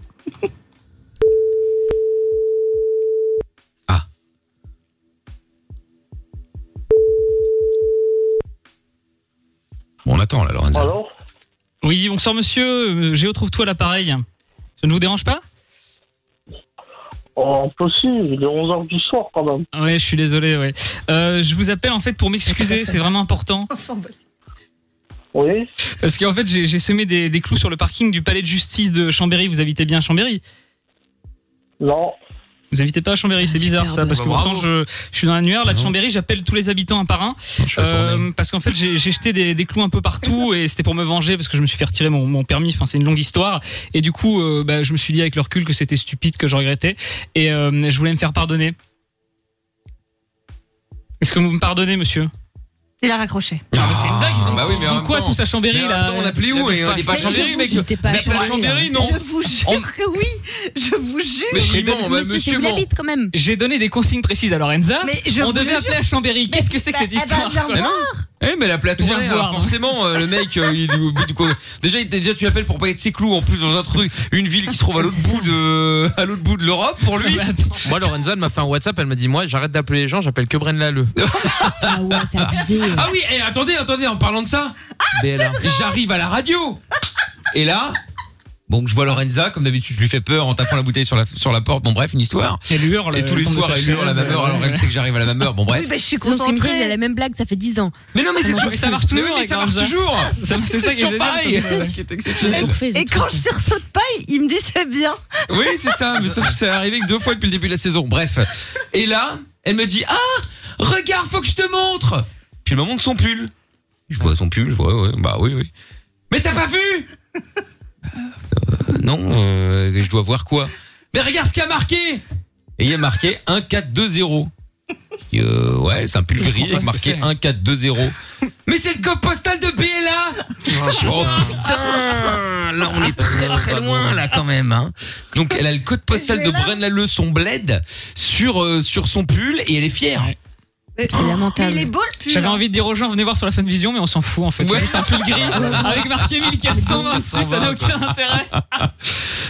Speaker 2: Bon, on attend, là, Lorenzo.
Speaker 9: Allô
Speaker 3: Oui, bonsoir monsieur, euh, Géo trouve tout à l'appareil. Je ne vous dérange pas
Speaker 9: Oh, impossible, il est 11h du soir quand même.
Speaker 3: Ouais, je suis désolé, ouais. Euh, je vous appelle en fait pour m'excuser, c'est vraiment important.
Speaker 9: Oui.
Speaker 3: Parce qu'en fait, j'ai j'ai semé des, des clous sur le parking du palais de justice de Chambéry. Vous habitez bien Chambéry
Speaker 9: Non.
Speaker 3: Vous habitez pas à Chambéry, c'est bizarre ça, parce que
Speaker 2: Bah, bravo. Ah
Speaker 3: pourtant je, je suis dans l'annuaire. Là de Chambéry, j'appelle tous les habitants un par un. Euh, parce qu'en fait, j'ai j'ai jeté des, des clous un peu partout et c'était pour me venger parce que je me suis fait retirer mon, mon permis. Enfin, c'est une longue histoire. Et du coup, euh, bah, je me suis dit avec le recul que c'était stupide, que je regrettais. Et euh, je voulais me faire pardonner. Est-ce que vous me pardonnez, monsieur
Speaker 6: Il a raccroché.
Speaker 3: C'est une blague, ils ont,
Speaker 2: Bah oui, mais
Speaker 3: ils
Speaker 2: en
Speaker 3: ont
Speaker 2: même
Speaker 3: quoi
Speaker 2: temps-
Speaker 3: tous à Chambéry
Speaker 2: mais en
Speaker 3: là
Speaker 2: même temps, on appelait où
Speaker 3: Il y
Speaker 2: et on
Speaker 3: avait
Speaker 2: n'est pas à
Speaker 3: Mais
Speaker 2: Chambéry,
Speaker 3: j'avoue,
Speaker 2: mec.
Speaker 3: j'étais pas à
Speaker 2: Vous appelez à
Speaker 4: hein.
Speaker 2: Chambéry, non
Speaker 6: Je vous jure que oui, je vous jure.
Speaker 2: Mais Mais non, bah, monsieur,
Speaker 4: monsieur, vous bon. l'habite quand même.
Speaker 3: J'ai donné des consignes précises à Lorenza.
Speaker 6: Mais je
Speaker 3: on
Speaker 6: vous
Speaker 3: devait
Speaker 6: le
Speaker 3: appeler
Speaker 6: jure.
Speaker 3: à Chambéry. Qu'est-ce que c'est que cette
Speaker 6: bah, eh ben,
Speaker 3: histoire
Speaker 6: viens
Speaker 3: quoi
Speaker 2: Mais non Eh mais la plateau
Speaker 3: Viens voir.
Speaker 2: forcément euh, le mec euh, il est au bout du coup. Déjà il- déjà tu l'appelles pour pas être ses clous en plus dans un truc une ville qui se trouve à l'autre bout de à l'autre bout de l'Europe pour lui.
Speaker 5: Moi, Lorenzo, elle m'a fait un WhatsApp, elle m'a dit Moi, j'arrête d'appeler les gens, j'appelle que Bren Lalleux.
Speaker 4: Ah ouais, c'est abusé.
Speaker 2: Ah oui, et attendez, attendez, en parlant de ça, BLR. j'arrive à la radio. Et là, bon, je vois Lorenza, comme d'habitude, je lui fais peur en tapant la bouteille sur la, sur la porte. Bon, bref, une histoire.
Speaker 3: Elle hurle.
Speaker 2: Et tous
Speaker 3: elle
Speaker 2: les
Speaker 3: tombe de
Speaker 2: soirs,
Speaker 3: sa
Speaker 2: elle hurle à la
Speaker 3: chaise,
Speaker 2: même heure,
Speaker 3: euh,
Speaker 2: alors elle sait que j'arrive à la même heure. Bon, bref.
Speaker 6: bah, je suis
Speaker 4: Donc c'est Mireille, elle a la même blague, ça fait 10 ans.
Speaker 2: Mais non, mais c'est
Speaker 4: Ah,
Speaker 2: toujours,
Speaker 4: mais ça marche
Speaker 2: mais
Speaker 4: toujours
Speaker 2: oui, mais
Speaker 4: avec
Speaker 2: ça marche
Speaker 4: Lorenza.
Speaker 2: toujours.
Speaker 3: Ça- c'est ça qui est
Speaker 2: toujours
Speaker 3: génial,
Speaker 2: pareil.
Speaker 3: c'est-
Speaker 4: Elle a surfait, ce
Speaker 6: Et quand
Speaker 4: truc.
Speaker 6: je tire saut de paille, il me dit c'est bien.
Speaker 2: Oui, c'est ça, mais sauf que ça est arrivé que deux fois depuis le début de la saison. Bref. Et là, elle me dit Ah, regarde, faut que je te montre Puis elle me montre son pull. Je vois son pull, je vois, ouais, bah oui, oui. Mais t'as pas vu Euh, Non, euh, je dois voir quoi Mais regarde ce qu'il y a marqué Et il y a marqué 1-4-2-0. Je dis, Euh, ouais, c'est un pull
Speaker 3: Je comprends
Speaker 2: gris avec
Speaker 3: pas ce que
Speaker 2: marqué
Speaker 3: c'est.
Speaker 2: 1-4-2-0. Mais c'est le code postal de BLA Je dis, Oh putain Là, on est très très loin, là, quand même. Hein. Donc, elle a le code postal de Bren Laleu, son bled, sur, euh, sur son pull, et elle est fière.
Speaker 4: C'est
Speaker 6: Mais il
Speaker 4: lamentable.
Speaker 6: est beau le pull.
Speaker 3: J'avais
Speaker 6: hein.
Speaker 3: envie de dire aux gens, venez voir sur la fin de vision, mais on s'en fout en fait.
Speaker 2: Ouais. Ah,
Speaker 3: C'est juste un pull gris avec marqué 1420 dessus, ça n'a aucun intérêt.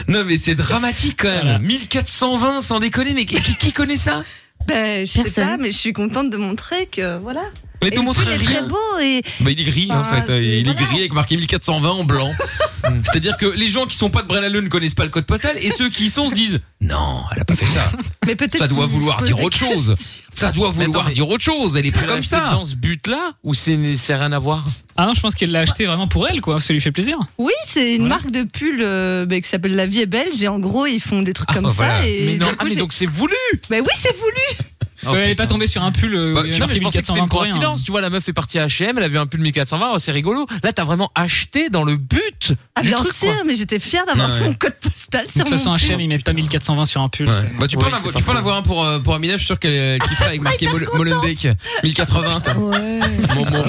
Speaker 2: Non, mais c'est dramatique, quand même. 1420, sans déconner, mais qui, qui- qui connaît ça
Speaker 6: Ben, je sais
Speaker 4: Personne.
Speaker 6: pas, mais je suis contente de montrer que voilà.
Speaker 2: Mais
Speaker 6: Et
Speaker 2: te
Speaker 6: le
Speaker 2: montre
Speaker 6: pull est très
Speaker 2: rien.
Speaker 6: beau et
Speaker 2: Bah, il est gris, en
Speaker 6: Enfin,
Speaker 2: fait. euh, Il est
Speaker 6: voilà.
Speaker 2: gris avec marqué 1420 en blanc. Mm. C'est-à-dire que les gens qui sont pas de Bren Laleu ne connaissent pas le code postal, et ceux qui y sont se disent Non, elle a pas fait ça.
Speaker 6: mais peut-être
Speaker 2: Ça doit
Speaker 6: qu'il
Speaker 2: vouloir
Speaker 6: se pose
Speaker 2: dire
Speaker 6: des
Speaker 2: autre chose. Ça doit
Speaker 5: Mais attends,
Speaker 2: vouloir
Speaker 5: mais-
Speaker 2: dire autre chose. Elle est pas comme ça.
Speaker 5: Euh, Dans ce but-là, ou c'est c'est rien à voir
Speaker 3: Ah non, je pense qu'elle l'a acheté vraiment pour elle, quoi. Ça lui fait plaisir.
Speaker 6: Oui, c'est une marque de pull euh, ben, qui s'appelle La vie est belge et en gros ils font des trucs
Speaker 2: Ah,
Speaker 6: comme
Speaker 2: bah, voilà.
Speaker 6: ça. Et
Speaker 5: Mais non,
Speaker 6: du
Speaker 5: ah,
Speaker 6: coup,
Speaker 5: mais
Speaker 6: j'ai-
Speaker 5: donc c'est voulu
Speaker 6: Ben oui, c'est voulu.
Speaker 5: Oh,
Speaker 3: Ouais, elle est pas
Speaker 5: putain.
Speaker 3: tombée sur un pull euh,
Speaker 2: Bah,
Speaker 3: où il y a
Speaker 5: Tu vois,
Speaker 3: marqué
Speaker 5: mais je pensais que c'était une
Speaker 3: 1420 pour rien.
Speaker 5: coïncidence. Tu vois, la meuf est partie à H&M, elle a vu un pull 1420, oh, c'est rigolo. Là, t'as vraiment acheté dans le but
Speaker 6: Ah
Speaker 5: du
Speaker 6: bien
Speaker 5: truc,
Speaker 6: sûr,
Speaker 5: quoi.
Speaker 6: mais j'étais fière d'avoir
Speaker 2: Ouais.
Speaker 6: mon code postal
Speaker 3: De
Speaker 6: sur
Speaker 3: toute façon,
Speaker 6: mon pull.
Speaker 3: HM, ils mettent pas 1420 sur un pull.
Speaker 2: Ouais.
Speaker 3: c'est-
Speaker 2: Bah, tu peux
Speaker 5: Ouais,
Speaker 2: en avoir-
Speaker 5: c'est
Speaker 2: tu
Speaker 5: pas
Speaker 2: peux en avoir un pour, euh, pour Amina, je suis sûr qu'elle qui fera avec marqué Mol- Molenbeek 1080.
Speaker 4: Ouais.
Speaker 2: Bon, bon.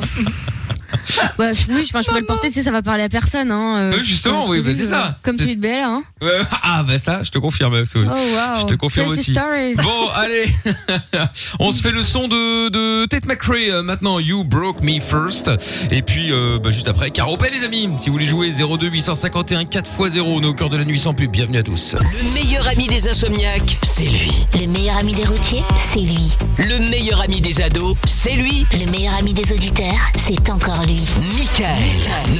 Speaker 4: Bah, oui, je, enfin, je pourrais le porter, tu sais, ça va parler à personne. Hein,
Speaker 2: Oui, justement,
Speaker 4: comme
Speaker 2: oui,
Speaker 4: celui
Speaker 2: bah, c'est
Speaker 4: de-
Speaker 2: ça.
Speaker 4: Comme
Speaker 2: C'est-
Speaker 4: celui de Bella. Hein.
Speaker 2: Euh, ah, bah ça, je te confirme. parce que-
Speaker 4: Oh, wow.
Speaker 2: Je te confirme aussi.
Speaker 4: Crazy Story.
Speaker 2: Bon, allez, on se fait le son de, de Tate McRae euh, maintenant, You Broke Me First. Et puis, euh, bah, juste après, Caropé les amis. Si vous voulez jouer 02 851 4x0, on est au cœur de la nuit sans pub. Bienvenue à tous.
Speaker 1: Le meilleur ami des insomniaques, c'est lui.
Speaker 11: Le meilleur ami des routiers, c'est lui.
Speaker 1: Le meilleur ami des ados, c'est lui.
Speaker 11: Le meilleur ami des auditeurs, c'est encore lui.
Speaker 1: Michael.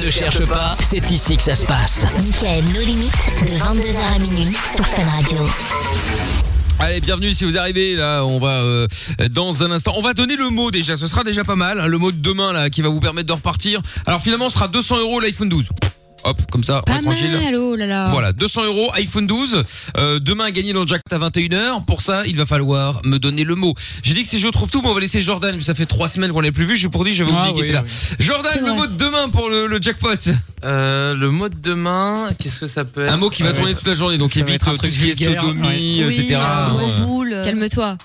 Speaker 1: Ne cherche pas, c'est ici que ça se passe.
Speaker 11: Michael, nos limites, de 22h à minuit sur Fun Radio.
Speaker 2: Allez, bienvenue si vous arrivez là, on va euh, dans un instant, on va donner le mot déjà, ce sera déjà pas mal, hein, le mot de demain là qui va vous permettre de repartir. Alors finalement, ce sera 200 euros l'iPhone 12. Hop, comme ça, on
Speaker 4: Pas
Speaker 2: est tranquille.
Speaker 4: mal, oh là là.
Speaker 2: Voilà, 200 euros, iPhone 12. Euh, demain, à gagner dans le jackpot à 21h. Pour ça, il va falloir me donner le mot. J'ai dit que si je trouve tout, bon, on va laisser Jordan. mais Ça fait trois semaines qu'on l'a plus vu. Je pour dire, j'avais oublié
Speaker 3: Ah
Speaker 2: qu'il
Speaker 3: oui,
Speaker 2: était là.
Speaker 3: oui.
Speaker 2: Jordan,
Speaker 4: C'est
Speaker 2: le
Speaker 4: vrai.
Speaker 2: mot de demain pour le, le jackpot.
Speaker 5: Euh, le mot de demain, qu'est-ce que ça peut être
Speaker 2: Un mot qui va
Speaker 3: va
Speaker 2: tourner
Speaker 3: être-
Speaker 2: toute la journée. Donc
Speaker 3: ça va
Speaker 2: évite
Speaker 3: être un
Speaker 2: euh, tout
Speaker 3: truc
Speaker 2: ce qui est
Speaker 3: vulgaire,
Speaker 2: sodomie,
Speaker 6: Oui,
Speaker 2: etc.
Speaker 6: un gros
Speaker 2: Euh,
Speaker 6: boule.
Speaker 4: Calme-toi.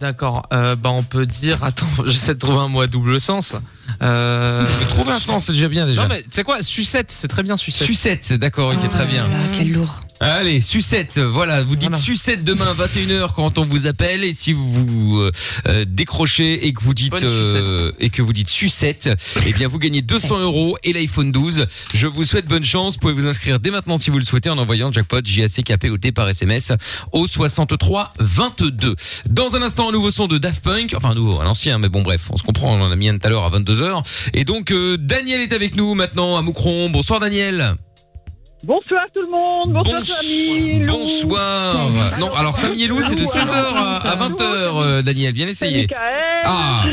Speaker 5: D'accord, euh, bah on peut dire, attends, j'essaie de trouver un mot à double sens. Euh...
Speaker 2: mais Trouve un sens, c'est déjà bien déjà.
Speaker 5: Non mais tu sais quoi, sucette, c'est très bien sucette.
Speaker 2: Sucette, c'est d'accord, ok, très bien.
Speaker 4: Ah, quel lourd.
Speaker 2: Allez, sucette, euh, voilà, vous dites
Speaker 5: Voilà.
Speaker 2: sucette demain 21h quand on vous appelle et si vous euh, euh, décrochez et que vous dites
Speaker 5: Bonne sucette.
Speaker 2: euh, et que vous dites sucette, eh bien vous gagnez 200 euros et l'iPhone 12. Je vous souhaite bonne chance. Vous pouvez vous inscrire dès maintenant si vous le souhaitez en envoyant jackpot JACKPOT par SMS au 63 22. Dans un instant, un nouveau son de Daft Punk, enfin un nouveau, un ancien, mais bon bref, on se comprend, on en a mis un tout à l'heure à 22h. Et donc euh, Daniel est avec nous maintenant à Moucron. Bonsoir Daniel.
Speaker 9: Bonsoir tout le monde, bonsoir
Speaker 2: Bons-
Speaker 9: Samy, Lou.
Speaker 2: Bonsoir. Non, alors Samy et Lou, c'est de 16h à 20h, Daniel. Bien essayé.
Speaker 9: Michael.
Speaker 2: Ah.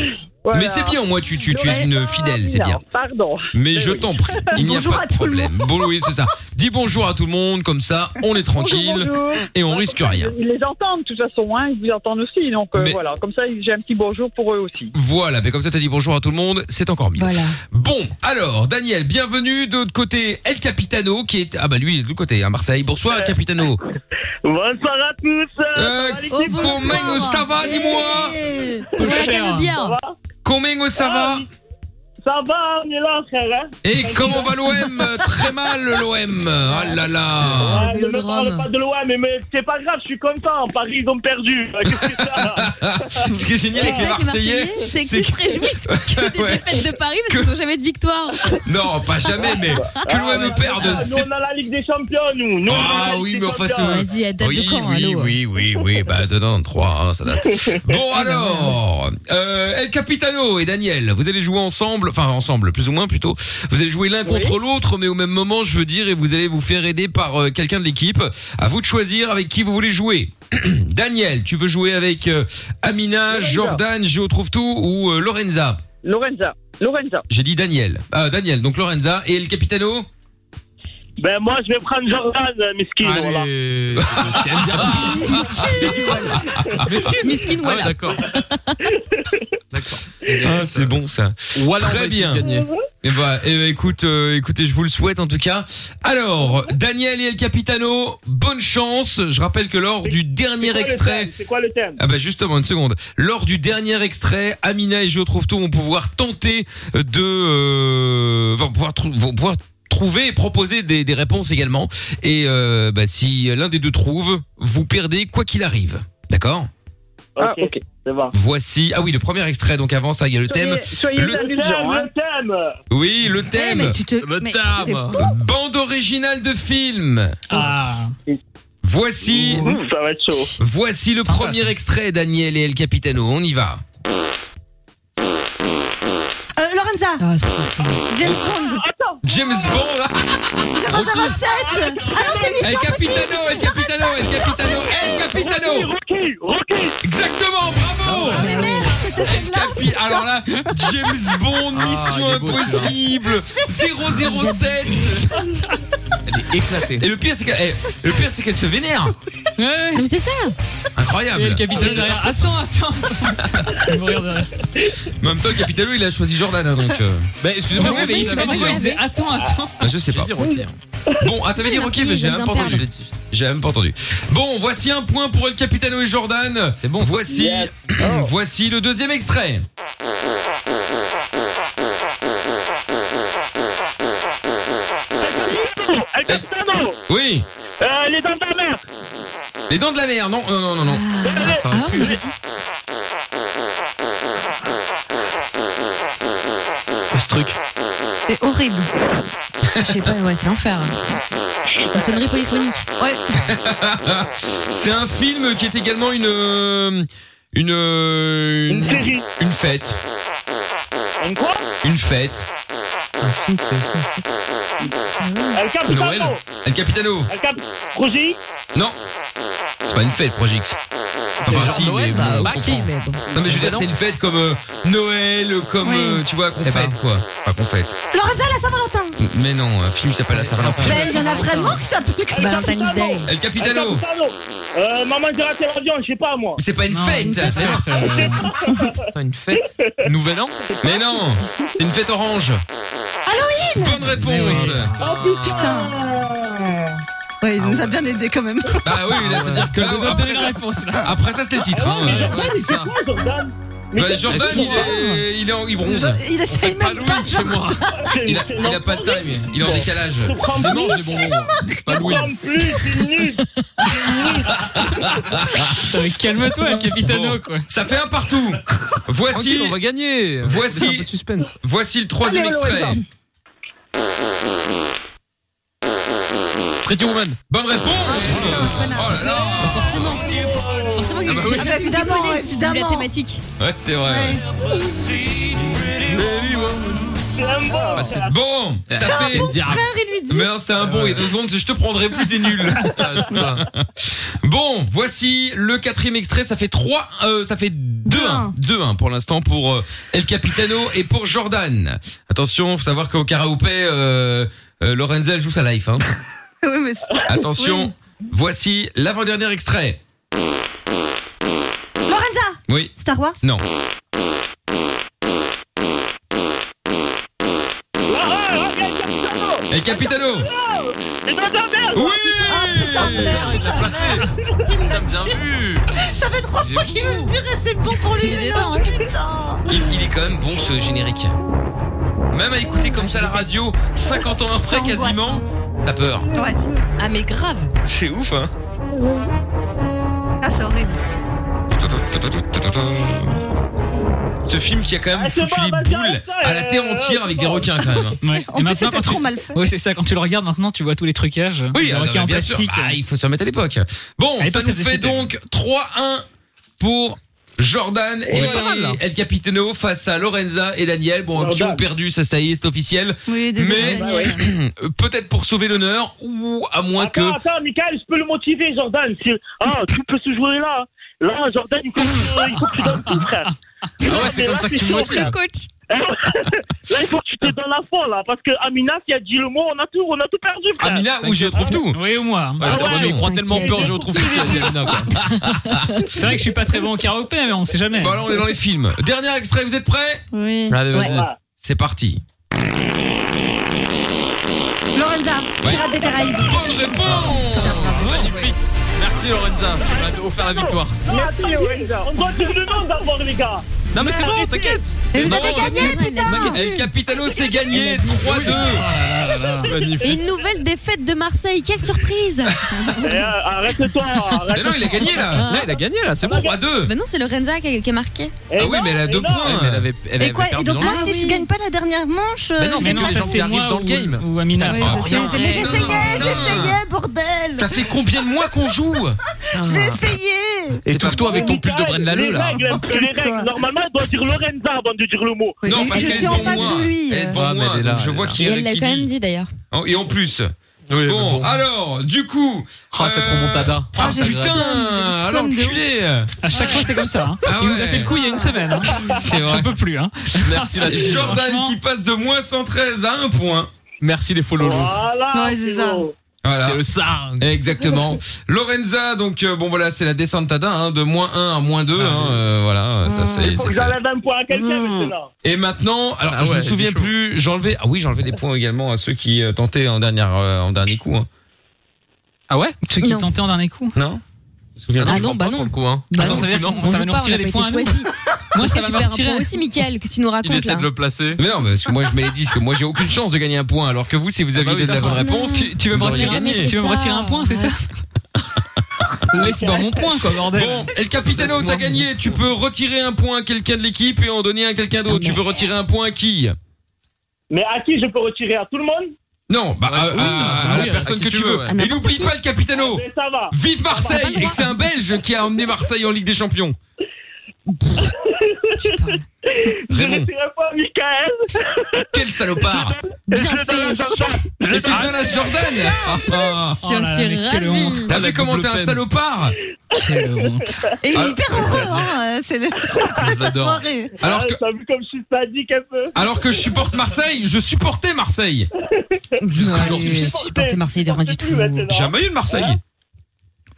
Speaker 9: Voilà.
Speaker 2: Mais c'est bien, moi, tu, tu, tu es une fidèle, c'est
Speaker 9: Non,
Speaker 2: bien.
Speaker 9: Pardon.
Speaker 2: Mais je t'en prie, il n'y a
Speaker 9: Bonjour
Speaker 2: pas de problème. Bon, oui, c'est ça. Dis bonjour à tout le monde, comme ça, on est tranquille
Speaker 9: bonjour.
Speaker 2: et on risque rien.
Speaker 9: Ils les entendent de toute façon, hein, ils vous entendent aussi. Donc euh,
Speaker 2: Mais-
Speaker 9: voilà, comme ça j'ai un petit bonjour pour eux aussi.
Speaker 2: Voilà, mais comme ça t'as dit bonjour à tout le monde, c'est encore mieux. Bon, alors Daniel, bienvenue de l'autre côté, El Capitano qui est ah bah lui il est de l'autre côté à Marseille. Bonsoir Capitano.
Speaker 9: Euh, Bonsoir à tous.
Speaker 2: Euh,
Speaker 9: Oh, bonsoir.
Speaker 2: comment ça va dis-moi
Speaker 6: Eh.
Speaker 3: Ah,
Speaker 9: Pour
Speaker 2: la canne de bière. Comment ça
Speaker 9: Ah,
Speaker 2: va
Speaker 9: Ça va, on est là, frère. Hein
Speaker 2: Et comment va l'OM Très mal l'OM. Ah là là.
Speaker 9: Ah, ne me parle pas de l'OM, mais, mais c'est pas grave, je suis content. Paris, ils ont perdu. Qu'est-ce que c'est ça
Speaker 2: Ce qui est génial avec les Marseillais,
Speaker 4: c'est qu'ils se réjouissent que des
Speaker 2: Ouais.
Speaker 4: défaites de Paris parce qu'ils n'ont jamais de victoire.
Speaker 2: Non, pas jamais, mais que l'OM perde,
Speaker 9: Ah, Nous,
Speaker 2: c'est
Speaker 9: on a la Ligue des Champions, nous. Nous, on a la
Speaker 2: Ah
Speaker 9: Ligue
Speaker 2: oui,
Speaker 9: des
Speaker 2: mais enfin, c'est.
Speaker 9: Champions.
Speaker 2: oui, oui, oui, oui, oui, bah, de 93, hein, ça date. Bon, alors, euh, El Capitano et Daniel, vous allez jouer ensemble, enfin, ensemble, plus ou moins, plutôt. Vous allez jouer l'un contre l'autre, mais au même moment, je veux dire, et vous allez vous faire aider par euh, quelqu'un de l'équipe. À vous de choisir avec qui vous voulez jouer. Daniel, tu veux jouer avec euh, Amina, Jordan, Géo Trouve Tout ou euh, Lorenza
Speaker 9: Lorenza. Lorenza.
Speaker 2: J'ai dit Daniel. Ah, Daniel, donc Lorenza. Et El Capitano
Speaker 9: Ben, moi, je vais prendre Jordan, euh, Miskin.
Speaker 2: Allez.
Speaker 9: Miskin,
Speaker 5: Ah
Speaker 9: voilà.
Speaker 2: D'accord.
Speaker 5: Eh
Speaker 2: Ah, c'est bon ça. Très bien. Et bah, eh ben, écoute, euh, écoutez, je vous le souhaite en tout cas. Alors, Daniel et El Capitano, bonne chance. Je rappelle que lors du dernier
Speaker 9: quoi le
Speaker 2: extrait,
Speaker 9: thème C'est quoi le thème
Speaker 2: ah bah justement une seconde. Lors du dernier extrait, Amina et Joe trouve tout vont pouvoir tenter de euh, vont pouvoir trou- vont pouvoir trouver et proposer des, des réponses également. Et euh, bah, si l'un des deux trouve, vous perdez quoi qu'il arrive. D'accord
Speaker 9: Ah, ok, c'est bon.
Speaker 2: Voici ah oui le premier extrait donc avant ça il y a le thème.
Speaker 9: Soyez
Speaker 2: Le-
Speaker 9: indulgents, hein. le thème.
Speaker 2: Oui le thème.
Speaker 9: Le thème.
Speaker 2: Bande originale de film.
Speaker 3: Ah.
Speaker 2: Voici.
Speaker 9: Ça va être chaud.
Speaker 2: Voici le premier extrait Daniel et El Capitano. On y va.
Speaker 12: Euh, Lorenza.
Speaker 4: Ah,
Speaker 12: James Bond.
Speaker 2: James Bond.
Speaker 12: 007. Ah non, c'est
Speaker 2: El
Speaker 12: Mission
Speaker 2: Capitano, El Capitano, El Capitano, El Capitano
Speaker 9: Rocky, Rocky
Speaker 2: Exactement, bravo
Speaker 4: Bah
Speaker 2: El Capi, alors là, James Bond, Mission Impossible, 007 Elle est éclatée. Et le pire, c'est qu'elle eh, le pire, c'est qu'elle se vénère
Speaker 4: Non, mais c'est ça.
Speaker 2: Incroyable
Speaker 3: Et le capitaine derrière. Attends, attends.
Speaker 2: En même temps, Capitano, il a choisi Jordan, hein, donc... euh.
Speaker 3: Bah, excusez-moi,
Speaker 2: Ouais,
Speaker 3: mais
Speaker 2: mais
Speaker 3: il
Speaker 2: je
Speaker 3: avait
Speaker 2: l'avais
Speaker 3: dit,
Speaker 2: dit.
Speaker 3: il disait, attends, attends.
Speaker 2: Ah, je sais pas. Bon, ah, t'avais dit Rocky,
Speaker 3: Merci,
Speaker 2: mais j'ai
Speaker 3: je viens
Speaker 2: même pas
Speaker 3: de
Speaker 2: entendu. J'ai même pas entendu. Bon, voici un point pour El Capitano et Jordan. C'est bon. Voici,
Speaker 9: Yes.
Speaker 2: voici le deuxième extrait.
Speaker 9: El Capitano
Speaker 2: Oui.
Speaker 9: Euh, Les dents de ta mère
Speaker 2: Les dents de la mer, non, euh, non, non, non. non.
Speaker 5: Ce truc.
Speaker 4: Ah, C'est horrible. Je sais pas, ouais, c'est l'enfer. Une sonnerie polyphonique. Ouais.
Speaker 2: C'est un film qui est également une euh, une euh, une,
Speaker 9: série.
Speaker 2: une fête.
Speaker 9: Une quoi
Speaker 2: Une fête.
Speaker 9: El Capitano
Speaker 2: Noël. El Capitano.
Speaker 9: El Cap... Roger
Speaker 2: Non. C'est pas une fête, Project. Enfin, Bah, si, mais
Speaker 3: bah,
Speaker 2: bon, on se comprend. Non, mais je veux dire, c'est une fête comme euh, Noël, comme, euh, tu vois, qu'on fête, quoi. Enfin, qu'on fête.
Speaker 12: Lorenza la Saint-Valentin.
Speaker 2: Mais non, un film s'appelle La Eh Saint-Valentin.
Speaker 12: Ben, il y en a vraiment qui s'appellent comme
Speaker 4: Bah,
Speaker 12: ça.
Speaker 2: El Capitano.
Speaker 9: Euh, maman, j'ai raté l'avion, je sais pas moi.
Speaker 2: C'est pas une fête, euh, ça. Ah,
Speaker 9: Pas une fête
Speaker 2: Nouvel an Mais non C'est une fête orange
Speaker 12: Halloween.
Speaker 2: Bonne réponse
Speaker 6: Ah,
Speaker 12: Oh
Speaker 5: Ah,
Speaker 12: putain. Ouais,
Speaker 2: Ah
Speaker 12: il nous a bien aidé quand même.
Speaker 2: Bah oui, là, c'est-à-dire que là, après ça, après ça, c'était le titre. hein.
Speaker 9: Mais
Speaker 2: Bah,
Speaker 9: c'est-
Speaker 2: Jordan,
Speaker 9: c'est
Speaker 2: il
Speaker 9: Jordan.
Speaker 2: est, il est en il bronze.
Speaker 12: Il essaye même pas.
Speaker 2: Chez moi. Il a, il a pas de time, il est en décalage. Il mange les bonbons. Pas Louis.
Speaker 9: En plus, c'est nul
Speaker 2: Mais calme-toi, Capitano, quoi. Ça fait un partout. Voici.
Speaker 5: Tranquille, on va
Speaker 2: gagner.
Speaker 5: Un peu
Speaker 2: Voici.
Speaker 5: de suspense.
Speaker 2: Voici le troisième
Speaker 5: Allez,
Speaker 2: extrait.
Speaker 5: Lorenza.
Speaker 2: Pretty Woman. Bonne réponse. Oh là là.
Speaker 4: Forcément. Forcément qu'il
Speaker 2: Ah bah oui. Ah
Speaker 4: c'est
Speaker 12: bah évidemment,
Speaker 4: déconner, vu
Speaker 12: évidemment.
Speaker 4: La thématique.
Speaker 2: Ouais, c'est vrai. ouais. Bah, c'est bon. Ça
Speaker 12: C'est un
Speaker 2: fait.
Speaker 12: bon frère, il lui dit.
Speaker 2: Mais non, c'était un bon et deux secondes, je te prendrai plus des nuls. bon, voici le quatrième extrait. Ça fait 3, ça fait 2-1. 2-1 pour l'instant pour euh, El Capitano et pour Jordan. Attention, faut savoir qu'au karaoké, euh, euh, Lorenza, elle joue sa life. Hein.
Speaker 12: Oui, mais je-
Speaker 2: Attention, voici l'avant-dernier extrait.
Speaker 12: Oui. Lorenza
Speaker 2: Oui.
Speaker 12: Star Wars
Speaker 2: Non.
Speaker 9: Ah,
Speaker 2: El Capitano
Speaker 12: Ah,
Speaker 9: hein.
Speaker 5: Bien vu
Speaker 12: Ça fait trois fois qu'il me le dirait, c'est bon pour lui. Mais non, putain
Speaker 2: Il, il est quand même bon ce générique. Même à écouter comme ça à la
Speaker 12: Bah,
Speaker 2: radio, 50 ans après quasiment,
Speaker 12: hein.
Speaker 2: t'as peur.
Speaker 12: Ouais.
Speaker 4: Ah, mais grave.
Speaker 2: C'est ouf, hein
Speaker 12: Ah, c'est horrible.
Speaker 2: Ce film qui a quand même
Speaker 12: c'est
Speaker 2: foutu
Speaker 12: bon,
Speaker 2: les
Speaker 12: bah,
Speaker 2: boules à la
Speaker 12: euh,
Speaker 2: terre entière avec des requins quand même. hein.
Speaker 3: Ouais. Et maintenant, quand tu...
Speaker 12: mal fait.
Speaker 3: Oui, c'est ça. Quand tu le regardes maintenant, tu vois tous les trucages.
Speaker 2: Oui,
Speaker 3: les
Speaker 2: ah,
Speaker 3: requins
Speaker 2: bah,
Speaker 3: en
Speaker 2: bien sûr.
Speaker 3: plastique.
Speaker 2: Ah, il faut se remettre à l'époque. Bon,
Speaker 3: À
Speaker 2: ça
Speaker 3: l'époque,
Speaker 2: nous
Speaker 3: ça
Speaker 2: fait
Speaker 3: faisait
Speaker 2: donc 3-1 pour Jordan
Speaker 3: On
Speaker 2: et
Speaker 3: est pas mal, là.
Speaker 2: El Capitano face à Lorenza et Daniel, bon, qui ont perdu, ça, ça y est, c'est officiel.
Speaker 12: Oui,
Speaker 2: Mais peut-être pour sauver l'honneur ou à moins
Speaker 9: Attends,
Speaker 2: que...
Speaker 9: attends, Michael, je peux le motiver, Jordan. C'est- Ah, tu peux se jouer là. Là, Jordan, il faut que, il faut que tu donnes tout, frère.
Speaker 2: Ah ouais, c'est comme ça que tu me motives. Le
Speaker 4: coach.
Speaker 9: Là, il faut que tu te donnes la fin, là. Parce que Amina, si elle dit le mot, on a tout, on a tout perdu, frère.
Speaker 2: Amina, où je retrouve tout
Speaker 3: Oui, ou moi.
Speaker 2: Ouais, Ah, attention, il prend tellement peur, je retrouve tout. Amina, quoi. hein.
Speaker 3: C'est vrai que je suis pas très bon au karaoké, mais on sait jamais.
Speaker 2: Bon, là, on est dans les films. Dernier extrait, vous êtes prêts
Speaker 12: Oui.
Speaker 2: Allez, vas-y. C'est parti.
Speaker 12: Lorenza,
Speaker 2: Ouais.
Speaker 12: Pirates des Caraïbes.
Speaker 2: Bonne réponse Magnifique Merci Lorenza, tu m'as offert la victoire.
Speaker 9: Merci, Lorenza. On doit dire le nom d'abord, les gars.
Speaker 2: Non mais c'est bon, t'inquiète
Speaker 12: Et vous
Speaker 2: Non,
Speaker 12: avez gagné, putain
Speaker 2: El Capitano, c'est gagné 3-2
Speaker 4: Et une nouvelle défaite de Marseille, quelle surprise
Speaker 9: Eh, euh, Arrête-toi.
Speaker 2: Mais non, ah il a gagné là Là, il a gagné là, c'est bon 3-2
Speaker 4: Bah non, c'est Lorenza qui a, qui a marqué.
Speaker 9: Eh
Speaker 2: Ah oui, mais elle a deux points Elle avait, elle
Speaker 12: Et quoi Et donc là, si je gagne pas la dernière manche.
Speaker 2: Bah non,
Speaker 12: euh,
Speaker 2: mais non,
Speaker 12: pas
Speaker 2: ça,
Speaker 12: grave.
Speaker 2: c'est moi ou-
Speaker 3: Ou Amina.
Speaker 2: Oui, je sais,
Speaker 12: Mais
Speaker 2: Non,
Speaker 12: j'essayais,
Speaker 2: non,
Speaker 12: j'essayais, bordel
Speaker 2: Ça fait combien de mois qu'on joue
Speaker 12: J'ai
Speaker 4: Ah.
Speaker 12: essayé
Speaker 2: Étouffe-toi avec ton pull de Bren
Speaker 9: Les
Speaker 2: Laleu là
Speaker 9: règles, un peu, les règles. Normalement, elle doit dire Lorenza avant de dire le mot.
Speaker 2: Non, parce
Speaker 12: Je
Speaker 2: qu'elle est
Speaker 12: suis en
Speaker 2: devant
Speaker 12: face
Speaker 2: moi
Speaker 12: de lui.
Speaker 2: Ah, Elle est devant moi, donc je vois
Speaker 4: Et
Speaker 2: qui
Speaker 4: elle l'a
Speaker 2: qui
Speaker 4: quand
Speaker 2: dit.
Speaker 4: même dit d'ailleurs.
Speaker 2: Oh, Et en plus. bon,
Speaker 5: Ah,
Speaker 2: alors, du coup. Ah, cette remontada. Ah,
Speaker 12: Ah, j'ai eu
Speaker 2: putain,
Speaker 12: somme, j'ai eu
Speaker 2: alors
Speaker 12: somme de
Speaker 2: culé.
Speaker 3: À chaque fois, c'est comme ça. hein.
Speaker 2: Ah
Speaker 3: il nous a
Speaker 2: ouais.
Speaker 3: fait le coup il y a une semaine. hein.
Speaker 2: C'est vrai.
Speaker 3: J'en peux plus. Hein.
Speaker 2: Merci la Jordan qui passe de moins 113 à 1 point. Merci les follow
Speaker 9: Voilà.
Speaker 12: Ouais, c'est ça.
Speaker 9: bon.
Speaker 2: Voilà. Exactement. Lorenza, donc, euh, bon, voilà, c'est la descente Tadin, hein, de moins 1 à moins 2, hein, euh, voilà, ça, c'est,
Speaker 9: Faut
Speaker 2: c'est
Speaker 9: que
Speaker 2: fait.
Speaker 9: j'enlève un point à quelqu'un, maintenant.
Speaker 2: Et maintenant, alors,
Speaker 5: Ah
Speaker 2: je
Speaker 5: ouais,
Speaker 2: me souviens
Speaker 5: c'est chaud.
Speaker 2: plus, j'enlevais, ah oui, j'enlevais des points également à ceux qui euh, tentaient en dernière, euh, en dernier coup, hein.
Speaker 5: Ah ouais
Speaker 3: Ceux qui
Speaker 4: Non.
Speaker 3: tentaient en dernier coup.
Speaker 2: Non? Je me souviens
Speaker 4: Ah
Speaker 2: plus.
Speaker 4: non, bah non.
Speaker 5: Pour le coup, hein.
Speaker 4: Bah
Speaker 3: Attends,
Speaker 4: non.
Speaker 3: ça veut dire
Speaker 4: On
Speaker 3: qu'on ça
Speaker 4: joue
Speaker 3: va nous
Speaker 4: pas, on
Speaker 3: retirer
Speaker 4: a
Speaker 3: les
Speaker 4: pas
Speaker 3: points à
Speaker 4: été
Speaker 3: nous
Speaker 4: choisis.
Speaker 3: Moi,
Speaker 4: Parce
Speaker 3: ça
Speaker 4: que
Speaker 3: va
Speaker 4: tu
Speaker 3: me
Speaker 4: perds un
Speaker 3: retirer.
Speaker 4: point aussi, Mickaël, que tu nous
Speaker 5: Il
Speaker 4: racontes
Speaker 5: essaie
Speaker 4: là.
Speaker 5: de le placer.
Speaker 2: Mais non, parce que moi je mets les disques, moi j'ai aucune chance de gagner un point, alors que vous, si vous aviez
Speaker 5: bah oui,
Speaker 2: donné la bonne
Speaker 5: d'accord.
Speaker 2: réponse,
Speaker 4: Non.
Speaker 2: tu, tu veux me
Speaker 3: Tu veux me
Speaker 2: retirer
Speaker 4: jamais
Speaker 2: gagné.
Speaker 4: fait
Speaker 3: Tu veux me
Speaker 4: ça.
Speaker 3: retirer un point, c'est ça Mais c'est pas mon point, quoi, bordel.
Speaker 2: Bon, El Capitano, t'as gagné, tu peux retirer un point à quelqu'un de l'équipe et en donner un à quelqu'un d'autre. Tu peux retirer un point à qui
Speaker 9: Mais à qui je peux retirer À tout le monde
Speaker 2: Non, bah à, à- à
Speaker 3: oui,
Speaker 2: la
Speaker 3: à
Speaker 2: personne
Speaker 5: qui
Speaker 2: que
Speaker 5: tu
Speaker 2: tu
Speaker 5: veux,
Speaker 2: veux.
Speaker 5: ouais.
Speaker 4: À
Speaker 2: Et
Speaker 4: n'importe
Speaker 2: n'oublie
Speaker 4: qui.
Speaker 2: pas El Capitano
Speaker 9: Mais ça va.
Speaker 2: Vive Marseille Et que c'est un Belge qui a emmené Marseille en Ligue des Champions
Speaker 9: Je
Speaker 2: Raymond,
Speaker 9: retirerai pas Michael.
Speaker 2: quel salopard
Speaker 4: Bien
Speaker 9: Je
Speaker 4: fait.
Speaker 9: donne à Jordan.
Speaker 2: Et tu donnes à Jordan Ah, ah.
Speaker 4: Je
Speaker 3: Oh là là, mais
Speaker 4: suis
Speaker 3: quelle
Speaker 4: ravie.
Speaker 3: honte.
Speaker 2: T'as vu comment t'es un salopard
Speaker 3: Quelle honte.
Speaker 12: Et il
Speaker 2: Ah.
Speaker 12: est hyper heureux, hein, euh, c'est le- sa
Speaker 2: l'adore.
Speaker 12: soirée.
Speaker 2: Alors
Speaker 9: Ah,
Speaker 2: que,
Speaker 9: T'as vu comme je suis sadique un peu
Speaker 2: alors que je supporte Marseille, je supportais Marseille
Speaker 4: Ouais,
Speaker 2: aujourd'hui.
Speaker 4: Tu supportais Marseille de rien du tout.
Speaker 2: J'ai jamais eu de Marseille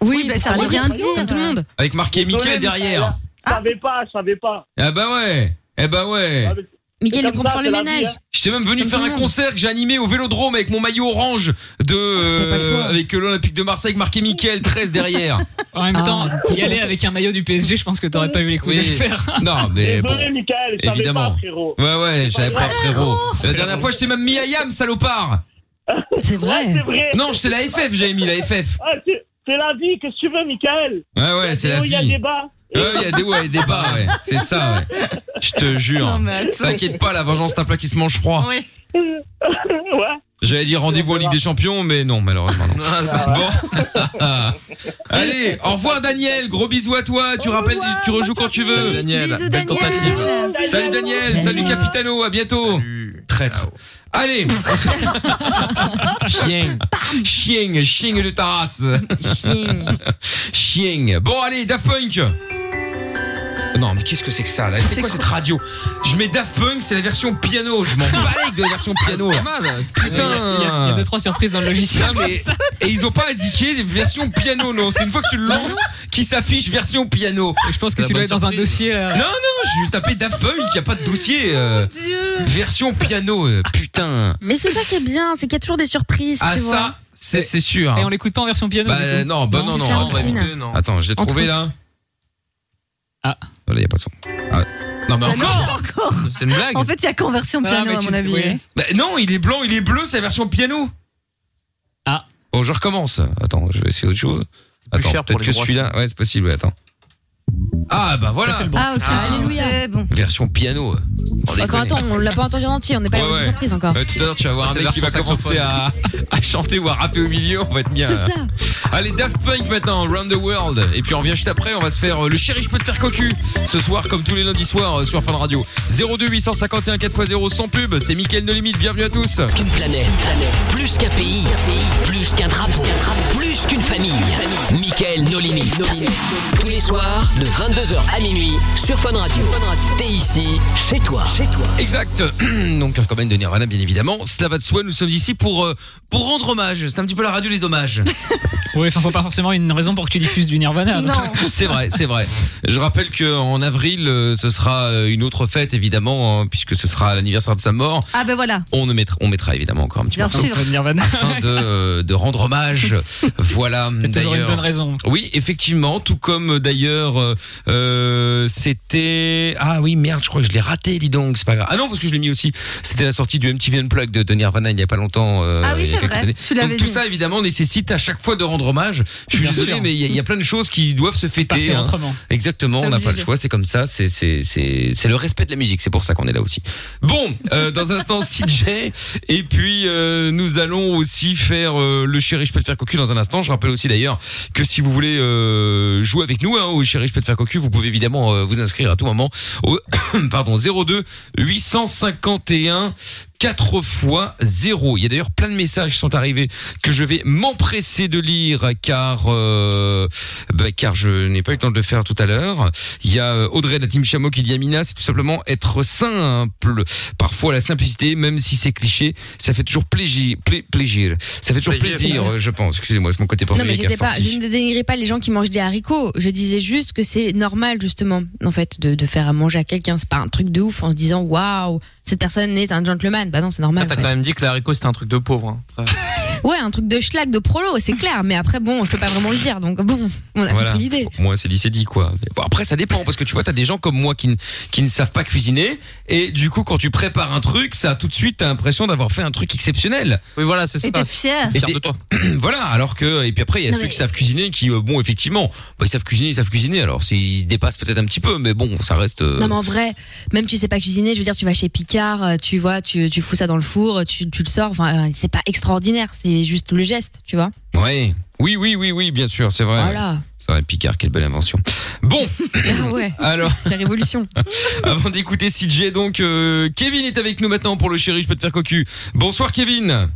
Speaker 4: Oui,
Speaker 12: bah, ça
Speaker 4: ça
Speaker 12: veut
Speaker 4: veut
Speaker 12: rien
Speaker 4: rien
Speaker 12: dire.
Speaker 4: Comme tout le monde.
Speaker 2: Avec Marqué et Mickaël derrière.
Speaker 9: Je savais pas, je savais pas.
Speaker 2: Ah bah ouais. Eh bah ouais.
Speaker 9: Ah, mais-
Speaker 4: Mickaël
Speaker 9: C'est
Speaker 4: le
Speaker 9: comme
Speaker 4: compte
Speaker 9: ça,
Speaker 4: faire le
Speaker 9: c'est la vie,
Speaker 4: ménage.
Speaker 9: hein.
Speaker 2: J'étais même venu
Speaker 4: Comme
Speaker 2: faire
Speaker 4: tout
Speaker 2: un
Speaker 4: le monde.
Speaker 2: concert que j'ai animé au Vélodrome avec mon maillot orange de euh,
Speaker 4: t'avais pas le choix.
Speaker 2: avec l'Olympique de Marseille avec Marqué Mickaël 13 derrière.
Speaker 3: En même
Speaker 4: Ah.
Speaker 3: temps, y aller avec un maillot du PSG, je pense que t'aurais pas eu les couilles de
Speaker 2: Oui.
Speaker 3: le faire.
Speaker 2: non mais Eh bon.
Speaker 9: Désolé, Michael, je savais
Speaker 2: évidemment.
Speaker 9: pas, frérot.
Speaker 2: Ouais ouais, j'avais pas frérot. La dernière fois, je t'ai même mis Ayam salopard.
Speaker 4: C'est
Speaker 9: Ouais,
Speaker 4: vrai.
Speaker 9: c'est vrai.
Speaker 2: Non, j'étais la FF, j'avais mis la FF.
Speaker 9: Ah, c'est c'est la vie, qu'est-ce que tu veux, Michael
Speaker 2: Ouais ouais, c'est la
Speaker 9: Il y a
Speaker 2: vie.
Speaker 9: débat.
Speaker 2: Euh, Il y a des ouais, des débats, ouais. C'est ça, ouais. Je te jure.
Speaker 12: Non, mais attends.
Speaker 2: T'inquiète pas, la vengeance c'est un plat qui se mange froid.
Speaker 12: Oui.
Speaker 9: ouais.
Speaker 2: J'allais dire rendez-vous en Ligue des Champions, mais non, malheureusement. non.
Speaker 5: Ah, bah,
Speaker 2: Bon. Allez, au revoir Daniel, gros bisous à toi, tu rappelles, tu rejoues quand tu veux.
Speaker 5: Daniel,
Speaker 12: Bisous,
Speaker 5: belle
Speaker 12: Daniel.
Speaker 5: tentative. Oh.
Speaker 2: Salut Daniel, salut Capitano, à bientôt.
Speaker 5: Salut.
Speaker 2: traître. Allez, on se- Chien. Chien, chien de ta race.
Speaker 4: Chien.
Speaker 2: Chien. Bon, allez, Daft Punk. Non, mais qu'est-ce que c'est que ça, là C'est quoi cette radio Je mets Daft Punk, c'est la version piano. Je m'en balèque de la version piano.
Speaker 3: Ah, C'est pas mal.
Speaker 2: Putain.
Speaker 3: Il y a- il y a deux, trois surprises dans le logiciel.
Speaker 2: Non, mais- Et ils ont pas indiqué les versions piano, non. C'est une fois que tu le lances qui s'affiche version piano. Je pense
Speaker 3: que tu dois être dans un dossier, là.
Speaker 2: Non, non, je vais taper Daft Punk, il n'y a pas de dossier. euh, version piano, euh, putain.
Speaker 4: Mais c'est ça qui est bien, c'est qu'il y a toujours des surprises.
Speaker 2: Ah,
Speaker 4: tu vois.
Speaker 2: ça, c'est c'est sûr. hein.
Speaker 3: Et on l'écoute pas en version piano.
Speaker 2: Ah. Bah,
Speaker 3: du coup.
Speaker 2: non, bah non, non,
Speaker 3: c'est
Speaker 2: attends,
Speaker 3: Valentine.
Speaker 2: attends, Attends, je l'ai
Speaker 3: Entre
Speaker 2: trouvé
Speaker 3: autres.
Speaker 2: là. Ah. Là, il n'y a pas de son. Ah. Non, mais
Speaker 12: Ah non,
Speaker 2: encore
Speaker 12: encore
Speaker 2: C'est une blague
Speaker 12: En fait, il y a qu'en
Speaker 3: Ah,
Speaker 2: Ah,
Speaker 12: version piano, à mon avis.
Speaker 2: Bah, non, il est blanc, il est bleu, c'est la version piano. Ah. Bon, je recommence. Attends, je vais essayer autre chose.
Speaker 5: plus
Speaker 2: Attends,
Speaker 5: cher pour
Speaker 2: peut-être
Speaker 5: les
Speaker 2: que
Speaker 5: droits.
Speaker 2: celui-là. Ouais, c'est possible, ouais, attends. Ah, bah voilà.
Speaker 5: c'est le bon. Ah, ok. Ah.
Speaker 4: Alléluia.
Speaker 12: bon.
Speaker 2: Version piano. On
Speaker 4: Enfin,
Speaker 2: déconne.
Speaker 4: attends, on l'a pas entendu en entier, on n'est pas
Speaker 2: Ouais,
Speaker 4: à la bonne
Speaker 2: ouais.
Speaker 4: surprise encore.
Speaker 2: Euh, tout à l'heure, tu vas voir un
Speaker 5: C'est
Speaker 2: mec qui va
Speaker 5: version
Speaker 2: commencer à, à chanter ou à rapper au milieu. On va être bien.
Speaker 4: C'est
Speaker 2: là. Allez, Daft Punk maintenant, Round the World. Et puis on revient juste après. On va se faire euh, le chéri, je peux te faire cocu. Ce soir, comme tous les lundis soirs euh, sur Fun Radio. 02851 4x0 sans pub. C'est Mickaël No Limite. Bienvenue à tous.
Speaker 1: Une planète, plus qu'un pays, plus qu'un drapeau, plus qu'une famille. Michael No Limit. Tous les soirs de 22h à minuit sur Fun Radio. T'es ici, chez toi. Chez toi.
Speaker 2: Exact. Donc quand même de Nirvana, bien évidemment. Cela va de soi. Nous sommes ici pour euh, pour rendre hommage. C'est un petit peu la radio des hommages.
Speaker 3: Oui, enfin, faut pas forcément une raison pour que tu diffuses du
Speaker 2: Ah,
Speaker 3: Nirvana. donc. euh,
Speaker 2: c'est vrai, c'est vrai. Je rappelle que en avril, euh, ce sera euh, une autre fête évidemment, hein, puisque ce sera l'anniversaire de sa mort.
Speaker 12: Ah ben voilà.
Speaker 2: On, ne mettra, on mettra évidemment encore un petit
Speaker 12: Bien
Speaker 2: morceau.
Speaker 12: sûr.
Speaker 3: Nirvana.
Speaker 2: Afin de, euh, de rendre hommage. voilà.
Speaker 3: toujours une
Speaker 2: d'ailleurs.
Speaker 3: bonne raison.
Speaker 2: Oui, effectivement. Tout comme euh, d'ailleurs, euh, euh, c'était. Ah oui, merde, je crois que je l'ai raté, dis donc. C'est pas grave. Ah non, parce que je l'ai mis aussi. C'était la sortie du MTV Unplugged de, de Nirvana il y a pas longtemps. euh,
Speaker 12: Ah oui,
Speaker 2: il y a
Speaker 12: c'est
Speaker 2: quelques
Speaker 12: vrai.
Speaker 2: années.
Speaker 12: Tu l'avais
Speaker 2: Donc tout
Speaker 12: dit.
Speaker 2: ça, évidemment, nécessite à chaque fois de rendre hommage. Je suis
Speaker 3: Bien
Speaker 2: désolé,
Speaker 3: sûr.
Speaker 2: mais il y a- il y, a plein de choses qui doivent se fêter. hein.
Speaker 3: faire autrement.
Speaker 2: Exactement, on n'a pas le
Speaker 3: Obligé.
Speaker 2: choix. C'est comme ça. C'est c'est c'est c'est le respect de la musique. C'est pour ça qu'on est là aussi. Bon, euh, dans un instant, CJ. Et puis, euh, nous allons aussi faire euh, le chéri, je peux te faire cocu dans un instant. Je rappelle aussi d'ailleurs que si vous voulez euh, jouer avec nous hein, au chéri, je peux te faire cocu, vous pouvez évidemment euh, vous inscrire à tout moment au pardon 02 851 4 fois 0. Il y a d'ailleurs plein de messages qui sont arrivés que je vais m'empresser de lire car euh, bah, car je n'ai pas eu le temps de le faire tout à l'heure. Il y a euh, Audrey de la team Chameau qui dit Amina, c'est tout simplement être simple. Parfois la simplicité, même si c'est cliché, ça fait toujours plaisir. plai- plaisir. Ça fait toujours
Speaker 5: Plaisir.
Speaker 2: plaisir, euh, je pense. Excusez-moi, c'est mon côté
Speaker 4: Non, mais
Speaker 2: portugais qui est
Speaker 4: j'étais pas,
Speaker 2: ressorti.
Speaker 4: je ne dénigrais pas les gens qui mangent des haricots. Je disais juste que c'est normal, justement, en fait, de, de faire à manger à quelqu'un. C'est pas un truc de ouf en se disant, waouh, cette personne est un gentleman. Bah non, c'est normal.
Speaker 5: Ah, T'as
Speaker 4: en fait.
Speaker 5: quand même dit que l'haricot c'était un truc de pauvre. hein.
Speaker 4: Ouais, un truc de schlag, de prolo, c'est clair. Mais après, bon, je peux pas vraiment le dire. Donc, bon, on a
Speaker 2: Voilà.
Speaker 4: compris l'idée.
Speaker 2: Au moins, c'est dit, c'est dit, quoi. Mais bon, après, ça dépend, parce que tu vois, t'as des gens comme moi qui, ne- qui ne savent pas cuisiner, et du coup, quand tu prépares un truc, ça, tout de suite, t'as l'impression d'avoir fait un truc exceptionnel.
Speaker 5: Oui, voilà, c'est ça.
Speaker 12: Et t'es fier.
Speaker 2: Et t'es- voilà, alors que, et puis après, il y a
Speaker 4: Non,
Speaker 2: ceux
Speaker 4: mais-
Speaker 2: qui savent cuisiner, qui, euh, bon, effectivement, bah, ils savent cuisiner, ils savent cuisiner, alors s'ils se dépassent peut-être un petit peu, mais bon, ça reste... euh,
Speaker 4: Non mais en vrai, même tu sais pas cuisiner, je veux dire tu vas chez Picard, euh, tu vois, tu, tu fous ça dans le four, tu, tu le sors, enfin euh, c'est pas extraordinaire, c'est juste le geste, tu vois.
Speaker 2: Ouais. Oui, oui, oui, oui, bien sûr, c'est vrai.
Speaker 4: Voilà.
Speaker 2: C'est vrai, Picard, quelle belle invention. Bon,
Speaker 4: Ah ouais.
Speaker 2: alors...
Speaker 4: La révolution.
Speaker 2: Avant d'écouter CJ, donc euh, Kevin est avec nous maintenant pour le chéri, je peux te faire cocu. Bonsoir Kevin.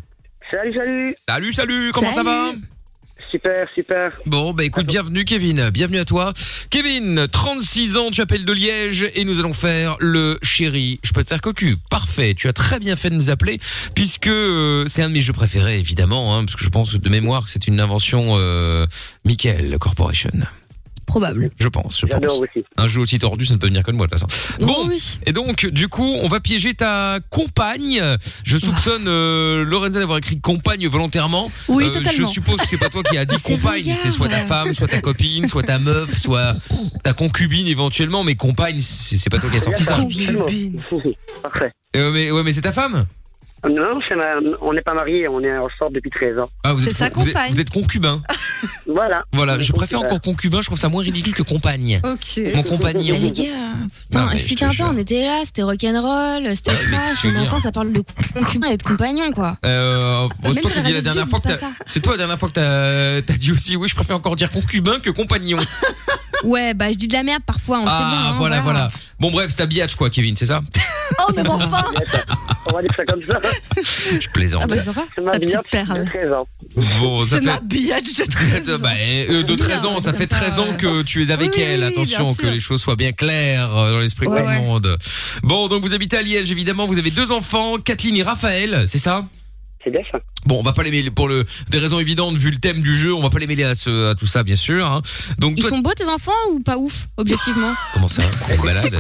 Speaker 13: Salut, salut.
Speaker 2: Salut, salut. Comment ça va
Speaker 13: Salut. Super, super.
Speaker 2: Bon, bah écoute, bienvenue Kevin, bienvenue à toi. Kevin, 36 ans, tu appelles de Liège et nous allons faire le chéri, je peux te faire cocu. Parfait, tu as très bien fait de nous appeler puisque euh, c'est un de mes jeux préférés évidemment, hein, parce que je pense de mémoire que c'est une invention euh, Michael Corporation.
Speaker 4: Probable.
Speaker 2: Je pense,
Speaker 13: Ah
Speaker 2: je pense. Un jeu aussi tordu, ça ne peut venir que de moi de toute façon.
Speaker 4: Oh
Speaker 2: Bon, et donc du coup, on va piéger ta compagne. Je soupçonne euh, Lorenza d'avoir écrit compagne volontairement.
Speaker 12: Oui,
Speaker 2: Euh, Je
Speaker 12: totalement.
Speaker 2: suppose que c'est pas toi qui a dit compagne,
Speaker 12: vulgaire.
Speaker 2: c'est soit ta femme, soit ta copine, soit ta meuf, soit ta concubine éventuellement, mais compagne, c'est c'est pas toi qui as sorti ça.
Speaker 12: Oh,
Speaker 13: Parfait.
Speaker 2: Euh, mais ouais, mais c'est ta femme.
Speaker 13: Non, c'est ma- on n'est pas mariés, on est ensemble depuis 13 ans.
Speaker 2: Ah, vous êtes, con- vous, êtes, vous êtes concubin.
Speaker 13: Voilà.
Speaker 2: Voilà, je préfère encore concubin, je trouve ça moins ridicule que compagne.
Speaker 12: Ok.
Speaker 2: Mon compagnon.
Speaker 4: Mais les gars, euh, putain,
Speaker 2: Non, mais
Speaker 4: il fut
Speaker 2: je te Ah,
Speaker 4: un temps, on était là, c'était rock'n'roll, c'était trash,
Speaker 2: je veux dire.
Speaker 4: maintenant ça parle de concubin et de compagnon quoi.
Speaker 2: Euh,
Speaker 4: Bah, Même
Speaker 2: c'est toi
Speaker 4: sur
Speaker 2: qui as
Speaker 4: la
Speaker 2: dit la
Speaker 4: radio,
Speaker 2: dernière
Speaker 4: dis
Speaker 2: fois que
Speaker 4: pas
Speaker 2: t'as-
Speaker 4: ça.
Speaker 2: c'est toi la dernière fois que t'as t'as dit aussi oui je préfère encore dire concubin que compagnon
Speaker 4: Ouais, bah je dis de la merde parfois, on le sait bien.
Speaker 2: ah
Speaker 4: hein,
Speaker 2: voilà, voilà voilà bon bref c'est ta biatch quoi Kevin c'est ça
Speaker 12: Oh, mais bon, enfin
Speaker 13: On va dire ça comme ça.
Speaker 2: Je plaisante.
Speaker 12: Ah bah, ça va.
Speaker 13: C'est ma hein.
Speaker 12: La petite
Speaker 13: bière de 13 ans.
Speaker 2: Bon, ça
Speaker 12: C'est
Speaker 2: fait... Bah,
Speaker 12: ma billette de 13
Speaker 2: ans. de 13 ans, euh, ça fait 13 ans que tu es avec
Speaker 12: Oui,
Speaker 2: elle.
Speaker 12: oui,
Speaker 2: Attention,
Speaker 12: bien
Speaker 2: que
Speaker 12: sûr.
Speaker 2: les choses soient bien claires euh, dans l'esprit de
Speaker 12: Ouais,
Speaker 2: tout le
Speaker 12: ouais.
Speaker 2: monde. Bon, donc vous habitez à Liège, évidemment. Vous avez deux enfants, Kathleen et Raphaël, c'est ça
Speaker 13: C'est bien ça.
Speaker 2: Bon, on va pas les mêler pour le des raisons évidentes vu le thème du jeu, on va pas les mêler à ce à tout ça bien sûr hein. Donc
Speaker 4: Ils
Speaker 2: toi-
Speaker 4: sont beaux tes enfants ou pas ouf, objectivement
Speaker 2: comment ça On balade.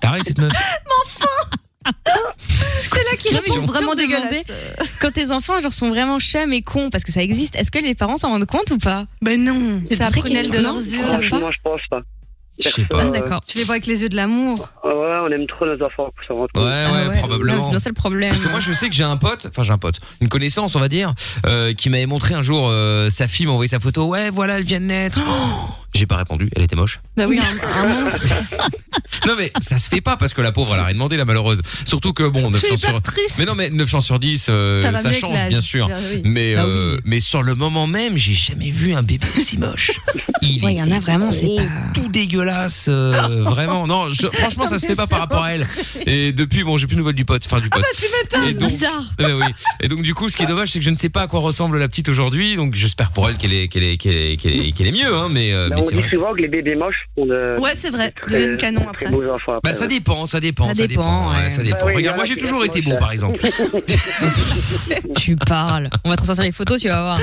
Speaker 2: Pareil cette meuf.
Speaker 4: C'est là
Speaker 12: qu'il question répond vraiment dégueulasse.
Speaker 4: Quand tes enfants genre, sont vraiment chums et cons, parce que ça existe, est-ce que les parents s'en rendent compte ou pas
Speaker 12: Ben non,
Speaker 4: c'est
Speaker 12: ça
Speaker 4: une vraie
Speaker 12: prunelle
Speaker 4: question,
Speaker 12: de
Speaker 4: non
Speaker 12: leurs yeux.
Speaker 4: Ils savent pas
Speaker 2: Euh,
Speaker 13: Moi, je pense pas.
Speaker 2: Je sais
Speaker 4: Ah,
Speaker 13: pas.
Speaker 12: Tu les vois avec les yeux de l'amour.
Speaker 13: Euh, ouais, on aime trop nos enfants pour se rendre compte.
Speaker 12: Ah
Speaker 2: Ouais, ouais, probablement.
Speaker 4: Non, Ah, c'est bien ça le problème.
Speaker 2: Parce que moi, je sais que j'ai un pote, enfin j'ai un pote, une connaissance, on va dire, euh, qui m'avait montré un jour euh, sa fille, m'a envoyé sa photo. Ouais, voilà, elle vient de naître. Oh, j'ai pas répondu, elle était moche.
Speaker 12: Bah oui, un, un monstre.
Speaker 2: Non mais ça se fait pas parce que la pauvre elle a rien demandé la malheureuse. Surtout que bon 9
Speaker 12: C'est
Speaker 2: chances sur
Speaker 12: hyper triste.
Speaker 2: Mais non mais 9 chances sur 10 euh,
Speaker 12: Ça
Speaker 2: ça,
Speaker 12: va mieux avec
Speaker 2: change
Speaker 12: l'âge,
Speaker 2: bien sûr.
Speaker 12: bien, oui.
Speaker 2: Mais
Speaker 12: Ah
Speaker 2: euh, mais sur le moment même, j'ai jamais vu un bébé aussi moche. Il
Speaker 4: Ouais, il y en a vraiment, c'est
Speaker 2: gros,
Speaker 4: pas.
Speaker 2: tout dégueulasse euh, vraiment. Non, je- franchement ça se fait pas par rapport à elle. Et depuis bon, j'ai plus de nouvelles du pote, enfin du pote. Et donc-
Speaker 4: bizarre.
Speaker 2: Ouais, Eh oui. Et donc du coup, ce qui est dommage, c'est que je ne sais pas à quoi ressemble la petite aujourd'hui. Donc j'espère pour elle qu'elle est qu'elle est qu'elle est qu'elle est, qu'elle est mieux hein, mais, euh,
Speaker 13: Mais
Speaker 2: mais
Speaker 13: on
Speaker 2: c'est
Speaker 13: dit
Speaker 2: vrai.
Speaker 13: souvent que les bébés moches sont de.
Speaker 12: Ouais, c'est vrai.
Speaker 13: très-
Speaker 12: Deviennent canon
Speaker 13: très
Speaker 12: après.
Speaker 13: beaux enfants après.
Speaker 2: Bah ça dépend, ça dépend,
Speaker 13: Ça
Speaker 2: ça dépend,
Speaker 13: dépend,
Speaker 2: ouais,
Speaker 13: ouais.
Speaker 2: ça dépend.
Speaker 13: Bah oui, il y en
Speaker 2: Regarde,
Speaker 13: a
Speaker 2: moi
Speaker 13: qui
Speaker 2: j'ai
Speaker 13: restent
Speaker 2: toujours été
Speaker 13: moches,
Speaker 2: beau
Speaker 13: là.
Speaker 2: par exemple.
Speaker 4: Tu parles. On va te ressortir les photos, tu vas voir.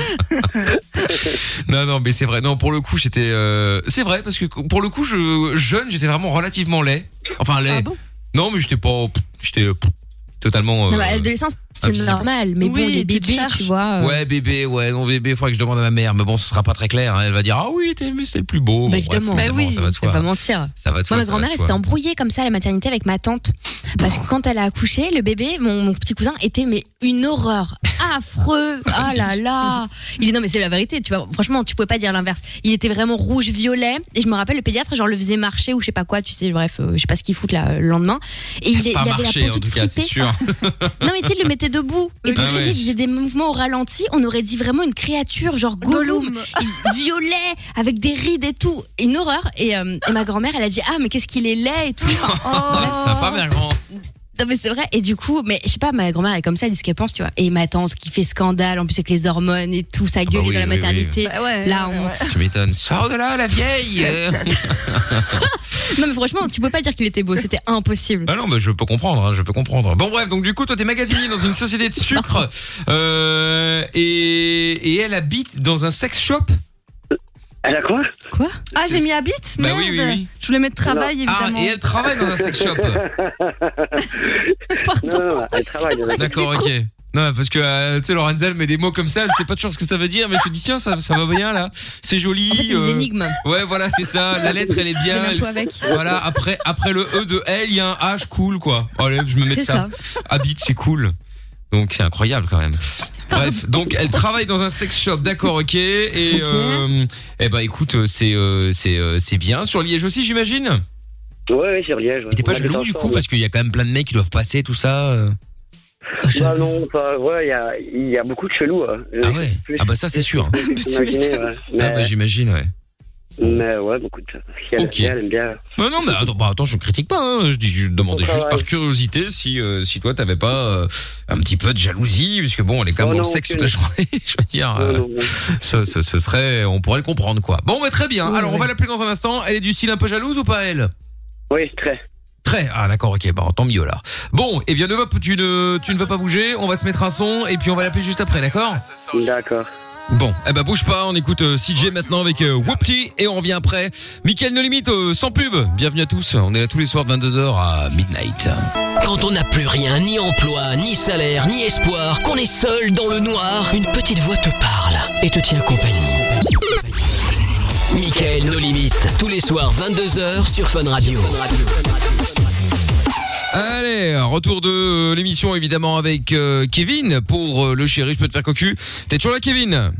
Speaker 2: Non, non, mais c'est vrai. Non, pour le coup, j'étais. euh, C'est vrai parce que pour le coup, je jeune, j'étais vraiment relativement laid. Enfin
Speaker 4: Ah
Speaker 2: laid. non, mais j'étais pas. J'étais euh, totalement. euh,
Speaker 4: Non, bah, L'adolescence, c'est
Speaker 2: invisible.
Speaker 4: normal. Mais bon, les bébés, tu vois. euh,
Speaker 2: Ouais bébé, ouais non bébé, faudrait que je demande à ma mère, mais bon ce sera pas très clair, hein. elle va dire ah oui t'es mais c'est le plus beau.
Speaker 4: Bah
Speaker 2: Bon, bref,
Speaker 4: évidemment,
Speaker 2: évidemment, ça va de
Speaker 4: je vais
Speaker 2: soi.
Speaker 4: pas mentir.
Speaker 2: Ça va de soi, ça va
Speaker 4: Moi, ma
Speaker 2: de
Speaker 4: grand-mère, elle
Speaker 2: soi.
Speaker 4: s'était embrouillée comme ça à la maternité avec ma tante. Parce que quand elle a accouché, le bébé, mon, mon petit cousin, était mais une horreur. Affreux. Ah là là. Il est, non, mais c'est la vérité, tu vois. Franchement, tu pouvais pas dire l'inverse. Il était vraiment rouge-violet. Et je me rappelle, le pédiatre, genre, le faisait marcher ou je sais pas quoi, tu sais, bref, euh, je sais pas ce qu'ils foutent là, euh, le lendemain. Et il, est-
Speaker 2: Pas
Speaker 4: il avait la
Speaker 2: marché
Speaker 4: peau
Speaker 2: en
Speaker 4: toute
Speaker 2: tout cas, c'est
Speaker 4: fripée.
Speaker 2: sûr.
Speaker 4: Non mais tu sais, il le mettait debout et donc
Speaker 2: Ah
Speaker 4: tu sais,
Speaker 2: ouais.
Speaker 4: il faisait des mouvements au ralenti. On aurait dit vraiment une créature genre Gollum, il violet avec des rides et tout, une horreur. Et, euh, et ma grand-mère, elle a dit ah mais qu'est-ce qu'il est laid et tout. Enfin,
Speaker 12: Oh.
Speaker 2: Sympa ma grand.
Speaker 4: non mais c'est vrai. Et du coup, mais je sais pas, ma grand-mère elle est comme ça, elle dit ce qu'elle pense, tu vois. Et ma tante qui fait scandale en plus avec les hormones et tout, ça gueule
Speaker 2: oui, Ah
Speaker 4: dans la
Speaker 2: bah oui, oui.
Speaker 4: maternité,
Speaker 12: Bah ouais,
Speaker 4: la
Speaker 12: ouais,
Speaker 4: honte.
Speaker 2: Tu m'étonnes. Sors de là la vieille. euh.
Speaker 4: Non mais franchement, tu peux pas dire qu'il était beau, c'était impossible.
Speaker 2: Ah non, bah, je peux comprendre, hein, je peux comprendre. Bon bref, donc du coup, toi t'es magasinier dans une société de sucre euh, et, et elle habite dans un sex shop. Bah,
Speaker 13: Elle a quoi
Speaker 4: Quoi
Speaker 12: Ah, j'ai
Speaker 2: C'est-
Speaker 12: mis habite
Speaker 2: Bah
Speaker 12: Merde.
Speaker 2: oui, oui, oui.
Speaker 12: Je voulais mettre travail,
Speaker 2: Ah,
Speaker 12: évidemment.
Speaker 2: et elle travaille dans un sex shop.
Speaker 13: Non, non, non, elle travaille dans un
Speaker 2: D'accord, ok. Non, parce que euh, tu sais, Lorenza, elle met des mots comme ça, elle sait pas toujours ce que ça veut dire, mais elle se dit tiens, ça, ça va bien là, c'est joli. euh,
Speaker 4: En fait, c'est des énigmes.
Speaker 2: Ouais, voilà, c'est ça. La lettre, elle est bien.
Speaker 4: Démerde-toi
Speaker 2: elle-
Speaker 4: avec.
Speaker 2: Voilà, après, après le E de L, il y a un H, cool quoi. Allez, je me mets de
Speaker 4: C'est
Speaker 2: ça. Habite, c'est cool. Donc c'est incroyable quand même. Bref, donc elle travaille dans un sex shop, d'accord, ok. Et euh, eh ben écoute, euh, c'est euh, c'est euh, c'est bien. Sur Liège aussi, j'imagine.
Speaker 13: Ouais, ouais, sur Liège.
Speaker 2: Et t'es pas jaloux du coup parce qu'il y a quand même plein de mecs qui doivent passer tout ça. euh.
Speaker 13: que. Bah non, pas, ouais, il y a, il y a beaucoup de chelous. hein.
Speaker 2: Ah ouais. Ah bah ça c'est sûr.
Speaker 13: Imaginez, ouais. Mais,
Speaker 2: Ah bah j'imagine, ouais.
Speaker 13: mais ouais, beaucoup de. Si elle aime
Speaker 2: Ok.
Speaker 13: bien, elle aime bien.
Speaker 2: Bah non, mais attends, bah attends, je critique pas. hein. Je, dis, je demandais
Speaker 13: Au
Speaker 2: juste
Speaker 13: travail.
Speaker 2: par curiosité si euh, si toi t'avais pas euh, un petit peu de jalousie, puisque bon, elle est quand même
Speaker 13: Oh
Speaker 2: dans
Speaker 13: non,
Speaker 2: le sexe toute
Speaker 13: aucune.
Speaker 2: la journée. je veux dire, euh, ce, ce, ce serait, on pourrait le comprendre quoi. Bon, bah très bien. Alors on va l'appeler dans un instant. Elle est du style un peu jalouse ou pas elle
Speaker 13: Oui, très.
Speaker 2: Très. Ah d'accord, ok. Bah tant mieux là. Bon, eh bien ne va, tu ne tu ne vas pas bouger. On va se mettre un son et puis on va l'appeler juste après, d'accord
Speaker 13: D'accord.
Speaker 2: Bon, eh ben bouge pas, on écoute euh, CJ maintenant avec euh, Whoopty et on revient après. Mickaël No Limite euh, sans pub. Bienvenue à tous, on est là tous les soirs de 22h à midnight.
Speaker 1: Quand on n'a plus rien, ni emploi, ni salaire, ni espoir, qu'on est seul dans le noir, une petite voix te parle et te tient compagnie. Michael, nos limites, tous les soirs 22h sur Fun Radio.
Speaker 2: Allez, retour de euh, l'émission évidemment avec euh, Kevin pour euh, le chéri, je peux te faire cocu. T'es toujours là Kevin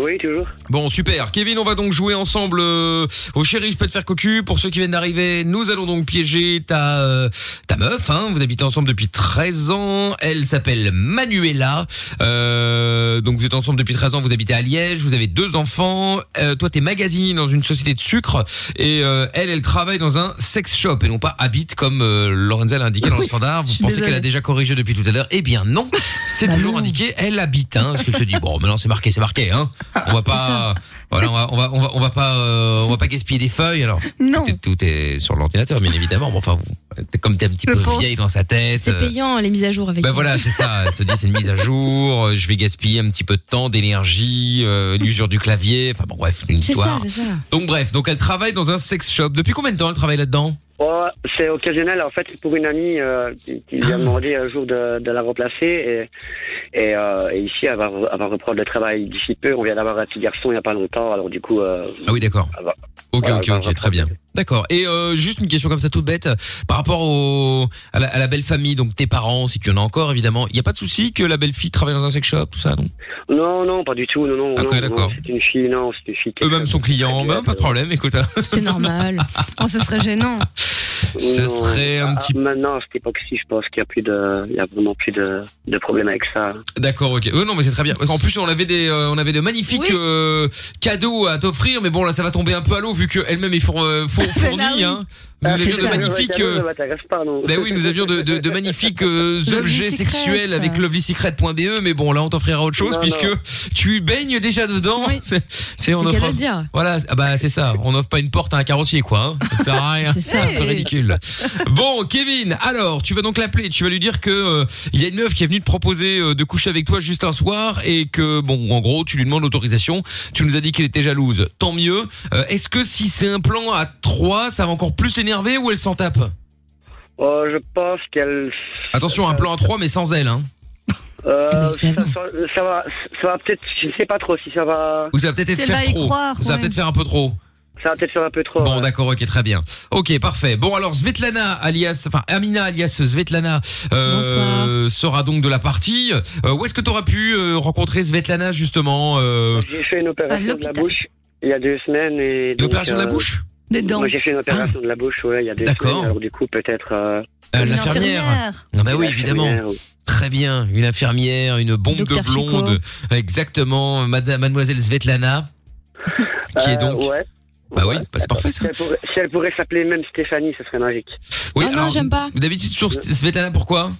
Speaker 13: Oui, toujours.
Speaker 2: Bon, super. Kevin, on va donc jouer ensemble euh, au chéri, je peux te faire cocu. Pour ceux qui viennent d'arriver, nous allons donc piéger ta euh, ta meuf. Hein. Vous habitez ensemble depuis 13 ans. Elle s'appelle Manuela. Euh, donc vous êtes ensemble depuis 13 ans. Vous habitez à Liège. Vous avez deux enfants. Euh, toi, t'es magasinier dans une société de sucre et euh, elle, elle travaille dans un sex shop et non pas habite comme euh, Lorenza l'a indiqué dans le standard. Vous
Speaker 14: suis
Speaker 2: pensez qu'elle a
Speaker 14: désolée.
Speaker 2: déjà corrigé depuis tout à l'heure Eh bien non. C'est toujours indiqué. Elle habite. Hein, parce qu'elle se dit bon, maintenant c'est marqué, c'est marqué. Hein. On va pas. Voilà, on va, on va, on va, on va pas, euh, on va pas gaspiller des feuilles. Alors
Speaker 4: Non.
Speaker 2: tout est, tout est sur l'ordinateur, bien évidemment. Mais enfin, vous- t'es- comme t'es un petit
Speaker 4: Le
Speaker 2: peu
Speaker 4: pauvre.
Speaker 2: vieille dans sa tête.
Speaker 4: C'est
Speaker 2: euh,
Speaker 4: payant les mises à jour avec.
Speaker 2: ben
Speaker 4: elle.
Speaker 2: voilà, c'est ça. Elle se dit c'est une mise à jour. euh, Je vais gaspiller un petit peu de temps, d'énergie, euh, l'usure du clavier. Enfin bon, bref, une
Speaker 13: C'est ça,
Speaker 2: histoire.
Speaker 13: c'est ça.
Speaker 2: Donc bref, donc elle travaille dans un sex shop. Depuis combien de temps elle travaille là-dedans
Speaker 13: Oh, c'est occasionnel. En fait, c'est pour une amie euh, qui, qui
Speaker 2: Ah.
Speaker 13: lui a demandé un jour de, de la remplacer. Et, et, euh, et ici, elle va, re- elle va reprendre le travail d'ici peu. On vient d'avoir un petit garçon il n'y a pas longtemps. Alors, du coup. euh,
Speaker 2: Ah oui, d'accord.
Speaker 13: elle va-
Speaker 2: Ok,
Speaker 13: voilà,
Speaker 2: ok,
Speaker 13: elle va
Speaker 2: ok, très bien. D'accord. Et euh, juste une question comme ça toute bête par rapport au à la, à la belle famille, donc tes parents, si tu en as encore, évidemment. Il y a pas de souci que la belle fille travaille dans un sex shop, tout ça, non Ah,
Speaker 13: Non, non, pas du tout. Non, non, non,
Speaker 2: d'accord.
Speaker 13: non, C'est une fille, non, c'est une fille. qui-
Speaker 2: Eux-mêmes sont clients, ben, pas de problème. Écoute, hein.
Speaker 4: C'est normal. oh, ce serait gênant.
Speaker 2: ce
Speaker 13: Non,
Speaker 2: serait un
Speaker 13: ah,
Speaker 2: petit
Speaker 13: Maintenant, à cette époque-ci, je pense qu'il n'y a plus de, il y a vraiment plus de, de problème avec ça.
Speaker 2: D'accord, ok. Euh, non, mais c'est très bien. En plus, on avait des, euh, on avait de magnifiques euh, cadeaux à t'offrir, mais bon, là, ça va tomber un peu à l'eau vu qu'elle-même est four, euh, four-
Speaker 13: C'est là,
Speaker 2: fournie.
Speaker 13: Ah, oui.
Speaker 2: Hein. Nous
Speaker 13: Ah,
Speaker 2: avions
Speaker 13: c'est
Speaker 2: de
Speaker 13: ça,
Speaker 2: magnifiques.
Speaker 13: le cadeau,
Speaker 2: euh,
Speaker 13: ça m'intéresse pas, non.
Speaker 2: ben oui, nous avions de, de, de magnifiques euh,
Speaker 13: Lovely
Speaker 2: objets
Speaker 13: Secret,
Speaker 2: sexuels
Speaker 13: ça.
Speaker 2: avec lovesecret.be, mais bon, là, on t'offrira autre chose
Speaker 13: Non,
Speaker 2: puisque
Speaker 13: non.
Speaker 2: tu baignes déjà dedans. C'est- c'est- on
Speaker 13: C'est qu'à
Speaker 2: offre.
Speaker 13: le dire.
Speaker 2: Voilà, ah bah c'est ça. On n'offre pas une porte à un carrossier, quoi. hein. Ça sert à rien.
Speaker 13: C'est ça.
Speaker 2: un peu
Speaker 13: Hey.
Speaker 4: Eh
Speaker 2: ridicule. Bon, Kevin, alors, tu vas donc l'appeler, tu vas lui dire que euh, il y a une meuf qui est venue te proposer euh, de coucher avec toi juste un soir et que bon, en gros, tu lui demandes l'autorisation. Tu nous as dit qu'elle était jalouse. Tant mieux. Euh, Est-ce que si c'est un plan à 3, ça va encore plus énerver ou elle s'en tape
Speaker 13: Oh, je pense qu'elle.
Speaker 2: Attention, un plan à 3 mais sans elle hein.
Speaker 13: Euh,
Speaker 4: ben,
Speaker 13: ça, ça- ça va, ça va peut-être, je ne sais pas trop si ça va.
Speaker 2: Ou ça va peut-être
Speaker 13: C'est
Speaker 2: faire
Speaker 13: là y
Speaker 2: trop.
Speaker 13: croire,
Speaker 2: ça va
Speaker 13: ouais.
Speaker 2: peut-être faire un peu trop.
Speaker 13: Ça va peut-être faire un peu trop.
Speaker 2: Bon, d'accord, ok, très bien. Ok, parfait. Bon, alors Svetlana, alias, enfin Amina, alias Svetlana, euh, sera donc de la partie. Euh, où est-ce que tu auras pu euh, rencontrer Svetlana justement euh,
Speaker 13: J'ai fait une opération de la bouche il y a deux semaines et. donc, euh,
Speaker 2: opération de la bouche
Speaker 13: Des dents. Moi, j'ai fait une opération de la bouche, ouais, il y a deux semaines. Alors, du coup, peut-être. euh,
Speaker 2: euh, L'infirmière. Non, bah oui, évidemment. Très bien, une infirmière, une bombe
Speaker 13: Docteur
Speaker 2: de blonde, exactement, madame, mademoiselle Svetlana, qui est
Speaker 13: Euh,
Speaker 2: donc.
Speaker 13: ouais.
Speaker 2: Bah oui, bah c'est parfait ça.
Speaker 13: Si elle pourrait- si elle pourrait s'appeler même Stéphanie, ce serait magique.
Speaker 2: Oui,
Speaker 13: Ah non,
Speaker 2: alors,
Speaker 13: j'aime pas.
Speaker 2: D'habitude toujours
Speaker 13: Euh.
Speaker 2: Svetlana, pourquoi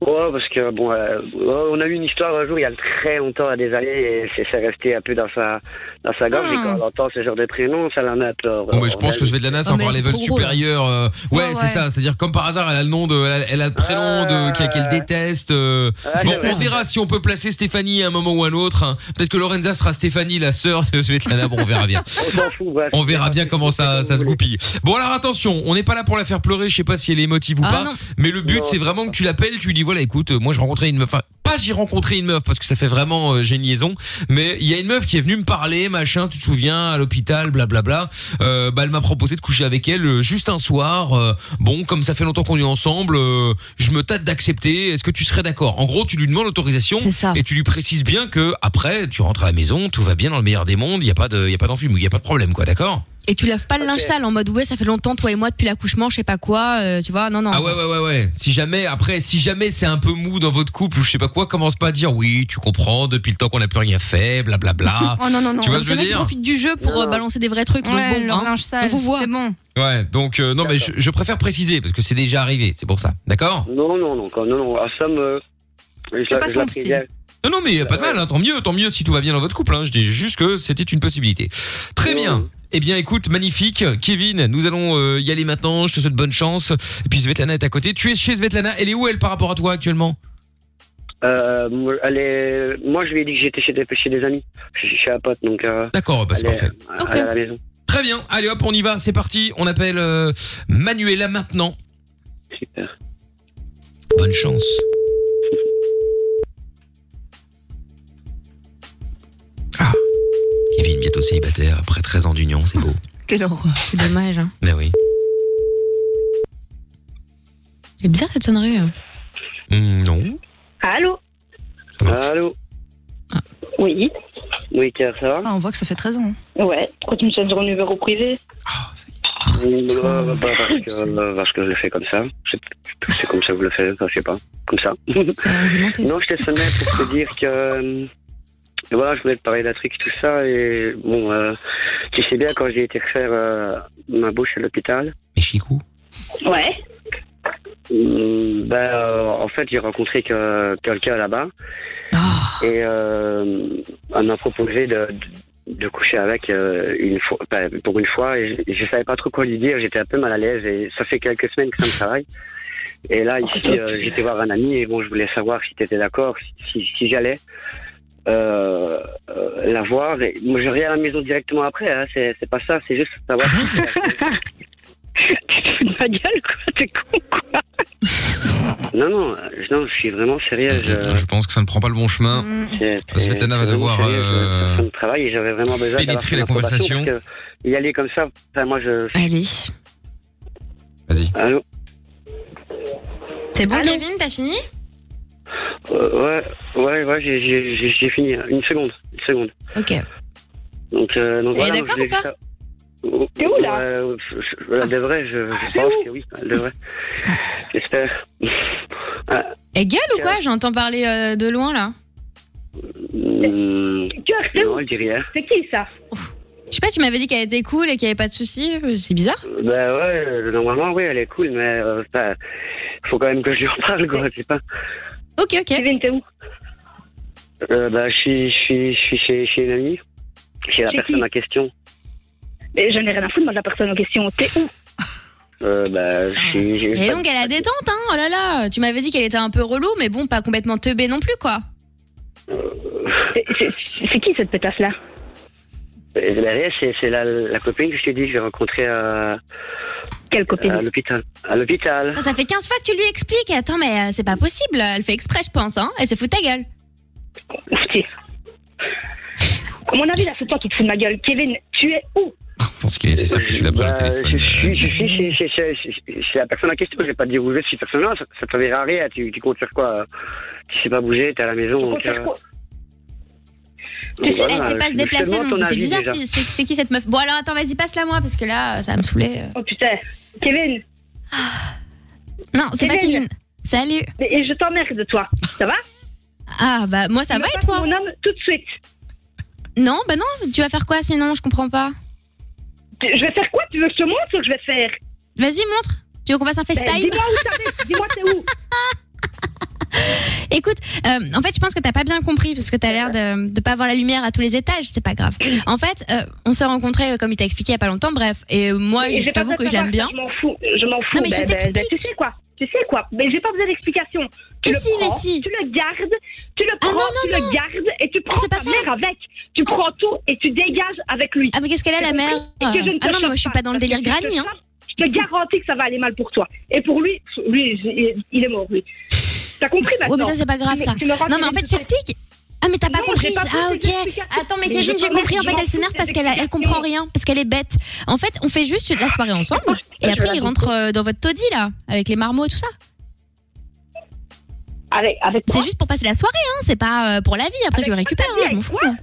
Speaker 13: Ouais, parce que bon, euh, ouais, on a eu une histoire un jour il y a très longtemps, à des années, et c'est c'est resté un peu dans sa, dans sa gorge.
Speaker 12: Ah.
Speaker 13: Et quand on entend ce genre de prénom, ça la met à tort.
Speaker 2: Bon, mais je pense que Svetlana, c'est
Speaker 13: Oh, mais
Speaker 2: encore à
Speaker 13: c'est
Speaker 2: level
Speaker 13: trop drôle.
Speaker 2: supérieur. euh, ouais,
Speaker 13: Ouais,
Speaker 2: c'est
Speaker 13: ouais.
Speaker 2: ça. C'est-à-dire, comme par hasard, elle a le nom de, elle a, elle a le prénom de, qu'elle qu'elle déteste. euh.
Speaker 13: Ouais,
Speaker 2: bon,
Speaker 13: Ah, c'est
Speaker 2: on
Speaker 13: ça.
Speaker 2: verra si on peut placer Stéphanie à un moment ou à un autre. hein. Peut-être que Lorenza sera Stéphanie, la sœur de Svetlana. Bon, on verra bien.
Speaker 13: On s'en fout, bref.
Speaker 2: On verra bien comment ça, ça se goupille. Bon alors attention, on n'est pas là pour la faire pleurer, je sais pas si elle est émotive ou
Speaker 13: Ah,
Speaker 2: pas,
Speaker 13: non.
Speaker 2: mais le but
Speaker 13: Non.
Speaker 2: c'est vraiment que tu l'appelles, tu lui dis voilà écoute, euh, moi j'ai rencontré une meuf, enfin pas j'ai rencontré une meuf parce que ça fait vraiment euh, j'ai une liaison, mais il y a une meuf qui est venue me parler, machin, tu te souviens, à l'hôpital, blablabla, euh, bah elle m'a proposé de coucher avec elle euh, juste un soir, euh, bon comme ça fait longtemps qu'on est ensemble, euh, je me tâte d'accepter, est-ce que tu serais d'accord En gros tu lui demandes l'autorisation et tu lui précises bien que après tu rentres à la maison, tout va bien dans le meilleur des mondes, il n'y a pas de, il y a pas d'enfume, il n'y a pas de problème quoi, d'accord
Speaker 4: Et tu laves pas le linge sale en mode ouais ça fait longtemps toi et moi depuis l'accouchement je sais pas quoi euh, tu vois non non.
Speaker 2: Ah ouais ouais ouais ouais. Si jamais après si jamais c'est un peu mou dans votre couple ou je sais pas quoi, commence pas à dire oui, tu comprends depuis le temps qu'on n'a plus rien fait, blablabla.
Speaker 4: oh non non non.
Speaker 2: Tu vois
Speaker 4: Parce
Speaker 2: ce que je veux
Speaker 6: Hein.
Speaker 4: qu'il y en a qui
Speaker 2: dire
Speaker 4: profitent du jeu pour euh, balancer des vrais trucs.
Speaker 6: Ouais,
Speaker 4: donc bon,
Speaker 6: leur
Speaker 4: hein,
Speaker 6: linge sale,
Speaker 4: On vous voit. C'est
Speaker 6: bon.
Speaker 2: Ouais, donc euh, non mais je, je préfère préciser parce que c'est déjà arrivé, c'est pour ça. D'accord
Speaker 13: Non, non, non, quand- non, non, à somme, euh, je, la- je la préviens.
Speaker 2: Non non mais y a pas de mal, hein, tant mieux, tant mieux si tout va bien dans votre couple hein. Je dis juste que c'était une possibilité. Très bien. Eh bien écoute, magnifique Kevin, nous allons euh, y aller maintenant, je te souhaite bonne chance. Et puis Svetlana est à côté. Tu es chez Svetlana, elle est où elle par rapport à toi actuellement
Speaker 13: Euh, moi, elle est- moi, je lui ai dit que j'étais chez des, chez des amis, chez, chez un pote, donc. euh,
Speaker 2: D'accord, bah,
Speaker 13: elle
Speaker 2: c'est
Speaker 13: est-
Speaker 2: parfait.
Speaker 13: elle est à la maison.
Speaker 2: Très bien, allez hop, on y va, c'est parti. On appelle euh, Manuela maintenant.
Speaker 13: Super.
Speaker 2: Bonne chance. Ah, Kevin, bientôt célibataire, après 13 ans d'union, c'est beau.
Speaker 4: Quelle horreur. C'est dommage. Hein.
Speaker 2: Ben oui.
Speaker 4: C'est bizarre cette sonnerie. hein.
Speaker 2: Hmm, non.
Speaker 15: Allô
Speaker 2: Allô
Speaker 15: Oui.
Speaker 5: Oui, Claire, ça va
Speaker 6: Ah, on voit que ça fait 13
Speaker 12: hein.
Speaker 6: ans.
Speaker 9: Ouais, pourquoi tu me tiens sur un numéro privé
Speaker 5: Ouais, bah, bah, parce, que, euh, parce que je le fais comme ça. C'est c'est comme ça que vous le faites, enfin, je sais pas. Comme ça. non, je te sonnais pour te dire que. euh, Voilà, je voulais te parler d'un truc, tout ça. Et bon, euh, tu sais bien, quand j'ai été refaire euh, ma bouche à l'hôpital.
Speaker 2: Mais Chicou
Speaker 9: Ouais.
Speaker 5: Mm, Ben, euh, en fait, j'ai rencontré que- quelqu'un là-bas
Speaker 4: Oh,
Speaker 5: et euh, elle m'a proposé de, de- de coucher avec euh, une fois, ben, pour une fois. Et je, je savais pas trop quoi lui dire. J'étais un peu mal à l'aise et ça fait quelques semaines que ça me travaille. Et là, ici, euh, j'étais voir un ami et bon, je voulais savoir si tu étais d'accord, si, si j'allais euh, euh, la voir. Et, moi, je reviens à la maison directement après. hein. c'est c'est pas ça. C'est juste savoir. si-
Speaker 9: Tu te fous de ma gueule, quoi, t'es con, quoi.
Speaker 5: non, non, euh, non, je suis vraiment sérieuse. euh.
Speaker 2: Je pense que ça ne prend pas le bon chemin.
Speaker 9: Hmm.
Speaker 2: Svetlana va devoir, euh,
Speaker 5: Son travail, et j'avais vraiment besoin d'avoir
Speaker 2: pénétrer
Speaker 5: son
Speaker 2: la conversation.
Speaker 5: approbation, parce que Y aller comme ça, enfin, moi je.
Speaker 4: Allez.
Speaker 2: Vas-y.
Speaker 5: Allô
Speaker 4: C'est bon, Kevin, t'as fini
Speaker 5: Euh, Ouais, ouais, ouais, j'ai- j'ai j'ai- j'ai fini. hein. Une seconde, une seconde.
Speaker 4: Ok.
Speaker 5: Donc, euh, donc
Speaker 4: Elle est
Speaker 5: voilà,
Speaker 4: d'accord
Speaker 5: je voulais
Speaker 4: ou pas
Speaker 5: juste- Oh,
Speaker 9: T'es où, là
Speaker 5: euh, je- je- De vrai, je, je pense que oui, de vrai. J'espère. Ah,
Speaker 4: Elle gueule ou quoi J'entends parler euh, de loin, là.
Speaker 5: hum, non, elle dit rien.
Speaker 4: C'est qui, ça Je sais pas, tu m'avais dit qu'elle était cool et qu'il n'y avait pas de soucis. euh, C'est bizarre.
Speaker 5: Ben ouais, euh, normalement, oui, elle est cool, mais euh, enfin, faut quand même que je lui en parle, quoi, je sais pas.
Speaker 4: Ok, ok.
Speaker 9: Kevin, t'es où
Speaker 5: Euh, bah, je suis, je suis, je suis chez, chez une amie, chez la
Speaker 9: Chez
Speaker 5: personne
Speaker 9: qui
Speaker 5: en question.
Speaker 9: Mais j'en ai rien à foutre, moi, de la personne en question. T'es où
Speaker 5: Euh, bah, je suis. j'ai
Speaker 4: Elle est
Speaker 5: pas-
Speaker 4: longue à la détente, hein. Oh là là. Tu m'avais dit qu'elle était un peu relou, mais bon, pas complètement teubée non plus, quoi.
Speaker 9: C'est- c'est- C'est qui cette pétasse-là
Speaker 5: Euh, Derrière, c'est, c'est la, la copine que je euh, t'ai dit que j'ai rencontrée à.
Speaker 9: Quelle copine
Speaker 5: À l'hôpital. À l'hôpital.
Speaker 4: Ça, ça fait 15 fois que tu lui expliques. Attends, mais euh, c'est pas possible. Elle fait exprès, je pense, hein. Elle se fout de ta gueule.
Speaker 9: À mon avis, là, c'est toi qui te fous de ma gueule. Kevin, tu es où
Speaker 2: Je pense qu'il est nécessaire que tu l'appelles au
Speaker 5: Bah,
Speaker 2: téléphone. euh,
Speaker 5: Je suis, je suis chez, chez, chez- chez- chez la personne en question, je vais pas te dire où je suis, personnellement, ça, ça te verra rien, tu, tu comptes faire quoi euh, Tu sais pas bouger, t'es à la maison. donc, euh, donc voilà,
Speaker 4: elle sait Eh, pas se
Speaker 5: je- je te
Speaker 4: déplacer
Speaker 5: demande
Speaker 4: non
Speaker 5: ton
Speaker 4: plus. C'est
Speaker 5: avis,
Speaker 4: bizarre.
Speaker 5: déjà.
Speaker 4: C'est c'est- c'est qui cette meuf Bon, alors attends, vas-y, passe-la moi, parce que là, ça va me saouler. euh.
Speaker 9: Oh putain. Kevin
Speaker 4: Non, c'est pas Kevin. Salut.
Speaker 9: Et je t'emmerde de toi. Ça va
Speaker 4: Ah, bah, moi, ça
Speaker 9: Tu
Speaker 4: va
Speaker 9: me
Speaker 4: et
Speaker 9: passes
Speaker 4: toi
Speaker 9: Mon homme, tout de suite.
Speaker 4: Non, bah non, tu vas faire quoi sinon Je comprends pas.
Speaker 9: Je vais faire quoi Tu veux que je te montre ce que je vais faire
Speaker 4: Vas-y, montre. Tu veux qu'on fasse un
Speaker 9: Ben,
Speaker 4: FaceTime
Speaker 9: dis-moi où t'arrives, dis-moi t'es où.
Speaker 4: Écoute, euh, en fait, je pense que t'as pas bien compris parce que t'as l'air de, de pas avoir la lumière à tous les étages. C'est pas grave. En fait, euh, on s'est rencontrés euh, comme il t'a expliqué il y a pas longtemps. Bref, et euh, moi,
Speaker 9: Et
Speaker 4: je
Speaker 9: j'ai pas
Speaker 4: t'avoue
Speaker 9: besoin
Speaker 4: que
Speaker 9: de
Speaker 4: je l'aime bien.
Speaker 9: savoir, Je m'en fous. Je m'en fous.
Speaker 4: Non, mais je
Speaker 9: Ben, ben,
Speaker 4: t'explique.
Speaker 9: ben, tu sais quoi Tu sais quoi Mais j'ai pas besoin d'explication. Tu
Speaker 4: Mais
Speaker 9: le
Speaker 4: si,
Speaker 9: prends,
Speaker 4: mais si.
Speaker 9: Tu le gardes, tu le
Speaker 4: Ah
Speaker 9: prends,
Speaker 4: non, non,
Speaker 9: tu
Speaker 4: non.
Speaker 9: le gardes et tu prends ta mère avec. Tu prends tout et tu dégages avec lui.
Speaker 4: Ah, mais qu'est-ce qu'elle a, la mère Ah non, mais moi, je suis pas dans le délire granny, hein.
Speaker 9: Je te garantis que ça va aller mal pour toi. Et pour lui, lui, il- il est mort, lui. T'as compris maintenant
Speaker 4: Ouais, mais ça, c'est pas grave,
Speaker 9: Tu me-
Speaker 4: ça.
Speaker 9: tu me rends
Speaker 4: Non, mais en
Speaker 9: Kevin
Speaker 4: fait,
Speaker 9: tout seul.
Speaker 4: j'explique. Ah, mais t'as pas
Speaker 9: Non,
Speaker 4: compris.
Speaker 9: j'ai pas
Speaker 4: ah,
Speaker 9: compris
Speaker 4: ok.
Speaker 9: tes explications.
Speaker 4: Attends, mais
Speaker 9: Mais
Speaker 4: Kevin,
Speaker 9: je
Speaker 4: j'ai
Speaker 9: t'emmerde,
Speaker 4: compris. En
Speaker 9: je
Speaker 4: fait,
Speaker 9: m'en
Speaker 4: elle s'énerve
Speaker 9: fous
Speaker 4: parce
Speaker 9: des
Speaker 4: qu'elle elle comprend rien, parce qu'elle est bête. En fait, on fait juste la soirée ensemble et après, il rentre euh, dans votre taudis, là, avec les marmots et tout ça.
Speaker 9: Avec, avec
Speaker 4: C'est juste pour passer la soirée, hein. C'est pas euh, pour la vie.
Speaker 9: Ah,
Speaker 4: Après, je le récupère, hein, Je m'en fous. moi.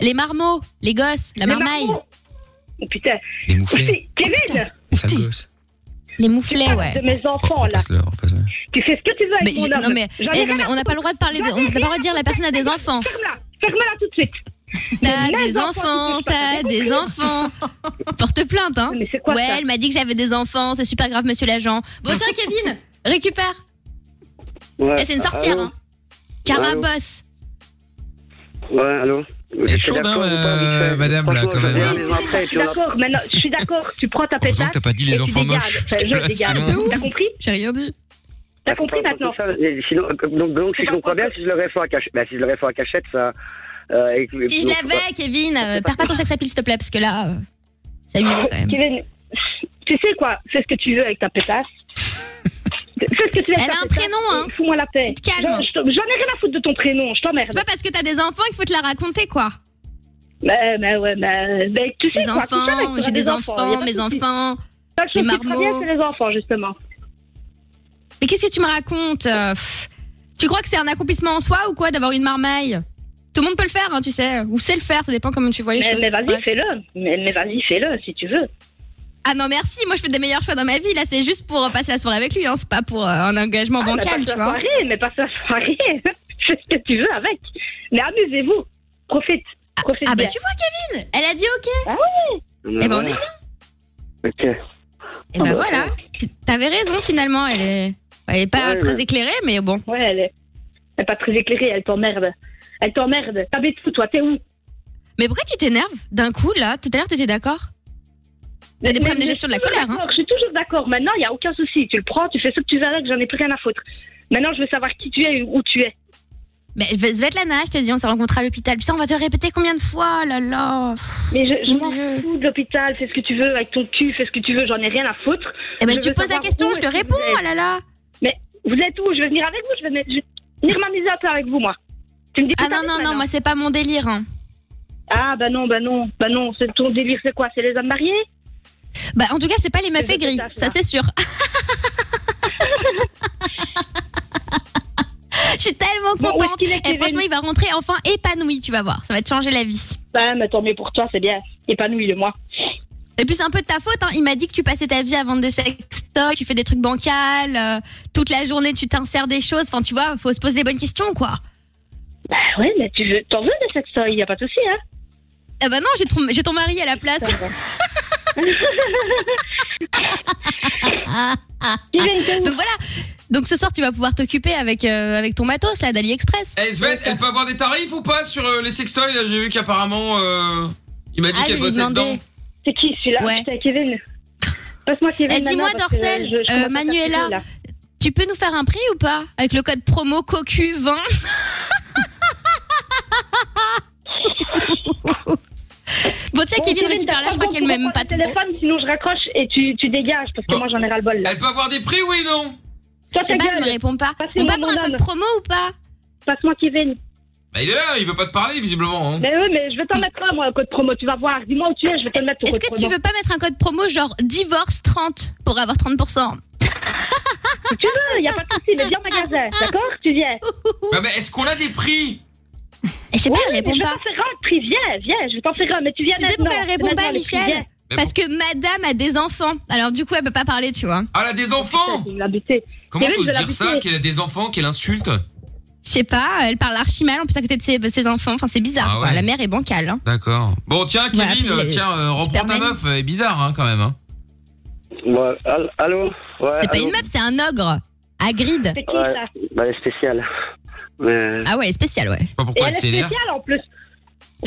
Speaker 4: Les marmots, les gosses, la
Speaker 9: Les
Speaker 4: marmaille.
Speaker 9: marmots. Oh, putain.
Speaker 2: Les mouflets.
Speaker 9: Kevin
Speaker 2: Les sales gosses.
Speaker 4: Les mouflets,
Speaker 9: parles
Speaker 4: ouais.
Speaker 9: de mes enfants, là.
Speaker 2: Passe-leur, passe-leur.
Speaker 9: Tu fais ce que tu veux avec
Speaker 4: Mais
Speaker 9: mon
Speaker 4: j'ai-
Speaker 9: homme.
Speaker 4: non, mais,
Speaker 9: J'en ai
Speaker 4: eh,
Speaker 9: rien
Speaker 4: non, mais
Speaker 9: à
Speaker 4: on n'a
Speaker 9: foutre.
Speaker 4: pas le droit de parler, de, on n'a pas le droit de dire la personne a des enfants.
Speaker 9: Ferme-la tout de suite.
Speaker 4: T'as
Speaker 9: Mais
Speaker 4: des
Speaker 9: les
Speaker 4: enfants,
Speaker 9: enfants,
Speaker 4: t'as des enfants. Porte plainte, hein.
Speaker 9: quoi,
Speaker 4: ouais,
Speaker 9: ça
Speaker 4: elle m'a dit que j'avais des enfants, c'est super grave, monsieur l'agent. Bon, tiens, Kevin, récupère.
Speaker 5: Ouais,
Speaker 4: Eh, c'est une sorcière,
Speaker 5: allô
Speaker 4: hein. Carabosse.
Speaker 5: Ouais, allô
Speaker 2: Elle est chaude, hein, euh, madame, là, quand même. hein.
Speaker 9: Je suis d'accord, maintenant, je suis d'accord, tu prends ta pétasse.
Speaker 2: Heureusement que t'as pas dit les
Speaker 9: et tu
Speaker 2: enfants
Speaker 9: dégages.
Speaker 2: moches.
Speaker 9: Enfin,
Speaker 2: parce que là,
Speaker 9: je dégage.
Speaker 2: sinon-
Speaker 9: T'as compris
Speaker 4: J'ai rien dit.
Speaker 9: T'as compris maintenant
Speaker 5: Ça, et sinon, euh, donc, donc, si je comprends bien, si je l'aurais fait à cachette, bah, si je l'aurais fait à cachette, ça. euh, et-
Speaker 4: Si je
Speaker 5: donc,
Speaker 4: l'avais, Kevin, euh, perds pas ton sex appeal, s'il te plaît, parce que là, euh, ça abusé quand même.
Speaker 9: Kevin, tu sais quoi Fais ce que tu veux avec ta pétasse. Fais ce que tu veux avec
Speaker 4: Elle
Speaker 9: ta
Speaker 4: a un
Speaker 9: pétasse.
Speaker 4: prénom, hein.
Speaker 9: Fous-moi la paix.
Speaker 4: Tu te calmes.
Speaker 9: Non, je te- J'en ai rien à foutre de ton prénom, je t'emmerde.
Speaker 4: C'est pas parce que t'as des enfants qu'il faut te la raconter, quoi.
Speaker 9: Mais, mais, Bah, ouais, mais, mais tu sais
Speaker 4: Des
Speaker 9: quoi, couche avec
Speaker 4: enfants,
Speaker 9: toi,
Speaker 4: j'ai
Speaker 9: des
Speaker 4: des
Speaker 9: enfants, y a
Speaker 4: enfants,
Speaker 9: pas
Speaker 4: mes
Speaker 9: de souci.
Speaker 4: enfants.
Speaker 9: Pas
Speaker 4: les
Speaker 9: les marmots.
Speaker 4: marmots.
Speaker 9: C'est les enfants, justement.
Speaker 4: Mais qu'est-ce que tu me racontes euh, pff. Tu crois que c'est un accomplissement en soi ou quoi d'avoir une marmaille Tout le monde peut le faire, hein, tu sais. Ou sait le faire, ça dépend comment tu vois les
Speaker 9: Mais,
Speaker 4: choses.
Speaker 9: mais vas-y,
Speaker 4: Bref.
Speaker 9: fais-le. Mais, mais vas-y, fais-le si tu veux.
Speaker 4: Ah non, merci, moi je fais des meilleurs choix dans ma vie. Là, c'est juste pour euh, passer la soirée avec lui, hein. c'est pas pour euh, un engagement
Speaker 9: Ah, mais
Speaker 4: bancal,
Speaker 9: passe
Speaker 4: tu
Speaker 9: la
Speaker 4: vois.
Speaker 9: soirée, mais passe la soirée. Fais ce que tu veux avec. Mais amusez-vous. Profite. Profite
Speaker 4: Ah bah
Speaker 9: bien.
Speaker 4: tu vois, Kevin, elle a dit ok.
Speaker 9: Ah oui
Speaker 4: Eh ben on est bien.
Speaker 16: Ok.
Speaker 4: Et bah voilà, Puis, t'avais raison finalement, elle est, elle est pas
Speaker 9: Ouais,
Speaker 4: très
Speaker 9: ouais.
Speaker 4: éclairée, mais bon.
Speaker 9: Ouais, elle est, elle est pas très éclairée, elle t'emmerde. Elle t'emmerde. T'habites où, toi T'es où
Speaker 4: Mais pourquoi tu t'énerves d'un coup là Tout à l'heure t'étais d'accord T'as des
Speaker 9: Mais-
Speaker 4: problèmes de
Speaker 9: mais
Speaker 4: gestion de la
Speaker 9: je suis toujours
Speaker 4: colère, hein
Speaker 9: d'accord, Je suis toujours d'accord. Maintenant, il n'y a aucun souci. Tu le prends, tu fais ce que tu veux avec, j'en ai plus rien à foutre. Maintenant, je veux savoir qui tu es et où tu es.
Speaker 4: Mais je vais je vais te la nage, je te dis, on s'est rencontrés à l'hôpital. Putain, on va te répéter combien de fois, Oh là là.
Speaker 9: Mais je, je m'en fous de l'hôpital, fais ce que tu veux avec ton cul, fais ce que tu veux, j'en ai rien à foutre.
Speaker 4: Eh ben,
Speaker 9: Je
Speaker 4: tu
Speaker 9: veux
Speaker 4: poses la
Speaker 9: savoir
Speaker 4: question,
Speaker 9: où
Speaker 4: je te
Speaker 9: est-ce que
Speaker 4: réponds,
Speaker 9: vous êtes.
Speaker 4: oh là là.
Speaker 9: Mais vous êtes où Je vais venir avec vous, je vais venir, je vais venir m'amuser un peu avec vous, moi. Tu me dis
Speaker 4: Ah
Speaker 9: tout ça
Speaker 4: non, non,
Speaker 9: maintenant.
Speaker 4: non, moi c'est pas mon délire. hein.
Speaker 9: Ah bah non, bah non, bah non, c'est ton délire, c'est quoi C'est les hommes mariés
Speaker 4: Bah en tout cas, c'est pas les meufs aigris, ça c'est sûr. Je suis tellement
Speaker 9: Bon, où est-ce
Speaker 4: contente.
Speaker 9: qu'il est,
Speaker 4: Et
Speaker 9: Kevin
Speaker 4: franchement, il va rentrer enfin épanoui, tu vas voir. Ça va te changer la vie.
Speaker 9: Bah mais tant mieux pour toi, c'est bien. Épanouis-le-moi.
Speaker 4: Et puis c'est un peu de ta faute, hein. il m'a dit que tu passais ta vie à vendre des sextoys, tu fais des trucs bancals, euh, toute la journée tu t'insères des choses, enfin tu vois, faut se poser des bonnes questions quoi.
Speaker 9: Bah ouais, mais tu veux, t'en veux de cette soie, y a pas de souci, hein
Speaker 4: Ah bah non, j'ai ton, j'ai ton mari à la place. Donc voilà, donc ce soir tu vas pouvoir t'occuper avec, euh, avec ton matos là d'AliExpress.
Speaker 2: Eh, Svet, elle peut avoir des tarifs ou pas sur euh, les sextoys là J'ai vu qu'apparemment, euh, il m'a dit
Speaker 4: Ah, je
Speaker 2: qu'elle
Speaker 4: lui
Speaker 2: bossait
Speaker 4: demandais.
Speaker 2: dedans.
Speaker 9: C'est qui celui-là Putain, Kevin. Passe-moi Kevin.
Speaker 4: Eh, dis-moi
Speaker 9: maintenant, parce que
Speaker 4: Dorsel,
Speaker 9: je- je commence à
Speaker 4: euh, Manuela,
Speaker 9: fatiguer, là.
Speaker 4: tu peux nous faire un prix ou pas Avec le code promo COCU20 Bon tiens
Speaker 9: Bon,
Speaker 4: Kevin
Speaker 9: Oh, Kevin,
Speaker 4: récupère
Speaker 9: t'as
Speaker 4: là, je crois
Speaker 9: pas le
Speaker 4: qu'elle
Speaker 9: bon
Speaker 4: m'aime pas
Speaker 9: pour prendre le téléphone, sinon je raccroche et tu, tu dégages parce que moi j'en ai ras le bol. Là.
Speaker 2: Elle peut avoir des prix, oui, non
Speaker 9: Toi,
Speaker 4: Je sais Ah, pas,
Speaker 9: ta
Speaker 4: elle
Speaker 9: gueule.
Speaker 4: me répond pas.
Speaker 9: Passez-moi
Speaker 4: On va
Speaker 9: mon
Speaker 4: pour un
Speaker 9: homme.
Speaker 4: code promo ou pas
Speaker 9: Passe-moi Kevin.
Speaker 2: Bah, il est là, il veut pas te parler, visiblement. hein.
Speaker 9: Mais oui, mais je vais t'en mettre un, moi, un code promo. Tu vas voir. Dis-moi où tu es, je vais te le mettre. ton
Speaker 4: Est-ce
Speaker 9: code
Speaker 4: que tu
Speaker 9: promo.
Speaker 4: veux pas mettre un code promo genre divorce 30 pour avoir 30%
Speaker 9: Si tu veux, y a pas de souci, mais viens au magasin,
Speaker 4: Ah.
Speaker 9: d'accord Tu viens.
Speaker 2: Bah, mais est-ce qu'on a des prix
Speaker 4: Je sais
Speaker 9: Oui,
Speaker 4: pas,
Speaker 9: oui,
Speaker 4: elle répond
Speaker 9: mais
Speaker 4: Eh pas.
Speaker 9: Je vais t'en faire un, puis viens, viens, je vais t'en faire un, mais tu viens
Speaker 4: Tu sais pourquoi elle répond pas, Michel Parce que madame a des enfants. Alors du coup, elle peut pas parler, tu vois.
Speaker 2: Ah, elle a des
Speaker 5: Oh.
Speaker 2: enfants Comment t'oses dire ça Qu'elle a des enfants, qu'elle insulte
Speaker 4: Je sais pas, elle parle archi mal en plus à côté de ses, ses enfants. Enfin, c'est bizarre.
Speaker 2: Ah
Speaker 4: quoi.
Speaker 2: ouais.
Speaker 4: La mère est bancale. hein.
Speaker 2: D'accord. Bon, tiens,
Speaker 4: Voilà,
Speaker 2: Kevin,
Speaker 4: puis,
Speaker 2: euh,
Speaker 4: euh,
Speaker 2: tiens, euh, reprends ta meuf. Elle est bizarre, hein, quand même. Hein.
Speaker 5: euh, Ouais, all- allô ouais,
Speaker 4: C'est pas
Speaker 5: allô
Speaker 4: une meuf, c'est un ogre. Hagrid.
Speaker 5: Ouais, bah, elle est spéciale. Mais-
Speaker 4: Ah ouais, elle est spéciale, ouais.
Speaker 2: Pas
Speaker 9: Et elle est spéciale en plus.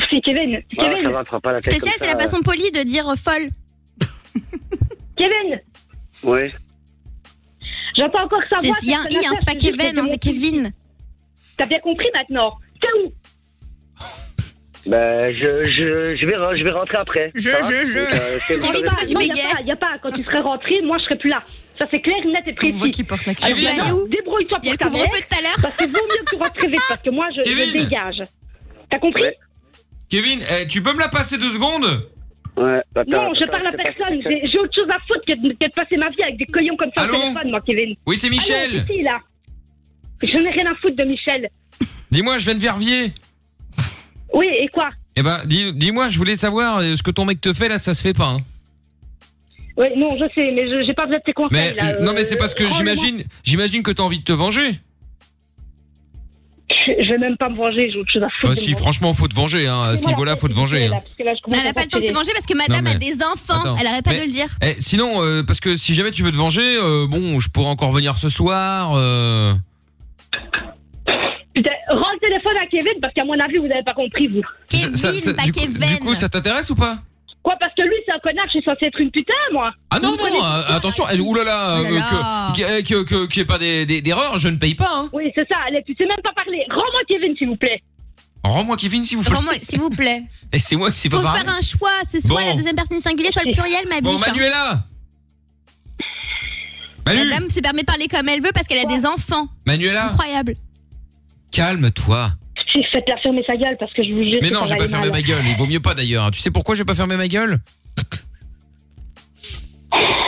Speaker 9: Si, Kevin,
Speaker 5: Ouais, ah, ça
Speaker 9: Kevin,
Speaker 5: va, prends pas la tête
Speaker 4: Spéciale,
Speaker 5: comme
Speaker 4: c'est
Speaker 5: ça.
Speaker 4: la façon polie de dire euh, folle.
Speaker 9: Kevin,
Speaker 5: Oui.
Speaker 9: j'entends encore sa
Speaker 4: C'est-
Speaker 9: voix.
Speaker 4: Il y a un
Speaker 9: personne
Speaker 4: i, hein,
Speaker 9: n'a
Speaker 4: c'est pas
Speaker 9: fait, je dis que
Speaker 4: Kevin, hein,
Speaker 9: mon-
Speaker 4: c'est Kevin.
Speaker 9: T'as bien compris maintenant. T'es où
Speaker 5: Bah, je, je, je, vais, re- je vais rentrer après.
Speaker 9: Je-
Speaker 5: Ça va
Speaker 9: je- je.
Speaker 5: Donc, euh, c'est-
Speaker 9: Non, y a
Speaker 4: Ah,
Speaker 9: pas,
Speaker 5: vous
Speaker 9: non,
Speaker 5: savez-
Speaker 9: y a pas, y a pas. Quand tu serais rentré, moi je serais plus là. Ça c'est clair, net et précis. Alors,
Speaker 4: Kevin.
Speaker 9: maintenant,
Speaker 4: Tu vas aller où
Speaker 9: Débrouille-toi
Speaker 4: Bah, Il y a
Speaker 9: pour
Speaker 4: le
Speaker 9: ta mère.
Speaker 4: couvre-feu tout à l'heure.
Speaker 9: Parce que vaut mieux que tu rentres très vite, parce que moi je, je
Speaker 2: Kevin.
Speaker 9: dégage. T'as compris
Speaker 2: Kevin, eh, tu peux me la passer deux secondes
Speaker 5: Ouais, attends,
Speaker 9: Non, je
Speaker 5: attends,
Speaker 9: parle à
Speaker 5: c'est pas-
Speaker 9: personne.
Speaker 5: c'est-
Speaker 9: J'ai j'ai autre chose à foutre que de, que de passer ma vie avec des coyons comme ça
Speaker 2: Allô
Speaker 9: au téléphone, moi, Kevin.
Speaker 2: Oui, c'est Michel.
Speaker 9: Allô, c'est qui, là Je n'ai rien à foutre de Michel.
Speaker 2: Dis-moi, je viens de Verviers.
Speaker 9: Oui, et quoi
Speaker 2: Eh ben, dis- dis-moi, je voulais savoir, euh, ce que ton mec te fait, là, ça se fait pas. hein.
Speaker 9: Oui, non, je sais, mais je- j'ai pas besoin de tes conseils.
Speaker 2: Mais,
Speaker 9: là,
Speaker 2: non,
Speaker 9: euh,
Speaker 2: mais c'est parce que
Speaker 9: rends-le-moi.
Speaker 2: j'imagine, j'imagine que t'as envie de te venger.
Speaker 9: Je je vais même pas me venger, j'ai autre chose à foutre.
Speaker 2: Bah
Speaker 9: de
Speaker 2: si,
Speaker 9: moi.
Speaker 2: franchement, faut te venger. Hein. À ce
Speaker 9: Voilà,
Speaker 2: niveau-là, faut te venger.
Speaker 9: Là,
Speaker 2: hein.
Speaker 9: parce que là, je
Speaker 4: Non,
Speaker 9: commence
Speaker 4: elle
Speaker 9: à
Speaker 4: a pas le temps de se
Speaker 9: partir.
Speaker 4: venger parce que madame
Speaker 2: mais-
Speaker 4: a des enfants.
Speaker 2: Attends.
Speaker 4: Elle arrête pas
Speaker 2: Mais-
Speaker 4: de le dire.
Speaker 2: Eh, sinon, euh, parce que si jamais tu veux te venger, euh, bon, je pourrais encore venir ce soir. euh.
Speaker 9: Putain, rends le téléphone à Kevin parce qu'à mon avis, vous avez pas compris, vous.
Speaker 2: Ça- ça- ça- du, coup, du coup, ça t'intéresse ou pas
Speaker 9: Quoi, parce que lui, c'est un connard, je suis censée être une putain, moi.
Speaker 2: Ah non,
Speaker 9: Vous me
Speaker 2: non,
Speaker 9: connaissez
Speaker 2: euh, attention, elle, oulala,
Speaker 9: Oh là
Speaker 2: euh,
Speaker 9: là.
Speaker 2: que- que- que- que- qu'il n'y ait pas des- des- d'erreur, je ne paye pas. Hein.
Speaker 9: Oui, c'est ça, allez, tu sais même pas parler. Rends-moi Kevin, s'il vous plaît.
Speaker 2: Rends-moi Kevin, s'il vous plaît.
Speaker 4: Vraiment, s'il vous plaît.
Speaker 2: Et c'est moi qui sais pas
Speaker 4: Faut
Speaker 2: parler.
Speaker 4: faire un choix. C'est soit
Speaker 2: Bon.
Speaker 4: la deuxième personne du singulier, soit le pluriel, ma biche.
Speaker 2: Bon, Manuela Manu
Speaker 4: Madame se permet de parler comme elle veut parce qu'elle a des enfants.
Speaker 2: Manuela,
Speaker 4: Incroyable.
Speaker 2: calme-toi.
Speaker 9: Si, Faites-la fermer sa gueule parce que je vous jure.
Speaker 2: Mais
Speaker 9: que
Speaker 2: non, je
Speaker 9: ça
Speaker 2: vais
Speaker 9: va
Speaker 2: pas
Speaker 9: aller
Speaker 2: fermer
Speaker 9: mal.
Speaker 2: ma
Speaker 9: hein.
Speaker 2: gueule. Il vaut mieux pas d'ailleurs. Tu sais pourquoi je vais pas fermer ma gueule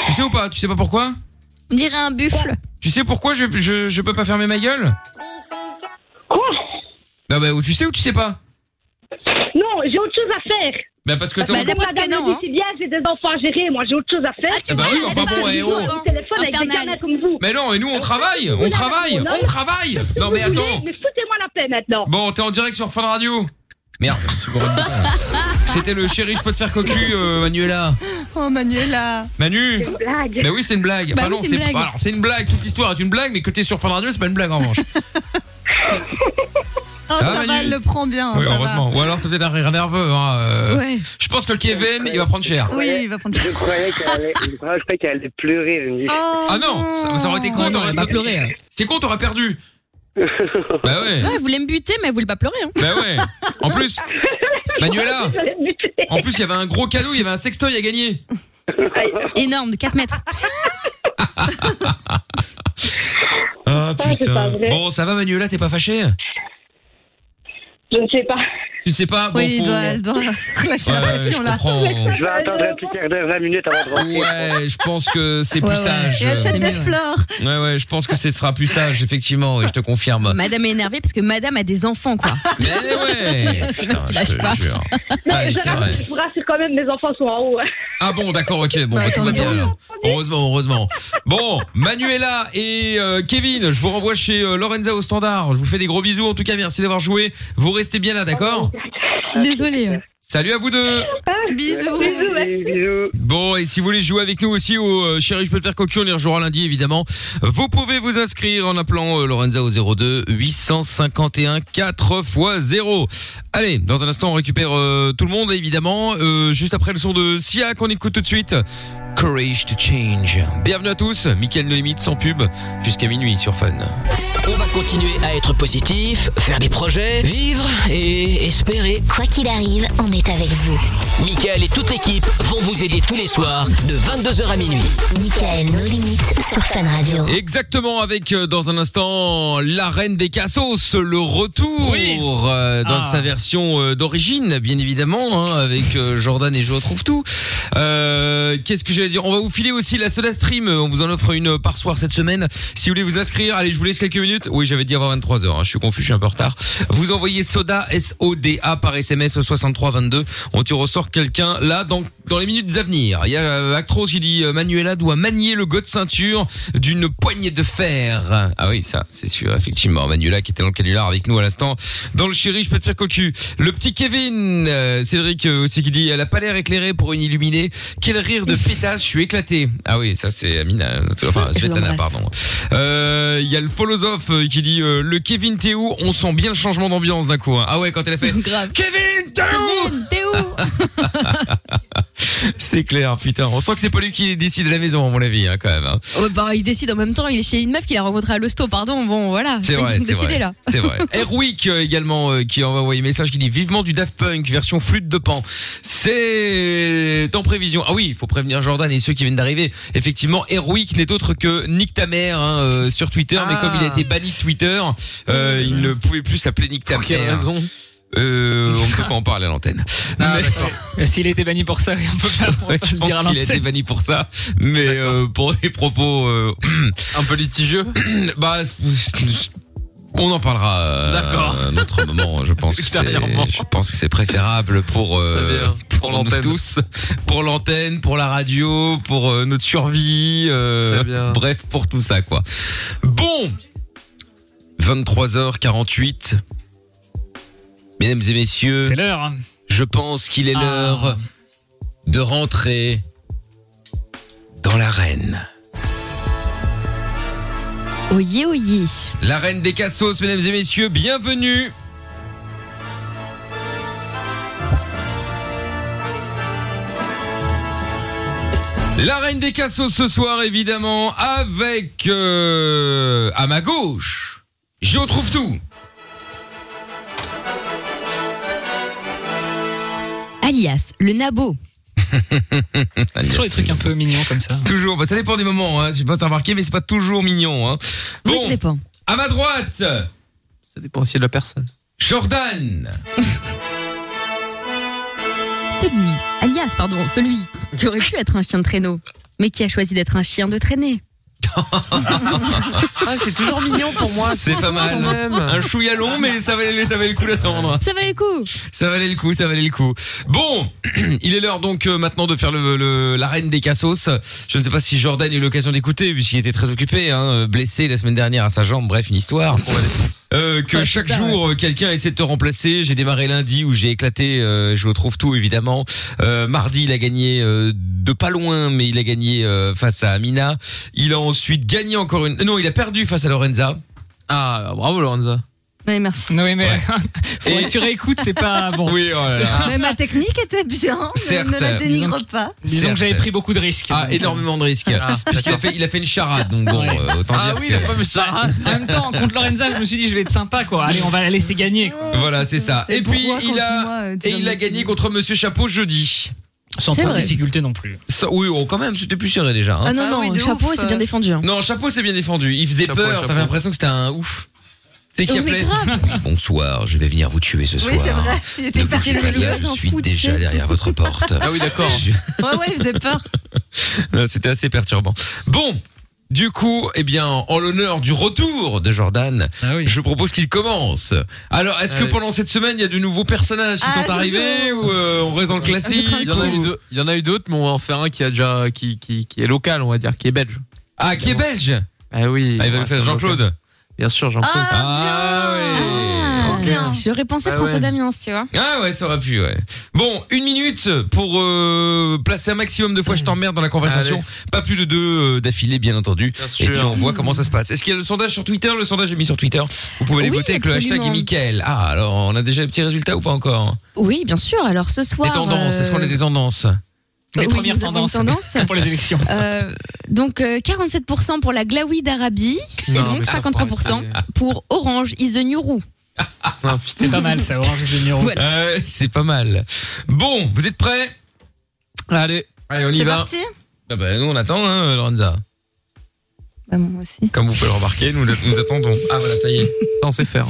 Speaker 2: Tu sais ou pas Tu sais pas pourquoi
Speaker 4: On dirait un buffle.
Speaker 14: Ah,
Speaker 2: Tu sais pourquoi je, je, je peux pas fermer ma gueule
Speaker 9: Quoi
Speaker 2: Bah bah ou tu sais ou tu sais pas
Speaker 14: Non, j'ai autre chose à faire.
Speaker 2: Bah, parce que toi-
Speaker 14: la madame me dit, c'est bien, j'ai des enfants à gérer, moi j'ai autre chose à faire.
Speaker 2: tu Ah bah vois, oui, la enfin dame bon, qui eh joue oh. au
Speaker 14: Au téléphone avec des
Speaker 2: Infernal.
Speaker 14: gamins comme vous.
Speaker 2: Mais non, et nous on travaille, on travaille, on travaille. Non mais attends. Bah,
Speaker 14: Mais foutez-moi la paix maintenant.
Speaker 2: Bon, t'es en direct sur Fun Radio. Merde. tu me redis pas. C'était le chéri, je peux te faire cocu, euh, Manuela.
Speaker 12: Oh Manuela.
Speaker 2: Manu.
Speaker 14: blague.
Speaker 2: Mais oui, c'est une blague.
Speaker 12: Bah
Speaker 2: Enfin
Speaker 12: oui,
Speaker 2: non,
Speaker 12: c'est
Speaker 2: c'est
Speaker 12: une blague.
Speaker 2: alors, c'est une blague. Toute l'histoire est une blague, mais que t'es sur Fun Radio, c'est pas une blague en revanche.
Speaker 12: Oh,
Speaker 2: Ça va,
Speaker 12: ça, va,
Speaker 2: Manu
Speaker 12: elle le prend bien.
Speaker 2: oui,
Speaker 12: Ah, ça va.
Speaker 2: heureusement. Ou alors c'est peut-être un rire nerveux. Hein. euh.
Speaker 12: Ouais.
Speaker 2: Je pense que le Kevin, il va prendre cher.
Speaker 12: Oui, il va prendre
Speaker 13: Je croyais qu'elle allait, je croyais qu'elle allait pleurer. elle me dit.
Speaker 6: Oh,
Speaker 2: Ah non, ça, ça aurait été con.
Speaker 13: Ouais,
Speaker 2: t'aurais
Speaker 13: elle va
Speaker 2: perdu. C'est con, t'aurais perdu. bah ouais.
Speaker 4: Ouais, vous voulez me buter, mais vous voulez pas pleurer. Hein.
Speaker 2: Bah ouais. En plus, Manuela. En plus, il y avait un gros cadeau, il y avait un sextoy à gagner.
Speaker 4: Énorme, de 4 mètres.
Speaker 2: Ah
Speaker 14: c'est pas
Speaker 2: putain.
Speaker 14: vrai.
Speaker 2: Bon, ça va Manuela, t'es pas fâchée
Speaker 14: Je ne sais pas.
Speaker 2: Tu ne sais pas bon, faut- Ouais, je comprends.
Speaker 13: Je vais
Speaker 9: Euh,
Speaker 13: attendre un petit quart d'heure, 20 minutes avant de rentrer.
Speaker 2: Ouais, je pense que c'est plus sage.
Speaker 4: Et achète des fleurs.
Speaker 2: Ouais, ouais, je pense que ce sera plus sage, effectivement, et je te confirme.
Speaker 4: Madame est énervée parce que madame a des enfants, quoi.
Speaker 2: Mais ouais Putain, je te jure. Ouais, Ah c'est vrai.
Speaker 14: Je vous rassure quand même, mes enfants sont en haut. hein.
Speaker 2: Ah bon, d'accord, ok, bon,
Speaker 14: Bah,
Speaker 2: bah, tout
Speaker 14: attends,
Speaker 2: va
Speaker 14: mais
Speaker 2: bien.
Speaker 14: oui,
Speaker 2: alors. Heureusement, heureusement. Bon, Manuela et euh, Kevin, je vous renvoie chez euh, Lorenza au standard. Je vous fais des gros bisous. En tout cas, merci d'avoir joué. Vous restez bien là, d'accord
Speaker 4: Désolée. euh.
Speaker 2: Salut à vous deux.
Speaker 4: Bisous.
Speaker 9: hein.
Speaker 2: Bon, et si vous voulez jouer avec nous aussi au euh, Chéri, je peux te faire cocu, on les rejouera lundi, évidemment. Vous pouvez vous inscrire en appelant euh, Lorenza au 02 851 4 x 0. Allez, dans un instant, on récupère euh, tout le monde, évidemment. Euh, juste après le son de Sia qu'on écoute tout de suite. Courage to Change. Bienvenue à tous. Mickaël No Limite, sans pub, jusqu'à minuit sur Fun.
Speaker 1: On va continuer à être positif, faire des projets, vivre et espérer.
Speaker 11: Quoi qu'il arrive, on est avec vous.
Speaker 1: Michael et toute l'équipe vont vous aider tous les soirs de 22h à minuit.
Speaker 11: Michael, nos limites sur Fun Radio.
Speaker 2: Exactement, avec euh, dans un instant la reine des cassos, le retour euh, dans
Speaker 5: Ah.
Speaker 2: sa version euh, d'origine, bien évidemment, hein, avec euh, Jordan et Je retrouve tout. Euh, Qu'est-ce que j'allais dire On va vous filer aussi la Soda Stream. On vous en offre une euh, par soir cette semaine. Si vous voulez vous inscrire, allez, je vous laisse quelques minutes. Oui, j'avais dit avant 23 heures. hein, je suis confus, je suis un peu en retard. Vous envoyez Soda S O D A par SMS au 63 22. On tire au sort quelqu'un là dans dans les minutes à venir. Il y a euh, Actros qui dit euh, Manuela doit manier le god de ceinture d'une poignée de fer. Ah oui, ça, c'est sûr, effectivement. Manuela qui était dans le canular avec nous à l'instant. Dans le chéri, je peux te faire cocu. Le petit Kevin, euh, Cédric euh, aussi qui dit, elle a pas l'air éclairée pour une illuminée. Quel rire de pétasse, je suis éclaté. Ah oui, ça c'est Amina, notre- enfin
Speaker 5: Je vous
Speaker 2: Svetlana,
Speaker 5: embrasse.
Speaker 2: pardon. Euh, Il y a le Folosophe euh, qui dit, euh, le Kevin Théo, on sent bien le changement d'ambiance d'un coup. hein. Ah ouais, quand elle a fait... Kevin, t'es où
Speaker 4: T'es où
Speaker 2: C'est clair, putain. On sent que c'est pas lui qui décide de la maison, à mon avis, hein, quand même. hein.
Speaker 4: Oh, bah, il décide en même temps, il est chez une meuf qu'il a rencontrée à l'hosto, pardon. Bon, voilà.
Speaker 2: C'est
Speaker 4: pas
Speaker 2: vrai,
Speaker 4: une
Speaker 2: c'est
Speaker 4: décidée,
Speaker 2: vrai.
Speaker 4: là.
Speaker 2: C'est vrai. Erwick euh, également euh, qui envoie envoyé un message qui dit vivement du Daft Punk version flûte de pan. C'est en prévision. Ah oui, il faut prévenir Jordan et ceux qui viennent d'arriver. Effectivement, Erwick n'est autre que Nick ta mère hein, euh, sur Twitter, mais comme il a été banni de Twitter, euh, il ne pouvait plus s'appeler Nick ta
Speaker 5: quelle
Speaker 2: mère.
Speaker 5: raison
Speaker 2: Euh, on ne peut pas en parler à l'antenne. Mais-
Speaker 3: Et S'il a été banni pour ça, on peut pas, on peut
Speaker 2: Ouais,
Speaker 3: pas
Speaker 2: je
Speaker 3: le dire à
Speaker 2: pense qu'il a été
Speaker 3: l'antenne.
Speaker 2: banni pour ça, mais euh, pour des propos euh, un peu litigieux. bah, c'est- c'est- on en parlera euh,
Speaker 5: D'accord.
Speaker 2: à un autre moment. Je pense que c'est,
Speaker 5: Ultérieurement.
Speaker 2: je pense que c'est préférable pour euh,
Speaker 5: Très bien.
Speaker 2: pour nous tous, pour l'antenne, pour la radio, pour euh, notre survie, euh, bref, pour tout ça quoi. Bon, 23h48. Mesdames et messieurs,
Speaker 3: C'est l'heure. hein.
Speaker 2: je pense qu'il est
Speaker 3: Ah.
Speaker 2: l'heure de rentrer dans l'arène.
Speaker 4: Oyez, oyez.
Speaker 2: L'arène des cassos, mesdames et messieurs, bienvenue. La reine des cassos ce soir évidemment avec euh, à ma gauche, je retrouve tout.
Speaker 4: Alias, le nabo.
Speaker 2: Toujours
Speaker 3: des trucs un peu mignons comme ça.
Speaker 2: Toujours, bah, ça dépend des moments, hein. je sais pas si t'as remarqué, mais c'est pas toujours mignon. Hein.
Speaker 4: Oui, ça dépend.
Speaker 2: À ma droite,
Speaker 5: Ça dépend aussi de la personne.
Speaker 2: Jordan.
Speaker 4: Celui, alias, pardon, celui qui aurait pu être un chien de traîneau, mais qui a choisi d'être un chien de traînée.
Speaker 5: Ah, c'est toujours mignon pour moi.
Speaker 2: C'est pas mal. Un chouïa long, mais ça valait, ça valait le coup d'attendre.
Speaker 4: Ça valait le coup.
Speaker 2: Ça valait le coup, ça valait le coup. Bon, il est l'heure donc euh, maintenant de faire le, le- la reine des cassos. Je ne sais pas si Jordan a eu l'occasion d'écouter, puisqu'il était très occupé, hein, euh, blessé la semaine dernière à sa jambe. Bref, une histoire. Euh, que chaque jour euh, quelqu'un essaie de te remplacer. J'ai démarré lundi où j'ai éclaté. euh, je le trouve tout évidemment. Euh, mardi, il a gagné euh, de pas loin, mais il a gagné euh, face à Amina. Il a ensuite gagné encore une. Non, il a perdu face à Lorenza. Ah, bravo Lorenza.
Speaker 6: Oui, merci.
Speaker 3: Non, oui, mais faudrait que tu réécoutes, c'est pas bon.
Speaker 2: Oui, oh là là.
Speaker 6: Mais ma technique était bien, ne,
Speaker 2: Certes.
Speaker 6: ne la dénigre pas.
Speaker 3: Disons que j'avais pris beaucoup de risques. euh,
Speaker 2: Ah, énormément de risques. Puisqu'il a fait, il a fait une charade, donc bon, euh, autant
Speaker 5: Ah
Speaker 2: dire que...
Speaker 3: Bah, En même temps, contre Lorenza, je me suis dit, je vais être sympa, quoi. Allez, on va la laisser gagner, quoi.
Speaker 2: Voilà, c'est ça. Et puis
Speaker 3: pourquoi
Speaker 2: il
Speaker 3: contre
Speaker 2: a
Speaker 3: moi, euh, tu
Speaker 2: et
Speaker 3: vas
Speaker 2: il a
Speaker 3: me-
Speaker 2: gagné contre Monsieur Chapeau jeudi.
Speaker 3: Sans
Speaker 4: C'est trop de vrai. difficulté
Speaker 3: non plus.
Speaker 2: oui, oh, quand même, c'était plus serré déjà. hein.
Speaker 4: Ah non, non, chapeau, c'est bien défendu. hein.
Speaker 2: Non, Chapeau c'est bien défendu. Il faisait peur. T'avais l'impression que c'était un ouf. C'est qui
Speaker 4: Oh, mais
Speaker 2: appelait.
Speaker 4: grave.
Speaker 2: Bonsoir, je vais venir vous tuer ce soir. Ne
Speaker 6: Il
Speaker 2: vous
Speaker 6: parti
Speaker 2: tuez pas, je suis déjà derrière votre porte.
Speaker 5: Ah oui, d'accord.
Speaker 6: Ouais, ouais, il faisait peur.
Speaker 2: Non, C'était assez perturbant. Bon, du coup, eh bien, en l'honneur du retour de Jordan,
Speaker 3: Ah
Speaker 2: je propose qu'il commence. Alors, est-ce que
Speaker 5: Allez.
Speaker 2: pendant cette semaine, il y a de nouveaux personnages qui sont arrivés ou euh, on reste dans le classique
Speaker 5: Il y en a eu deux- il y en a eu d'autres, mais on va en faire un qui, a déjà, qui, qui, qui est local, on va dire, qui est belge.
Speaker 2: Ah, qui est belge
Speaker 5: Ah oui.
Speaker 2: Ah, il va nous faire Jean-Claude.
Speaker 5: Bien sûr, Jean-Claude.
Speaker 2: Ah,
Speaker 4: Ah, J'aurais pensé
Speaker 2: Bah
Speaker 4: François
Speaker 2: ouais.
Speaker 4: Damiens, tu vois.
Speaker 2: Ah ouais, ça aurait pu, ouais. Bon, une minute pour euh, placer un maximum de fois je t'emmerde dans la conversation. Pas plus de deux euh, d'affilée, bien entendu. Et
Speaker 5: sûr.
Speaker 2: puis on voit comment ça se passe. Est-ce qu'il y a le sondage sur Twitter Le sondage est mis sur Twitter. Vous pouvez aller
Speaker 4: Oui,
Speaker 2: voter avec le
Speaker 4: absolument.
Speaker 2: hashtag et Mickaël. Ah, alors on a déjà les petits résultats ou pas encore
Speaker 4: Oui, bien sûr. Alors ce soir.
Speaker 2: Des tendances,
Speaker 4: euh,
Speaker 2: est-ce qu'on a des tendances
Speaker 4: Les oui, premières nous avons une tendances. tendance.
Speaker 3: pour les élections.
Speaker 4: euh, donc euh, 47% pour la Glaoui d'Arabie et
Speaker 3: Non,
Speaker 4: donc
Speaker 3: mais ça,
Speaker 4: 53% pour Orange is the new roux.
Speaker 5: Ah,
Speaker 3: C'était pas mal, ça, Orange is the New Rock.
Speaker 2: Euh, c'est pas mal. Bon, vous êtes prêts Allez, allez, on y
Speaker 6: C'est
Speaker 2: va.
Speaker 6: parti
Speaker 2: Ah bah, nous on attend, hein, Lorenza.
Speaker 6: Bah, moi aussi.
Speaker 2: Comme vous pouvez le remarquer, nous, nous attendons. Ah voilà, ça y est. Ça on sait faire.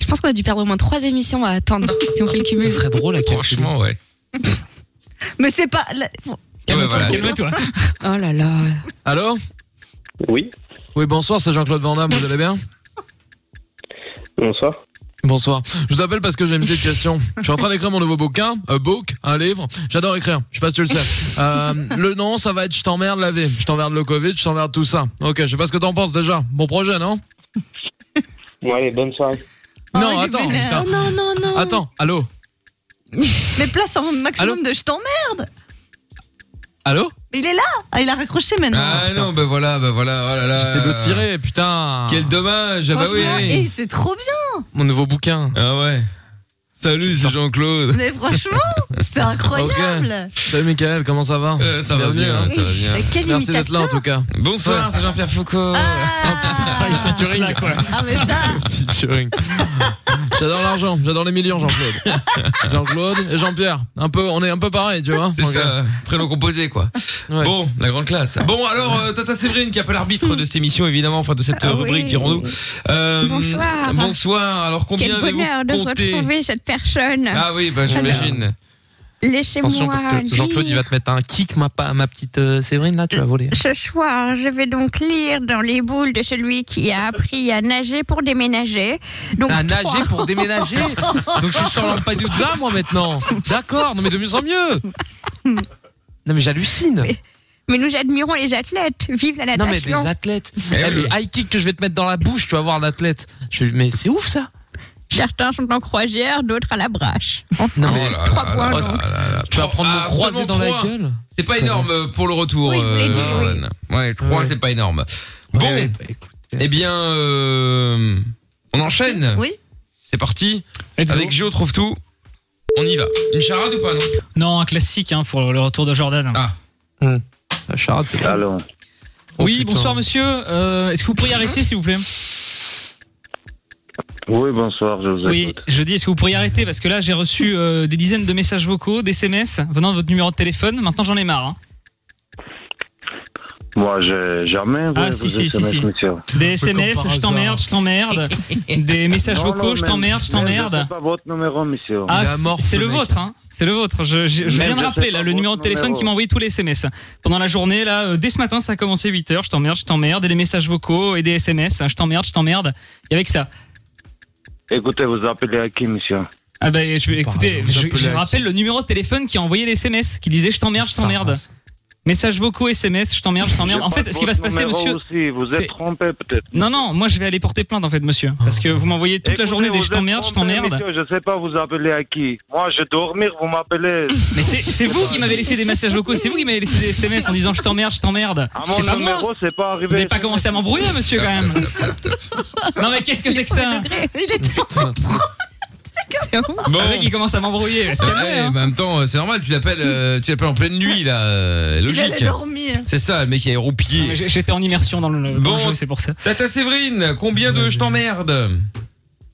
Speaker 4: Je pense qu'on a dû perdre au moins 3 émissions à attendre si on fait le cumul.
Speaker 2: Très drôle à Franchement, ouais. Ah, bah,
Speaker 6: Mais c'est pas. la- faut-
Speaker 5: Calme-toi,
Speaker 3: calme-toi.
Speaker 4: Oh là là.
Speaker 5: Allô
Speaker 13: Oui.
Speaker 5: Oui, bonsoir, c'est Jean-Claude Van Damme, vous allez bien
Speaker 13: Bonsoir.
Speaker 5: Bonsoir. Je vous appelle parce que j'ai une petite question. Je suis en train d'écrire mon nouveau bouquin, un book, un livre. J'adore écrire. Je sais pas si tu le sais. Euh, le nom, ça va être Je t'emmerde la vie. Je t'emmerde le Covid, je t'emmerde tout ça. Ok, je sais pas ce que t'en penses déjà. Bon projet, non
Speaker 13: Bon, allez, bonne soirée.
Speaker 5: Non, attends. putain.
Speaker 6: Oh, non, non, non.
Speaker 5: Attends, allô
Speaker 6: Mais place un maximum de je t'emmerde.
Speaker 5: Allô
Speaker 6: Il est là. Ah, il a raccroché maintenant.
Speaker 2: Ah non, bah voilà, bah voilà, oh là là.
Speaker 5: J'essaie de le tirer, putain.
Speaker 2: Quel dommage, ah bah oui.
Speaker 6: Franchement, eh, c'est trop bien.
Speaker 5: Mon nouveau bouquin.
Speaker 2: Ah ouais. Salut, c'est Jean-Claude.
Speaker 6: Mais franchement, c'est incroyable.
Speaker 5: Salut Michael, comment ça va
Speaker 2: ça va bien, hein, ça va bien. Mais quel
Speaker 5: Merci d'être là en
Speaker 2: imitateur
Speaker 5: tout cas.
Speaker 2: Bonsoir, c'est Jean-Pierre Foucault.
Speaker 5: Ah, featuring, quoi.
Speaker 6: Ah, mais ça.
Speaker 5: Featuring. J'adore l'argent, j'adore les millions, Jean-Claude. Jean-Claude et Jean-Pierre. Un peu, on est un peu pareil, tu vois.
Speaker 2: C'est
Speaker 5: Ok.
Speaker 2: ça, prénom composé quoi. Bon, la grande classe. Bon, alors euh, Tata Séverine qui est un peu l'arbitre de cette émission évidemment, enfin de cette euh,
Speaker 15: Ah oui.
Speaker 2: rubrique, dirons-nous. Euh,
Speaker 15: Bonsoir.
Speaker 2: Bonsoir. Alors combien
Speaker 15: Quel
Speaker 2: avez-vous
Speaker 15: bonheur de
Speaker 2: compté
Speaker 15: retrouver cette personne.
Speaker 2: Ah oui, bah j'imagine.
Speaker 15: Laissez-moi.
Speaker 5: Attention parce
Speaker 4: hein.
Speaker 5: que Jean-Claude il va
Speaker 15: lire.
Speaker 5: te mettre un kick ma, pa- ma petite euh, Séverine là, tu vas voler.
Speaker 15: Ce soir, je vais donc lire dans les boules de celui qui a appris à nager pour déménager. Donc
Speaker 5: à
Speaker 15: trois.
Speaker 5: nager pour déménager. Donc je suis sur Lampedusa moi maintenant. D'accord, non mais de mieux en mieux. Non mais j'hallucine.
Speaker 15: Mais nous admirons les athlètes. Vive la
Speaker 5: Non mais les
Speaker 15: natation.
Speaker 5: athlètes.
Speaker 15: Eh
Speaker 5: Eh,
Speaker 15: oui.
Speaker 5: Le high kick que je vais te mettre dans la bouche, tu vas voir l'athlète. Je vais- mais c'est ouf ça.
Speaker 15: Certains sont en croisière, d'autres à la brache.
Speaker 2: Oh
Speaker 5: Non Ah, mais
Speaker 15: Trois points. donc.
Speaker 5: tu vas prendre
Speaker 2: Ah,
Speaker 5: mon croisé
Speaker 2: seulement
Speaker 5: dans la
Speaker 2: trois.
Speaker 5: gueule.
Speaker 2: C'est pas énorme euh, pour le retour.
Speaker 5: Oui, je voulais
Speaker 2: euh,
Speaker 5: dire, oui.
Speaker 2: Jordan. Ouais, 3
Speaker 5: Ouais.
Speaker 2: c'est pas énorme. Bon,
Speaker 5: bah,
Speaker 2: eh bien, euh, on enchaîne.
Speaker 6: Oui.
Speaker 2: C'est parti. Avec Géo trouve tout. On y va. Une charade ou pas non
Speaker 3: Non, un classique hein, pour le retour de Jordan.
Speaker 2: Ah.
Speaker 5: La charade, c'est
Speaker 3: oui, bonsoir monsieur. Euh, Est-ce que vous pourriez arrêter s'il vous plaît
Speaker 17: Oui, bonsoir, je vous
Speaker 3: Oui,
Speaker 17: écoute.
Speaker 3: je dis est-ce que vous pourriez arrêter parce que là j'ai reçu euh, des dizaines de messages vocaux, des SMS venant de votre numéro de téléphone. Maintenant j'en ai marre. hein.
Speaker 9: Moi, j'ai jamais.
Speaker 3: Ah,
Speaker 9: vous-
Speaker 3: si,
Speaker 9: vous
Speaker 3: si, si,
Speaker 9: SMS,
Speaker 3: si.
Speaker 9: monsieur.
Speaker 3: Des SMS, je t'emmerde, je t'emmerde. Des messages
Speaker 9: Non, non,
Speaker 3: vocaux, je
Speaker 9: même-
Speaker 3: t'emmerde, je
Speaker 9: même
Speaker 3: t'emmerde.
Speaker 9: C'est pas votre numéro, monsieur.
Speaker 3: Ah, c'est- c'est le vôtre, hein. C'est le vôtre. Je, je- je
Speaker 9: Même
Speaker 3: viens de
Speaker 9: je
Speaker 3: rappeler
Speaker 9: sais
Speaker 3: là
Speaker 9: pas
Speaker 3: le numéro de
Speaker 9: votre
Speaker 3: téléphone
Speaker 9: numéro.
Speaker 3: qui m'a envoyé tous les SMS pendant la journée. Là, euh, dès ce matin, ça a commencé 8 h Je t'emmerde, je t'emmerde, et des messages vocaux et des SMS. hein, Je t'emmerde, je t'emmerde. Et avec ça.
Speaker 9: Écoutez, vous appelez à qui, monsieur
Speaker 3: Ah bah, je vais écouter.
Speaker 9: vous
Speaker 3: Je,
Speaker 9: appelez
Speaker 3: je
Speaker 9: à qui
Speaker 3: rappelle le numéro de téléphone qui a envoyé les SMS, qui disait je t'emmerde, je t'emmerde. Messages vocaux, SMS, je t'emmerde, je t'emmerde.
Speaker 9: J'ai
Speaker 3: En
Speaker 9: pas
Speaker 3: fait, ce qui va
Speaker 9: votre
Speaker 3: se passer,
Speaker 9: numéro
Speaker 3: monsieur.
Speaker 9: aussi, Vous
Speaker 3: c'est-
Speaker 9: êtes trompé, peut-être.
Speaker 3: Non, non, moi je vais aller porter plainte en fait, monsieur.
Speaker 9: Ah.
Speaker 3: Parce que vous m'envoyez toute la journée des je t'emmerde, je t'emmerde.
Speaker 9: Monsieur, je sais pas vous appeler à qui. Moi, je vais dormir, vous m'appelez.
Speaker 3: Mais c'est c'est vous qui m'avez laissé des messages vocaux, c'est vous qui m'avez laissé des SMS en disant je t'emmerde, je t'emmerde.
Speaker 5: Ah,
Speaker 9: mon
Speaker 3: C'est pas
Speaker 9: numéro,
Speaker 3: moi.
Speaker 9: c'est pas arrivé.
Speaker 3: Vous n'avez pas commencé à m'embrouiller, monsieur, quand même. Non, mais qu'est-ce que c'est que ça
Speaker 6: Il est
Speaker 2: Ah.
Speaker 3: Bon. Le mec, il commence à m'embrouiller. c'est calmé,
Speaker 2: Ouais,
Speaker 3: hein.
Speaker 2: Eh, mais en même temps, c'est normal, tu l'appelles euh, tu l'appelles en pleine nuit, là. euh, Logique. C'est ça, le mec qui est
Speaker 3: Mais
Speaker 2: roupillé.
Speaker 3: j'ai- J'étais en immersion dans le.
Speaker 2: Bon.
Speaker 3: Bon, c'est pour ça.
Speaker 2: Tata Séverine, combien de je t'emmerde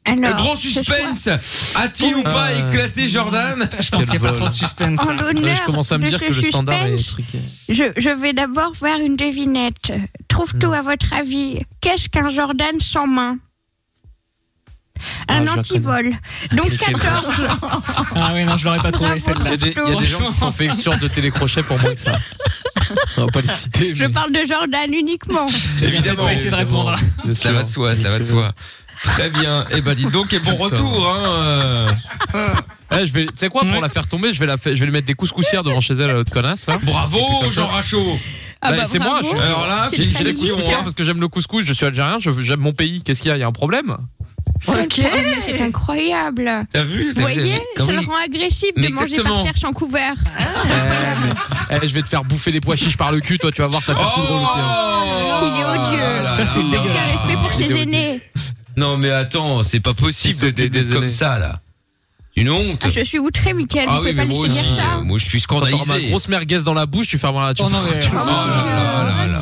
Speaker 4: Alors,
Speaker 2: Le grand
Speaker 4: ce
Speaker 2: suspense a-t-il ou pas
Speaker 5: Euh,
Speaker 2: éclaté Jordan
Speaker 3: Je pense qu'il y a pas trop de suspense.
Speaker 4: En l'honneur
Speaker 5: je commence à me
Speaker 4: euh, de
Speaker 5: dire
Speaker 4: ce
Speaker 5: que le standard est
Speaker 4: suspense,
Speaker 5: truqué.
Speaker 4: Je, je vais d'abord faire une devinette. Trouve
Speaker 5: Hmm.
Speaker 4: tout à votre avis. Qu'est-ce qu'un Jordan sans main un
Speaker 3: Ah, je la
Speaker 4: antivol. Donc
Speaker 3: Ok, bon.
Speaker 4: 14.
Speaker 3: Ah oui, non, je l'aurais pas trouvé
Speaker 4: Bravo,
Speaker 3: celle-là.
Speaker 5: Il y a des, il y a des gens qui se sont fait exclure de télécrochet pour moins que ça. On va pas les citer.
Speaker 4: Je parle de Jordan uniquement.
Speaker 2: Évidemment.
Speaker 3: essayer de répondre.
Speaker 2: Cela va de soi, cela va de soi. Très bien. Eh ben, dites donc, et bon retour, hein.
Speaker 5: Eh, je vais, tu sais quoi, pour la faire tomber, je vais la, fa- je vais lui mettre des couscoussières devant chez elle à l'autre connasse. là. Et puis
Speaker 2: Bravo,
Speaker 5: comme
Speaker 2: Jean
Speaker 5: ça-
Speaker 2: Rachaud.
Speaker 5: Ah bah, c'est moi, je suis.
Speaker 2: Alors là,
Speaker 5: j'ai j'ai des
Speaker 2: félicitations.
Speaker 5: couscoussières
Speaker 2: hein.
Speaker 5: parce que j'aime le couscous, je suis algérien, je- j'aime mon pays. Qu'est-ce qu'il y a Il y a un problème
Speaker 4: Ok. C'est incroyable.
Speaker 2: T'as vu
Speaker 4: Vous voyez, ça le rend agressif de
Speaker 5: Mais
Speaker 4: manger par
Speaker 5: exactement. Ah,
Speaker 4: terre sans couvert.
Speaker 5: Eh, je vais te faire bouffer des pois chiches par le cul, toi, tu vas voir,
Speaker 2: Oh
Speaker 5: ça va te faire tout drôle aussi. hein.
Speaker 4: Il est odieux.
Speaker 2: Ça, c'est
Speaker 4: Il manque de
Speaker 5: ah,
Speaker 2: dégueulasse.
Speaker 4: respect pour ses
Speaker 2: Il est
Speaker 4: aînés.
Speaker 2: Non, mais attends, c'est pas possible d'être comme ça, là. Une honte.
Speaker 4: Ah, je suis outré, Michael.
Speaker 2: Ah
Speaker 4: Vous
Speaker 2: oui,
Speaker 4: pouvez pas
Speaker 2: mais moi
Speaker 4: laisser dire
Speaker 2: aussi,
Speaker 4: ça.
Speaker 2: euh, Moi, je suis scandalisé.
Speaker 5: Quand t'auras ma grosse merguez dans la bouche, tu fermes la tu
Speaker 2: Oh non, mais-
Speaker 5: tu-
Speaker 2: Oh
Speaker 3: euh,
Speaker 2: là là là là.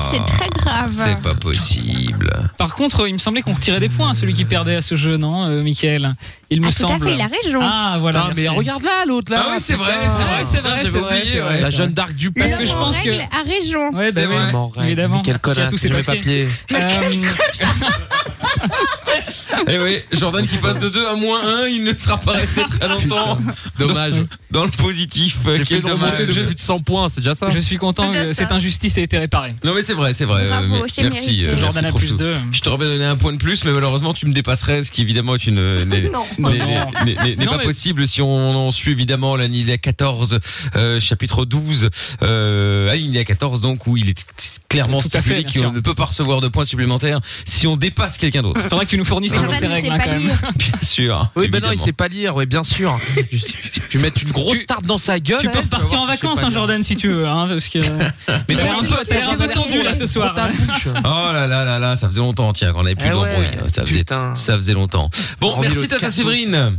Speaker 4: C'est très grave.
Speaker 2: C'est pas possible.
Speaker 3: Par contre, il me semblait qu'on retirait des points à celui qui perdait à ce jeu, non, euh, Michael Il me
Speaker 4: Ah, tout à
Speaker 3: semble.
Speaker 4: fait, il a raison.
Speaker 3: Ah, voilà.
Speaker 5: Ah, mais regarde là, l'autre là.
Speaker 2: Ah oui, c'est vrai, c'est vrai, c'est vrai, c'est vrai, c'est vrai.
Speaker 5: La jeune d'Arc du
Speaker 3: Parce que je pense que.
Speaker 4: Règle a raison.
Speaker 3: Ouais, bah
Speaker 5: C'est
Speaker 3: oui,
Speaker 5: vrai. Mon rêve,
Speaker 3: évidemment.
Speaker 5: mais quel
Speaker 3: Qui a
Speaker 5: connard,
Speaker 3: tous
Speaker 5: c'est
Speaker 3: ses
Speaker 5: mes
Speaker 3: papiers. Euh,
Speaker 2: Eh oui, Jordan qui passe de 2 à moins 1, il ne sera pas resté très longtemps. Dommage. Dans, dans le positif, euh,
Speaker 5: J'ai fait
Speaker 2: quel
Speaker 5: une remontée
Speaker 2: dommage.
Speaker 5: de plus de 100 points, c'est déjà ça.
Speaker 3: Je suis content
Speaker 5: C'est déjà
Speaker 3: que
Speaker 5: ça.
Speaker 3: cette injustice ait été réparée.
Speaker 2: Non mais c'est vrai, c'est vrai.
Speaker 3: Bravo,
Speaker 2: euh, mais-
Speaker 3: c'est
Speaker 2: merci,
Speaker 3: mérité.
Speaker 2: euh,
Speaker 3: Jordan
Speaker 2: merci,
Speaker 3: a
Speaker 2: trouve
Speaker 3: plus
Speaker 2: tout.
Speaker 3: deux.
Speaker 2: Je t'aurais donné un point de plus, mais malheureusement tu me dépasserais, ce qui évidemment est une euh, n'est-
Speaker 3: Non.
Speaker 2: n'est-
Speaker 3: Non.
Speaker 2: n'est- n'est- n'est
Speaker 3: Non,
Speaker 2: pas
Speaker 3: mais-
Speaker 2: possible si on en suit évidemment la ligne 14, euh, chapitre 12, euh, à 14 donc où il est clairement
Speaker 3: Tout à
Speaker 2: stipulé
Speaker 3: fait, bien
Speaker 2: qu'on
Speaker 3: sûr.
Speaker 2: ne peut pas recevoir de points supplémentaires si on dépasse quelqu'un d'autre.
Speaker 3: Faudrait que tu nous fournisses un peu ces règles, hein, quand même.
Speaker 4: euh.
Speaker 2: Bien sûr.
Speaker 5: Oui, ben non, il
Speaker 2: évidemment.
Speaker 5: sait pas lire, oui, bien sûr. Tu mets une grosse tarte dans sa gueule.
Speaker 3: Tu peux repartir en vacances, hein, Jordan, si tu veux, hein, parce que. Mais
Speaker 5: t'as
Speaker 3: t'as l'air un
Speaker 5: raison,
Speaker 3: peu- t'as l'air un peu tendu là ce soir.
Speaker 2: Oh là là là là, ça faisait longtemps, tiens, qu'on avait plus
Speaker 5: Eh ouais,
Speaker 2: d'embrouille. Ça faisait, ça faisait longtemps. Bon,
Speaker 5: Envie
Speaker 2: merci
Speaker 5: l'autre
Speaker 2: Tata
Speaker 5: carton.
Speaker 2: Séverine.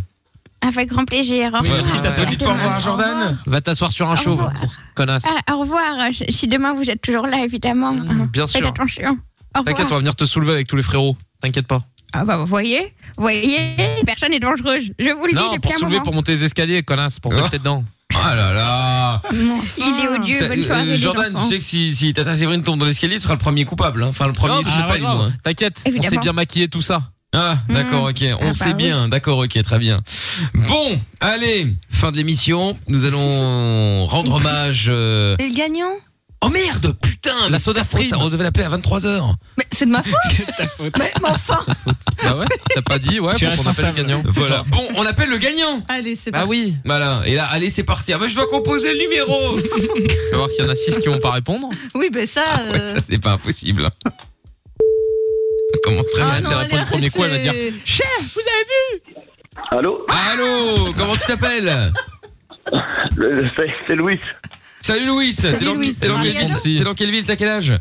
Speaker 4: Avec grand plaisir. Au revoir.
Speaker 2: Merci Tata. Dites pas au revoir à Jordan.
Speaker 5: Va t'asseoir sur un chauve, connasse.
Speaker 4: Ah, au revoir. Je- Si demain vous êtes toujours là, évidemment.
Speaker 5: bien
Speaker 4: Faites
Speaker 5: sûr.
Speaker 4: attention. Au
Speaker 5: T'inquiète, on va
Speaker 4: revoir.
Speaker 5: venir te soulever avec tous les frérots. T'inquiète pas.
Speaker 4: Ah bah, vous voyez, vous voyez, personne n'est dangereuse. Je vous le dis
Speaker 5: Non,
Speaker 4: depuis
Speaker 5: pour
Speaker 4: un
Speaker 5: soulever,
Speaker 4: moment.
Speaker 5: pour monter les escaliers, connasse, pour te jeter dedans.
Speaker 2: Ah là là.
Speaker 4: Il est
Speaker 2: Ça,
Speaker 4: odieux. Bonne
Speaker 2: euh,
Speaker 4: soirée. les
Speaker 2: Jordan, tu
Speaker 4: enfants.
Speaker 2: sais que si, si Tata Séverine tombe dans l'escalier, tu seras le premier coupable. hein. Enfin, le premier,
Speaker 5: Non,
Speaker 2: je
Speaker 5: bah,
Speaker 2: sais pas
Speaker 5: c'est
Speaker 2: hein.
Speaker 5: pas
Speaker 2: du
Speaker 5: grave.
Speaker 2: moins.
Speaker 5: T'inquiète, on s'est
Speaker 4: Évidemment.
Speaker 5: bien maquillé tout ça.
Speaker 2: Ah,
Speaker 9: Hmm.
Speaker 2: d'accord, ok. On
Speaker 5: bah
Speaker 2: sait
Speaker 5: oui.
Speaker 2: bien. D'accord, ok, très bien. Bon, allez, fin de l'émission. Nous allons rendre hommage. euh,
Speaker 6: Et le gagnant
Speaker 2: Oh merde, putain, la soda frite. On devait l'appeler à 23h.
Speaker 6: Mais c'est de ma faute Mais mais enfin
Speaker 5: Bah ouais, t'as pas dit, ouais,
Speaker 2: Tu es
Speaker 5: faut qu'on appelle
Speaker 2: responsable.
Speaker 5: le gagnant.
Speaker 2: Voilà. Bon, on appelle le gagnant.
Speaker 6: Allez, c'est
Speaker 5: Bah
Speaker 6: parti.
Speaker 5: oui.
Speaker 2: Voilà. Et là, allez, c'est parti. Ah bah, je dois composer le numéro.
Speaker 9: Euh.
Speaker 5: Tu vas voir qu'il y en a 6 qui vont pas répondre.
Speaker 6: Oui, ben ça. euh,
Speaker 2: Ouais, ça, c'est pas impossible. On commence très
Speaker 6: Ah
Speaker 2: mal.
Speaker 6: non, euh,
Speaker 2: Elle répond
Speaker 6: allez,
Speaker 2: le premier coup, elle va dire.
Speaker 6: arrêtez.
Speaker 4: Chef, vous avez vu
Speaker 2: Allô Allô Comment tu t'appelles
Speaker 9: C'est Louis.
Speaker 2: Salut Louis T'es
Speaker 9: Salut
Speaker 2: dans,
Speaker 9: Louis.
Speaker 2: t'es dans quelle
Speaker 9: Mariano.
Speaker 2: ville T'es dans quelle ville T'as quel âge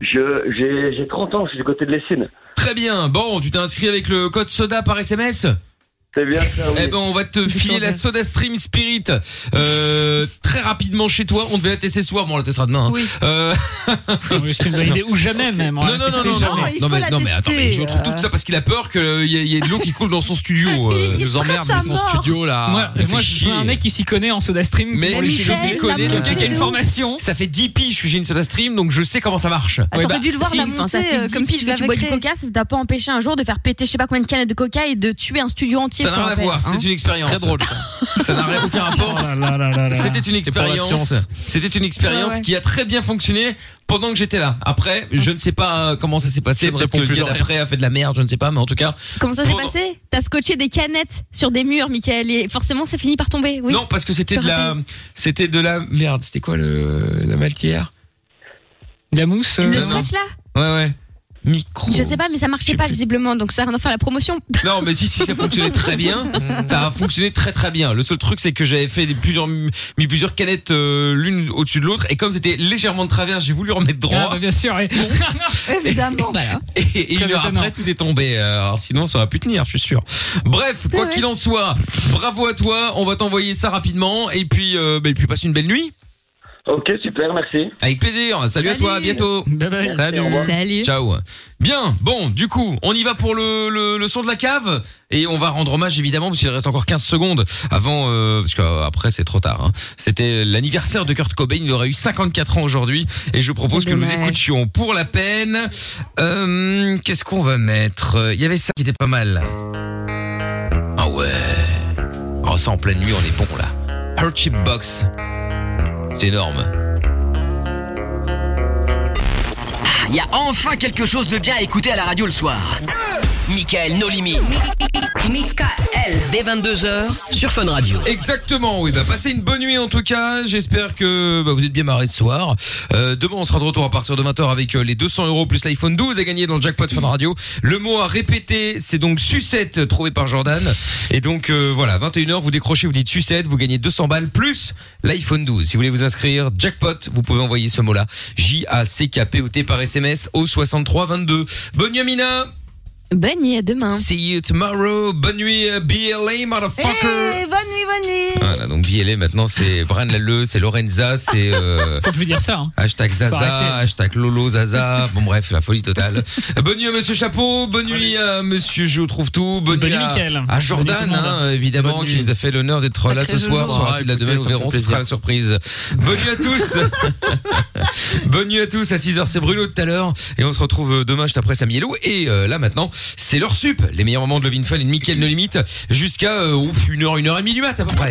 Speaker 9: Je, j'ai, j'ai 30 ans, je suis du côté de Lessine.
Speaker 2: Très bien. Bon, tu t'es inscrit avec le code soda par SMS
Speaker 8: C'est bien ça. oui.
Speaker 2: Eh ben, on va te filer la Soda Stream Spirit euh, très rapidement chez toi. On devait la tester ce soir, bon, on la testera demain. hein. Euh,
Speaker 3: c'est une bonne idée. Ou jamais même, hein. on
Speaker 2: Non,
Speaker 3: la
Speaker 2: non, non,
Speaker 3: testera
Speaker 2: non,
Speaker 3: jamais.
Speaker 2: non,
Speaker 3: Il
Speaker 2: non,
Speaker 3: faut
Speaker 2: mais,
Speaker 3: la
Speaker 2: non, mais attends, mais je
Speaker 3: tester,
Speaker 2: retrouve tout ça parce qu'il a peur qu'il y, ait- il y ait de l'eau qui coule dans son studio. euh, Il nous emmerde, mais son studio là.
Speaker 3: Moi,
Speaker 2: il fait
Speaker 3: moi je
Speaker 2: Ah, chier.
Speaker 3: veux un mec qui s'y connaît en soda stream.
Speaker 2: Mais
Speaker 3: pour
Speaker 2: les
Speaker 3: les
Speaker 2: choses
Speaker 3: choses
Speaker 2: qu'il connaît, c'est quelqu'un qui a une
Speaker 3: formation.
Speaker 2: Ça fait 10 piges que j'ai une soda stream, donc je sais comment ça marche. Ouais, bah,
Speaker 4: Si, enfin, ça
Speaker 6: euh,
Speaker 4: fait 10 piges que tu bois du coca, ça t'a pas empêché un jour de faire péter je sais pas combien de canettes de coca et de tuer un studio entier.
Speaker 2: Ça
Speaker 4: je te
Speaker 2: n'a rien à
Speaker 4: rappelle,
Speaker 2: voir,
Speaker 4: hein.
Speaker 2: c'est une expérience. Très drôle. Ça n'a rien- aucun rapport. C'était une expérience.
Speaker 3: science.
Speaker 2: C'était une expérience
Speaker 3: Ouais, ouais.
Speaker 2: qui a très bien fonctionné pendant que j'étais là. Après, je ne sais pas euh, comment ça s'est passé. Peut-être que
Speaker 5: réponds
Speaker 2: le
Speaker 5: plus
Speaker 2: gars
Speaker 5: en rien.
Speaker 2: d'après a fait de la merde, je ne sais pas, mais en tout cas.
Speaker 4: Comment ça s'est passé T'as scotché des canettes sur des murs, Michael, et forcément ça finit par tomber. Oui.
Speaker 2: Non, parce que c'était
Speaker 4: Je
Speaker 2: de la, c'était de la merde. C'était quoi le, la maltière?
Speaker 3: La mousse? euh,
Speaker 4: Le scotch là
Speaker 2: Ouais, ouais. Micro.
Speaker 4: Je sais pas, mais ça marchait pas visiblement, donc ça va en faire la promotion.
Speaker 2: Non, mais si, si ça fonctionnait très bien, ça a fonctionné très très bien. Le seul truc, c'est que j'avais fait des plusieurs, mis plusieurs canettes euh, l'une au-dessus de l'autre, et comme c'était légèrement de travers, j'ai voulu remettre droit.
Speaker 3: Ah, bah, bien sûr, ouais.
Speaker 12: Évidemment.
Speaker 2: Et, et une heure après, tout est tombé. Euh, Alors, sinon, ça va plus tenir, je suis sûr. Bref, quoi qu'il en soit, bravo à toi. On va t'envoyer ça rapidement. Et puis, euh, bah, et puis passe une belle nuit.
Speaker 8: Ok, super, merci.
Speaker 2: Avec plaisir. Salut, à
Speaker 8: Salut.
Speaker 2: toi. À bientôt.
Speaker 3: Bye bye.
Speaker 8: Merci, au revoir. Salut.
Speaker 2: Ciao. Bien. Bon, du coup, on y va pour le, le, le son de la cave. Et on va rendre hommage, évidemment, parce qu'il reste encore 15 secondes avant, euh, parce qu'après, c'est trop tard. hein. C'était l'anniversaire de Kurt Cobain. Il aurait eu 54 ans aujourd'hui. Et je propose que nous
Speaker 5: dommage.
Speaker 2: écoutions pour la peine. Euh, Qu'est-ce qu'on va mettre Il y avait ça qui était pas mal. Ah ouais. Oh, ça en pleine nuit, on est bon là. Her Chip Box. C'est énorme.
Speaker 1: Il y a enfin quelque chose de bien à écouter à la radio le soir. Michael No Limit. Michael. Dès 22h sur Fun Radio.
Speaker 2: Exactement, oui. Bah, passez une bonne nuit en tout cas. J'espère que bah, vous êtes bien marrés ce soir. Euh, demain, on sera de retour à partir de 20h avec euh, les 200 euros plus l'iPhone 12 à gagner dans le jackpot Fun Radio. Le mot à répéter, c'est donc sucette euh, trouvé par Jordan. Et donc euh, voilà, 21h, vous décrochez, vous dites sucette, vous gagnez 200 balles plus l'iPhone 12. Si vous voulez vous inscrire, jackpot, vous pouvez envoyer ce mot-là. J-A-C-K-P-O-T par SMS au 6322. Bonne nuit, Amina.
Speaker 4: Bonne nuit, à demain.
Speaker 2: See you tomorrow. Bonne nuit, euh, BLA, motherfucker.
Speaker 12: Eh, bonne nuit, bonne nuit.
Speaker 2: Voilà, donc BLA maintenant c'est Bran Lalleux, c'est Lorenza, c'est euh,
Speaker 3: Faut plus dire ça. hein.
Speaker 2: hashtag
Speaker 3: Faut
Speaker 2: Zaza,
Speaker 3: arrêter.
Speaker 2: hashtag Lolo Zaza. Bon bref, la folie totale. Euh, bonne nuit à Monsieur Chapeau, bonne nuit à Monsieur Je trouve tout, bonne,
Speaker 3: Bonne
Speaker 2: nuit
Speaker 3: nuit,
Speaker 2: à,
Speaker 3: Mickaël.
Speaker 2: à Jordan
Speaker 3: Bonne nuit tout le monde.
Speaker 2: hein, évidemment
Speaker 3: Bonne
Speaker 2: qui
Speaker 3: nuit.
Speaker 2: nous a fait l'honneur d'être là ce
Speaker 3: Sacré
Speaker 2: soir.
Speaker 3: Jojo.
Speaker 2: Sera-t-il là
Speaker 3: Ah,
Speaker 2: demain
Speaker 3: écoutez,
Speaker 2: Nous
Speaker 3: ça me
Speaker 2: verrons,
Speaker 3: fait
Speaker 2: ce sera
Speaker 3: plaisir.
Speaker 2: la surprise. Bonne nuit à tous. bonne nuit à tous. À 6h c'est Bruno tout à l'heure et on se retrouve euh, demain juste après Samy et Lou. et euh, là maintenant c'est leur sup, les meilleurs moments de Love in Fun et de Mickaël No Limite jusqu'à euh, ouf, une heure, une heure et demie du mat à peu près.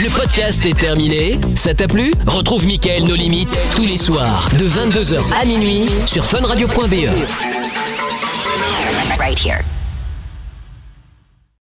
Speaker 1: Le podcast est terminé. Ça t'a plu Retrouve Michael No Limit tous les soirs E. de 22h à minuit sur funradio.be.
Speaker 11: Right here.